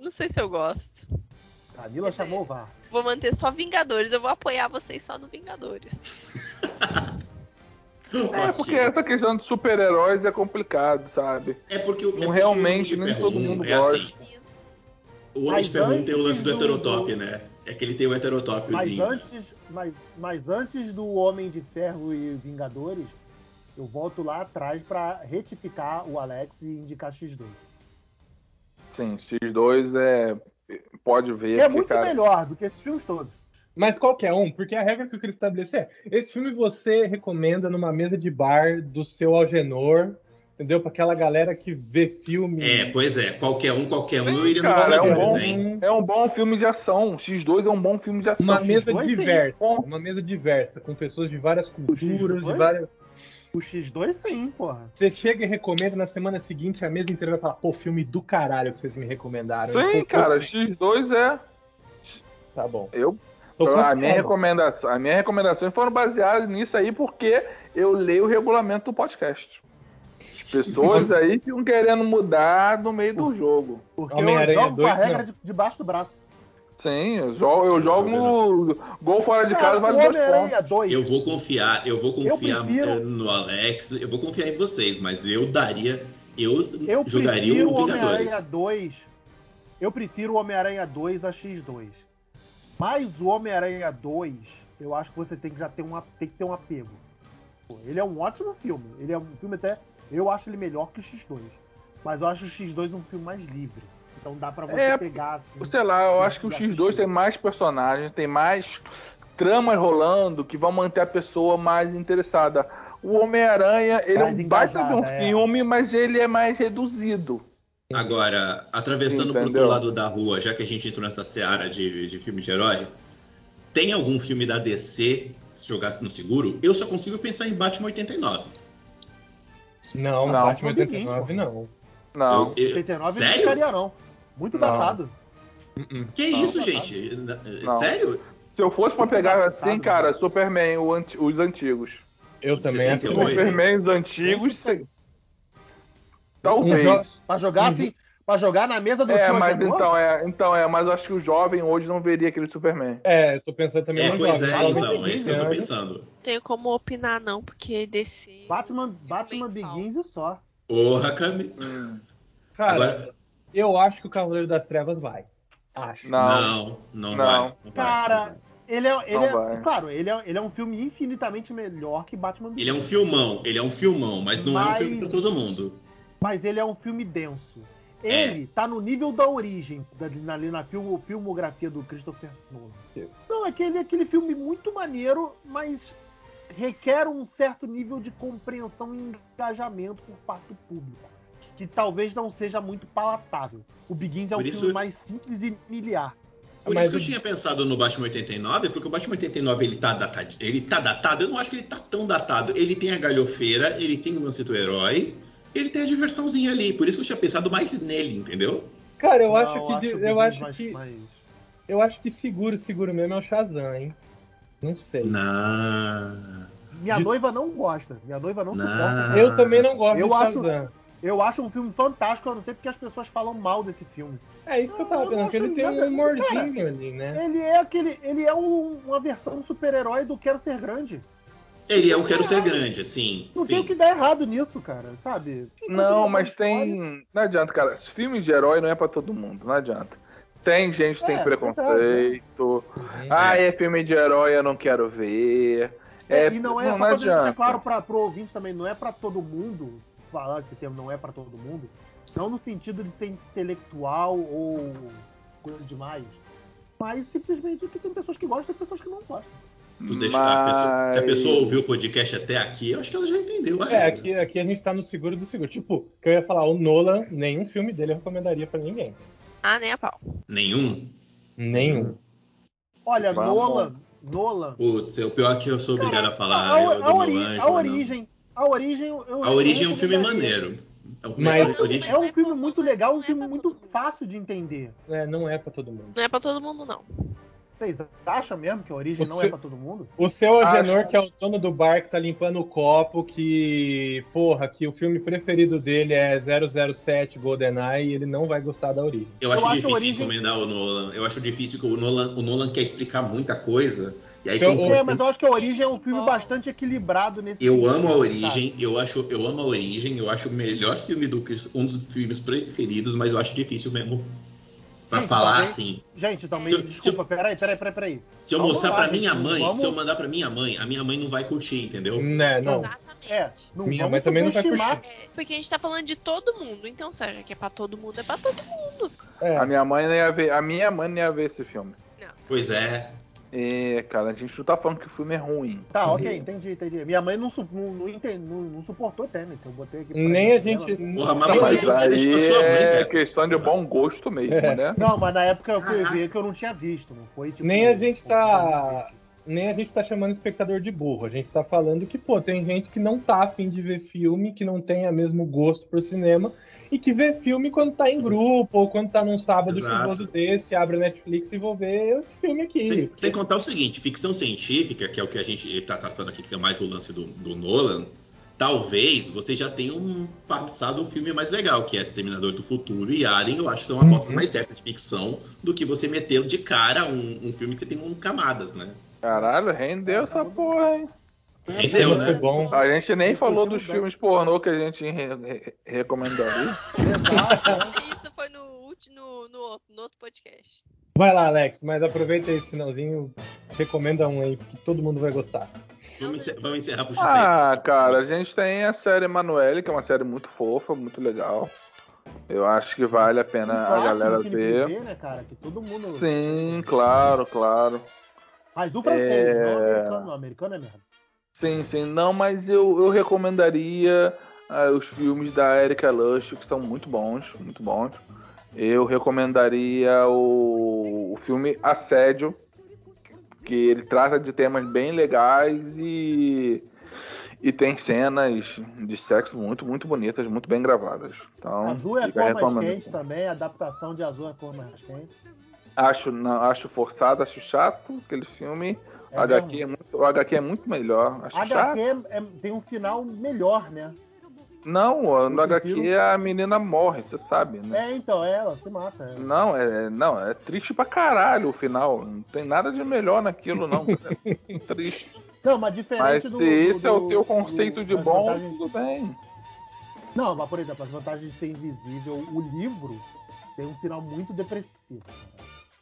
E: Não sei se eu gosto.
C: [laughs] Camila chamou o VAR.
E: Vou manter só Vingadores, eu vou apoiar vocês só no Vingadores.
D: É porque essa questão de super-heróis é complicado, sabe?
B: É porque o. é
D: Não,
B: porque o
D: realmente,
B: Homem de
D: nem
B: Ferro
D: todo
B: um
D: mundo
B: é assim.
D: gosta.
B: O Homem de
C: Mas
B: Ferro um tem o lance do
C: antes do-
B: heterotop, né? É que ele tem o
C: Mas
B: heterotópiozinho.
C: antes, mas, mas antes do Homem de Ferro e Vingadores, eu volto lá atrás pra retificar o Alex e indicar X2.
D: Sim, X2 é. Pode
C: Que
D: ver.
C: é
D: porque,
C: muito
D: cara,
C: melhor do que esses filmes todos.
A: Mas qualquer um, porque a regra que eu queria estabelecer é: esse filme você recomenda numa mesa de bar do seu Algenor, entendeu? Pra aquela galera que vê filme.
B: É, pois é. Qualquer um, qualquer um,
D: Sim,
B: eu iria no
D: cara, é um
B: Vingadores,
D: bom-
B: hein?
A: Um-
D: É um bom filme de ação. X2 é um bom filme de ação.
A: uma
D: X2
A: mesa
C: dois, sim.
A: diversa.
D: Bom.
A: Uma mesa diversa, com pessoas de várias culturas, de
C: dois?
A: várias.
C: O X2 sim, porra.
A: Você chega e recomenda, na semana seguinte a mesa inteira vai falar, pô, filme do caralho que vocês me recomendaram.
D: Sim,
A: Pô,
D: cara, X2 é.
A: Tá bom.
D: Eu,
A: Tô
D: a minha
A: confiando.
D: recomendação, as minhas recomendações foram baseadas nisso aí porque eu leio o regulamento do podcast. As pessoas aí ficam querendo mudar no meio do jogo.
C: Porque eu
A: Homem-Aranha
C: jogo com a
A: 2,
C: regra de- debaixo do braço.
D: Sim, eu jogo, eu jogo no gol fora de
C: Cara,
D: casa, vale
C: o
D: dois pontos.
C: Homem-Aranha 2.
B: Eu vou confiar, eu vou confiar
C: prefiro-
B: no Alex, eu vou confiar em vocês, mas eu daria. Eu,
C: Eu
B: jogaria
C: prefiro
B: o
C: o
B: Vingadores.
C: Homem-Aranha 2. Eu prefiro o Homem-Aranha 2 a X2. Mas o Homem-Aranha 2, eu acho que você tem que já ter um, a- tem que ter um apego. Pô, Ele é um ótimo filme. Ele é um filme até. Eu acho ele melhor que o X2. Mas eu acho o X2 um filme mais livre. Então dá pra você
D: É,
C: pegar assim.
D: Sei lá, eu acho que o
C: Já
D: X2
C: assisti.
D: tem mais personagens, tem mais tramas rolando que vão manter a pessoa mais interessada. O Homem-Aranha, ele é
C: Mais
D: um baita de um
C: engajada, é.
D: filme, mas ele é mais reduzido.
B: Agora, atravessando pro outro
D: Entendeu?
B: lado da rua, já que a gente entrou nessa seara de, de filme de herói, tem algum filme da DC, se jogasse no seguro? Eu só consigo pensar em Batman 89.
A: Não,
D: Não,
A: Batman
C: não tem
A: 89 não.
D: Não.
B: Eu- eu-
C: 89 não
B: Sério?
C: ficaria, não. Muito
D: Não.
C: datado.
B: que
C: Não,
B: isso,
C: não,
B: gente? eh,
D: Não.
B: Sério?
D: Se eu fosse pra pegar assim,
C: Sabe,
D: cara, Superman, o anti- os antigos.
A: Eu também acho.
B: 78.
A: que-
D: Superman, os antigos, sim. talvez.
A: Um jo-
C: Pra jogar assim, pra jogar na mesa do
D: Uhum. É,
C: tio
D: mas
C: Agenor,
D: então é, então é, mas eu acho que o jovem hoje não veria aquele Superman.
A: É, eu tô pensando também
B: É,
A: no
B: pois
A: jovem.
B: é,
A: Jovem
B: então, é
A: Guardiões,
B: isso que eu tô
A: né?
B: pensando.
E: tenho como opinar, não, porque desse.
C: Batman, Batman Begins e só.
B: Porra, Cami.
A: Cara,
B: Agora,
A: eu acho que o Cavaleiro das Trevas vai. Acho.
D: Não.
B: não, não,
D: Não.
B: vai, não vai.
C: Cara, ele é, ele
D: Não
C: é-
D: vai.
C: claro, ele é, ele é um filme infinitamente melhor que Batman Begins,
B: Ele é um filmão, ele é um filmão, mas não é um
C: Mas-
B: filme pra todo mundo.
C: mas ele é um filme denso.
B: É.
C: Ele tá no nível da origem, da, na- ali na filmo- filmografia do Christopher Nolan. Não, é aquele, aquele filme muito maneiro, mas requer um certo nível de compreensão e engajamento por parte do público, que talvez não seja muito palatável. O Begins é um
B: Por isso-
C: filme mais simples e miliar.
B: Por
A: Mas
B: isso que eu
A: o-
B: tinha pensado no Batman 89, porque o Batman 89 ele tá datado. Ele tá datado, eu não acho que ele tá tão datado. Ele tem a galhofeira, ele tem o lance do herói, ele tem a diversãozinha ali. Por isso que eu tinha pensado mais nele, entendeu?
A: Cara, eu
C: Não,
A: acho que. de-
C: o
A: eu,
C: Begins
A: acho
C: mais-
A: que
C: mais-
A: eu acho que seguro, seguro mesmo é o Shazam, hein? Não sei.
B: Não.
C: Minha
A: De-
C: noiva não gosta. Minha noiva não,
B: Não.
C: suporta.
A: Eu também não gosto
C: Eu
A: do
C: acho-
A: Shazam.
C: Eu acho um filme fantástico, eu não sei porque as pessoas falam mal desse filme.
A: É isso que eu tava
C: Eu
A: pensando, que ele
C: acho
A: tem
C: nada-
A: um mordinho
C: Cara,
A: ali, né?
C: Ele é aquele. Ele é um- uma versão super-herói do Quero Ser Grande.
B: Ele é um Quero Ser Grande, assim.
C: Não tem
B: sim.
C: o que dar errado nisso, cara, sabe? Tem coisa
D: Não,
C: boa
D: mas
C: pra história.
D: tem. Não adianta, cara. Filmes de herói não é pra todo mundo, não adianta. Tem gente que
C: É,
D: tem preconceito. Ah, é filme de herói, eu não quero ver. É,
C: e não é
D: não,
C: só pra
D: adianta.
C: deixar claro para pro ouvinte também, não é pra todo mundo falar esse termo, não é pra todo mundo. Não no sentido de ser intelectual ou coisa demais. Mas simplesmente que tem pessoas que gostam e pessoas que não gostam.
B: Tu deixa- a pessoa- se a
D: Mas-
B: pessoa ouviu o podcast até aqui, eu acho que ela já entendeu. a
A: É,
B: regra.
A: aqui, aqui a gente tá no seguro do seguro. Tipo, que eu ia falar, o Nolan, nenhum filme dele eu recomendaria pra ninguém.
E: Ah, né, a pau.
B: Nenhum?
A: Nenhum.
C: Olha,
D: Vamos.
C: Nolan, Nolan.
B: Putz, é o pior que eu sou obrigado a falar. "Ah,
C: a,
B: eu,
C: a,
B: do
C: a,
B: meu
C: ori-
B: anjo,
C: a
B: não.
C: origem, a origem, eu-
B: A Origem é um filme
C: eu recomendaria.
B: maneiro. É um filme-
A: Mas-
B: a Origem-
C: É um filme muito legal, um filme muito fácil de entender.
A: É, não é pra todo mundo.
E: Não é pra todo mundo, não.
C: Vocês acham mesmo que a origem
A: O
C: não
A: seu-
C: é pra todo mundo?
A: O seu
D: Acho-
A: Agenor, que é o dono do bar que tá limpando o copo, que, porra, que o filme preferido dele é 007 GoldenEye e ele não vai gostar da origem.
B: Eu acho
C: Eu acho
B: difícil
C: a origem-
B: encomendar o Nolan. Eu acho difícil que o Nolan, o Nolan quer explicar muita coisa. E aí
A: Então,
B: quando-
A: o- é
C: É, mas eu acho que a origem é um filme
E: Bom.
C: bastante equilibrado nesse
B: eu
A: assim,
C: sentido,
B: amo a
A: tá.
C: sabe?
B: origem, eu acho, eu amo a origem, eu acho o melhor filme do Chris, um dos filmes preferidos, mas eu acho difícil mesmo pra
C: Gente,
B: falar
C: talvez-
B: assim.
C: Gente, também,
B: Se-
C: desculpa, peraí, peraí, peraí, peraí.
B: Se eu
C: vamos
B: mostrar
C: lá,
B: pra
C: gente,
B: minha mãe,
C: vamos-
B: se eu mandar pra minha mãe, a minha mãe não vai curtir, entendeu?
A: Né, não.
E: Exatamente.
C: É, não
A: Minha
C: vamos
A: mãe também não vai
C: subestimar.
E: É, porque a gente tá falando de todo mundo. Então, Sérgio, que é pra todo mundo, é pra todo mundo.
A: É.
D: A minha mãe não ia ver. A minha mãe não ia ver esse filme.
B: Pois é.
D: É, cara, a gente não tá falando que o filme é ruim.
C: Tá, ok, entendi, entendi. Minha mãe não, su- não, não, ente- não- não suportou Tenet, eu botei aqui pra
A: Nem a
C: ela.
A: gente.
B: Porra, Ah, mas
A: Não,
B: você
D: Mas
B: tem que deixar
D: aí
B: sua mãe,
D: é
B: cara.
D: questão de bom gosto mesmo,
A: É.
D: né?
C: Não, mas na época eu fui
B: Caraca.
C: ver que eu não tinha visto, não foi tipo.
A: Nem a gente tá-
C: um- um-
A: nem a gente tá chamando o espectador de burro. A gente tá falando que, pô, tem gente que não tá afim de ver filme, que não tem o mesmo gosto por cinema, e que vê filme quando tá em grupo, ou quando tá num sábado
B: Exato.
A: chuvoso desse, abre a Netflix e vou ver esse filme aqui.
B: Sem, sem contar o seguinte, ficção científica, que é o que a gente está tratando aqui, que é mais o lance do, do Nolan, talvez você já tenha um passado um filme mais legal, que é Exterminador do Futuro e Alien, eu acho que são apostas
A: Uhum.
B: mais certas de ficção do que você meter de cara um, um filme que você tem um camadas, né?
D: Caralho, rendeu essa porra, hein?
C: É
B: Rendeu,
A: Foi
B: né?
A: bom.
D: A gente nem
C: Discutimos
D: falou dos
C: bem.
D: filmes pornô que a gente re- re- recomendaria.
C: Exato.
E: Isso foi no último, no, no outro- no outro podcast.
A: Vai lá, Alex, mas aproveita esse finalzinho, recomenda um aí, que todo mundo vai gostar.
B: Vamos, encer- vamos encerrar por isso aí.
D: Ah, cara, a gente tem a série Emanuele, que é uma série muito fofa, muito legal. Eu acho que vale a pena
C: um
D: a
C: clássico
D: galera
C: do Cine
D: ver.
C: Privé, né, cara? Que todo mundo.
D: Sim, claro, claro.
C: Mas o francês,
D: É.
C: não o americano. O americano é merda.
D: Sim, sim. Não, mas eu, eu recomendaria ah, os filmes da Erika Lush, que são muito bons, muito bons. Eu recomendaria o, o filme Assédio, que ele trata de temas bem legais e, e tem cenas de sexo muito, muito bonitas, muito bem gravadas. Então,
C: Azul é a
D: fica
C: cor
D: a
C: mais
D: recomendação.
C: quente também, a adaptação de azul é a cor mais quente.
D: Acho, não, acho forçado, acho chato aquele filme.
C: É
D: o, HQ
C: mesmo?
D: é muito, o HQ é muito melhor. Acho chato.
C: HQ é- é- tem um final melhor, né?
D: Não, no
C: Eu
D: HQ
C: prefiro-
D: a menina morre, você sabe, né?
C: É, então, é, ela se mata. é.
D: Não, é, não, é triste pra caralho o final. Não tem nada de melhor
C: [laughs]
D: naquilo, não. cara. É triste.
C: Não, mas
D: Mas
C: diferente
D: se
C: do.
D: esse
C: do-
D: é o
C: do-
D: teu conceito
C: do-
D: de
C: das
D: bom,
C: vantagens-
D: tudo bem.
C: Não, mas por exemplo, as vantagens de ser invisível, o livro tem um final muito depressivo.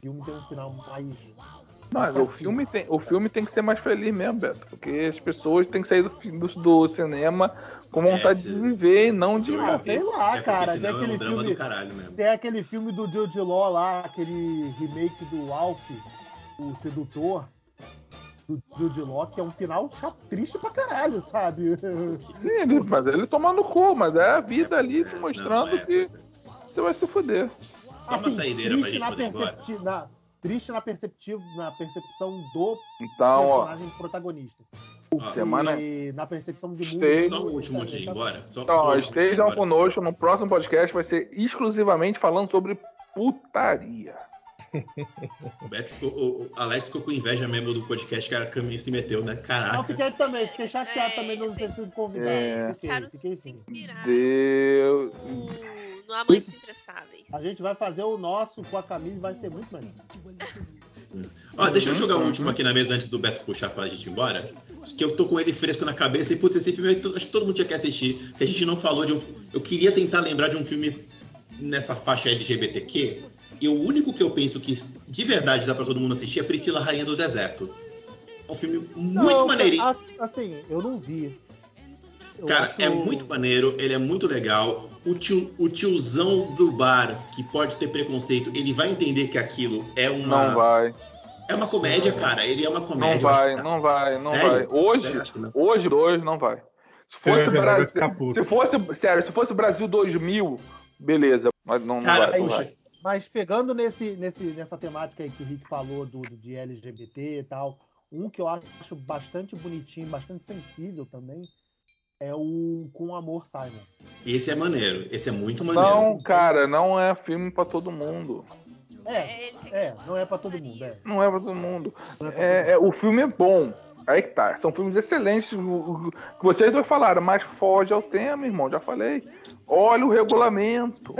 C: O filme tem um final mais. mais
D: Mas
C: pra
D: o
C: cima.
D: filme, tem, o filme tem que ser mais feliz mesmo, Beto. Porque as pessoas têm que sair do, fi- do, do cinema com vontade
B: É, se-
D: de viver e não de.
C: Ah, sei lá,
B: É porque
C: cara,
B: senão
C: tem aquele
B: é um drama
C: filme-
B: do caralho mesmo.
C: Tem aquele filme do Jude Law lá, aquele remake do Alf, o Sedutor, do Jude Law, que é um final chato, triste pra caralho, sabe?
D: Sim, ele- mas ele toma no cu, mas é a vida ali te
B: Não,
D: mostrando
B: é,
D: que
B: pois é.
D: você vai se fuder.
B: Dá uma saideira pra gente poder ir embora.
C: Assim, percepti- na- triste na, percepti- na percepção do
D: Então, ó.
C: personagem protagonista.
B: Ó,
C: é
D: Semana-
C: E na percepção de mundo. tá?
D: Stay-
B: Só o último antes de ir embora. Só,
D: Então,
B: só o
D: ó,
B: último antes de ir
C: um
D: estejam
B: embora.
D: conosco no próximo podcast, vai ser exclusivamente falando sobre putaria.
B: O, Beto ficou- o- o Alex ficou com inveja mesmo do podcast que a Caminha se meteu, né?
C: Não,
B: Caraca.
C: fiquei também, fiquei chateado
E: É,
C: também de não ter
E: sim.
C: sido convidado.
D: É.
E: Deixaram
C: Fiquei, fiquei
E: se
C: sim.
E: inspirar
D: Deus.
E: no, no Amantes Imprestáveis.
C: A gente vai fazer o nosso com a Camille, vai ser muito melhor.
B: Ó, deixa eu jogar o último aqui na mesa antes do Beto puxar pra gente ir embora. Que eu tô com ele fresco na cabeça e, putz, esse filme eu to- acho que todo mundo tinha que assistir. Que a gente não falou de um. Eu queria tentar lembrar de um filme nessa faixa LGBTQ. E o único que eu penso que de verdade dá pra todo mundo assistir é Priscila Rainha do Deserto. É um filme muito
C: Não,
B: maneirinho.
C: a- Assim, eu não vi. Eu
B: Cara,
C: acho-
B: é muito maneiro, ele é muito legal. O, tio, o tiozão do bar, que pode ter preconceito, ele vai entender que aquilo é uma.
D: Não vai,
B: É uma comédia, cara. Ele é uma
D: não
B: comédia. tá
D: vai, não vai, não vai.
B: Sério?
D: Hoje,
B: não.
D: hoje dois não vai.
A: Você
D: Se fosse
A: vai ver, vai
D: Brasil,
A: ficar puto.
D: se fosse, sério, se fosse Brasil 2000, beleza, mas não, não
B: Cara, é
D: vai, não
B: puxa,
D: vai.
C: Mas pegando nesse, nesse, nessa temática aí que o Rick falou do, do- de LGBT e tal, um que eu acho bastante bonitinho, bastante sensível também, é o Com Amor, Simon.
B: Esse é maneiro. Esse é muito maneiro.
D: Não, cara, não é filme pra todo mundo.
C: É,
E: ele tem que
C: é,
E: tomar
C: não é pra todo
E: putaria.
C: mundo, é.
D: Não é pra todo mundo.
C: Não é pra todo mundo.
D: É, é, o filme é bom. Aí que tá. São filmes excelentes o- o- que vocês dois falaram, mas foge ao tema, irmão. Já falei. Olha o regulamento.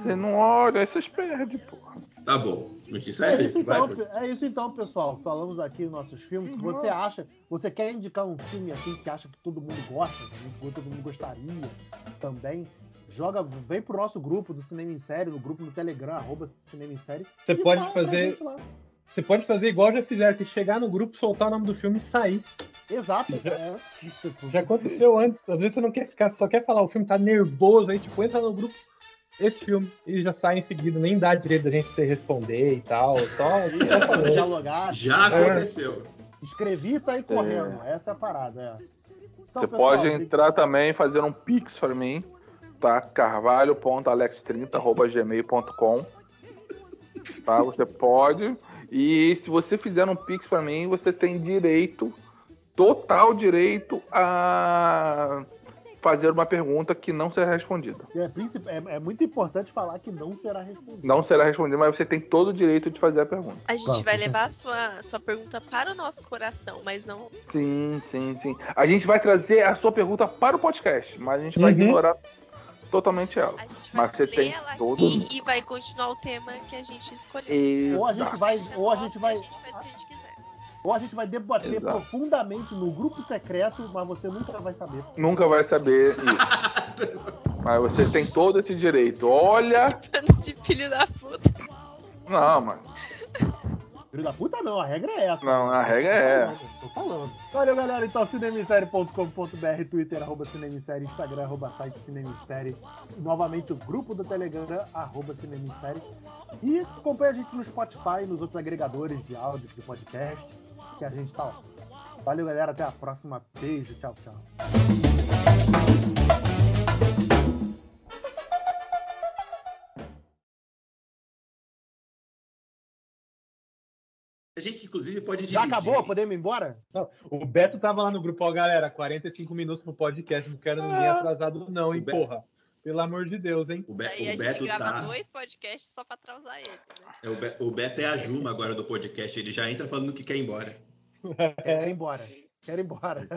D: Você não olha, aí vocês perdem, porra.
B: Tá bom. Notícia é
C: É isso,
B: essa.
C: então,
B: Vai,
C: pe- é isso então, pessoal. Falamos aqui nos nossos filmes.
A: Uhum.
C: Se você acha, você quer indicar um filme assim que acha que todo mundo gosta, que todo mundo gostaria também, joga, vem pro nosso grupo do Cinema em Série, no grupo no Telegram, arroba Cinema em Série.
A: Você
C: e
A: pode
C: fala pra
A: fazer-
C: gente lá.
A: Você pode fazer igual já fizeram, que é chegar no grupo, soltar o nome do filme e sair.
C: Exato.
A: Já-
C: é, isso, tudo.
A: Já aconteceu antes. Às vezes você não quer ficar, só quer falar, o filme tá nervoso, aí tipo, entra no grupo, esse filme, e já sai em seguida, nem dá direito da gente se responder e tal. Só, só
C: Vamos
A: falando.
C: dialogar,
B: Já
D: É.
B: aconteceu.
C: escrevi e saí correndo. Essa é a parada, é. Então,
D: Você
C: pessoal,
D: pode entrar também e fazer um pix pra mim, tá? carvalho.alex30.gmail.com Tá? Você pode. E se você fizer um pix pra mim, você tem direito, total direito, a fazer uma pergunta que não será respondida.
C: é, princip- é- é muito importante falar que não será respondido.
D: Não será respondida, mas você tem todo o direito de fazer a pergunta.
E: A gente
C: Claro.
E: vai levar a sua, sua pergunta para o nosso coração, mas não.
D: Sim, sim, sim. A gente vai trazer a sua pergunta para o podcast, mas a gente vai
A: Uhum.
D: ignorar totalmente ela.
E: A gente vai
D: Mas você
E: ler
D: tem
E: ela aqui
D: todo.
E: e vai continuar o tema que a gente escolheu.
D: Exato.
C: Ou a gente vai, ou a gente vai,
E: A gente faz o que a gente quiser.
C: Ou a gente vai debater
D: Exato.
C: profundamente no grupo secreto, mas você nunca vai saber.
D: Nunca vai saber isso. Mas você tem todo esse direito.
E: [laughs]
D: Olha.
E: Bando de filho da puta.
D: Não, mas.
C: Filho da puta, não, a regra é essa.
D: Não, a regra é essa.
C: Tô falando. Valeu, galera. Então, cinemissérie.com.br, Twitter, arroba cinemissérie, Instagram, arroba site cinemissérie. Novamente, o grupo do Telegram, arroba cinemissérie. E acompanha a gente no Spotify, nos outros agregadores de áudio, de podcast, que a gente tá lá. Valeu, galera. Até a próxima. Beijo. Tchau, tchau.
B: A gente, inclusive, pode dividir.
C: Já acabou? Podemos ir embora?
A: Não, o Beto tava lá no grupo, ó, galera, 45 minutos pro podcast, não quero ninguém atrasado, não, hein,
B: O Beto-
A: porra. Pelo amor de Deus, hein?
B: O, Be
E: Daí
B: o
E: a gente
B: Beto
E: grava
B: tá...
E: dois podcasts só pra atrasar ele. Né?
B: é, o, Be- o Beto é a Juma agora do
C: É.
B: podcast. Ele já entra falando que quer ir embora.
C: [laughs] Quero ir embora. Quero ir embora.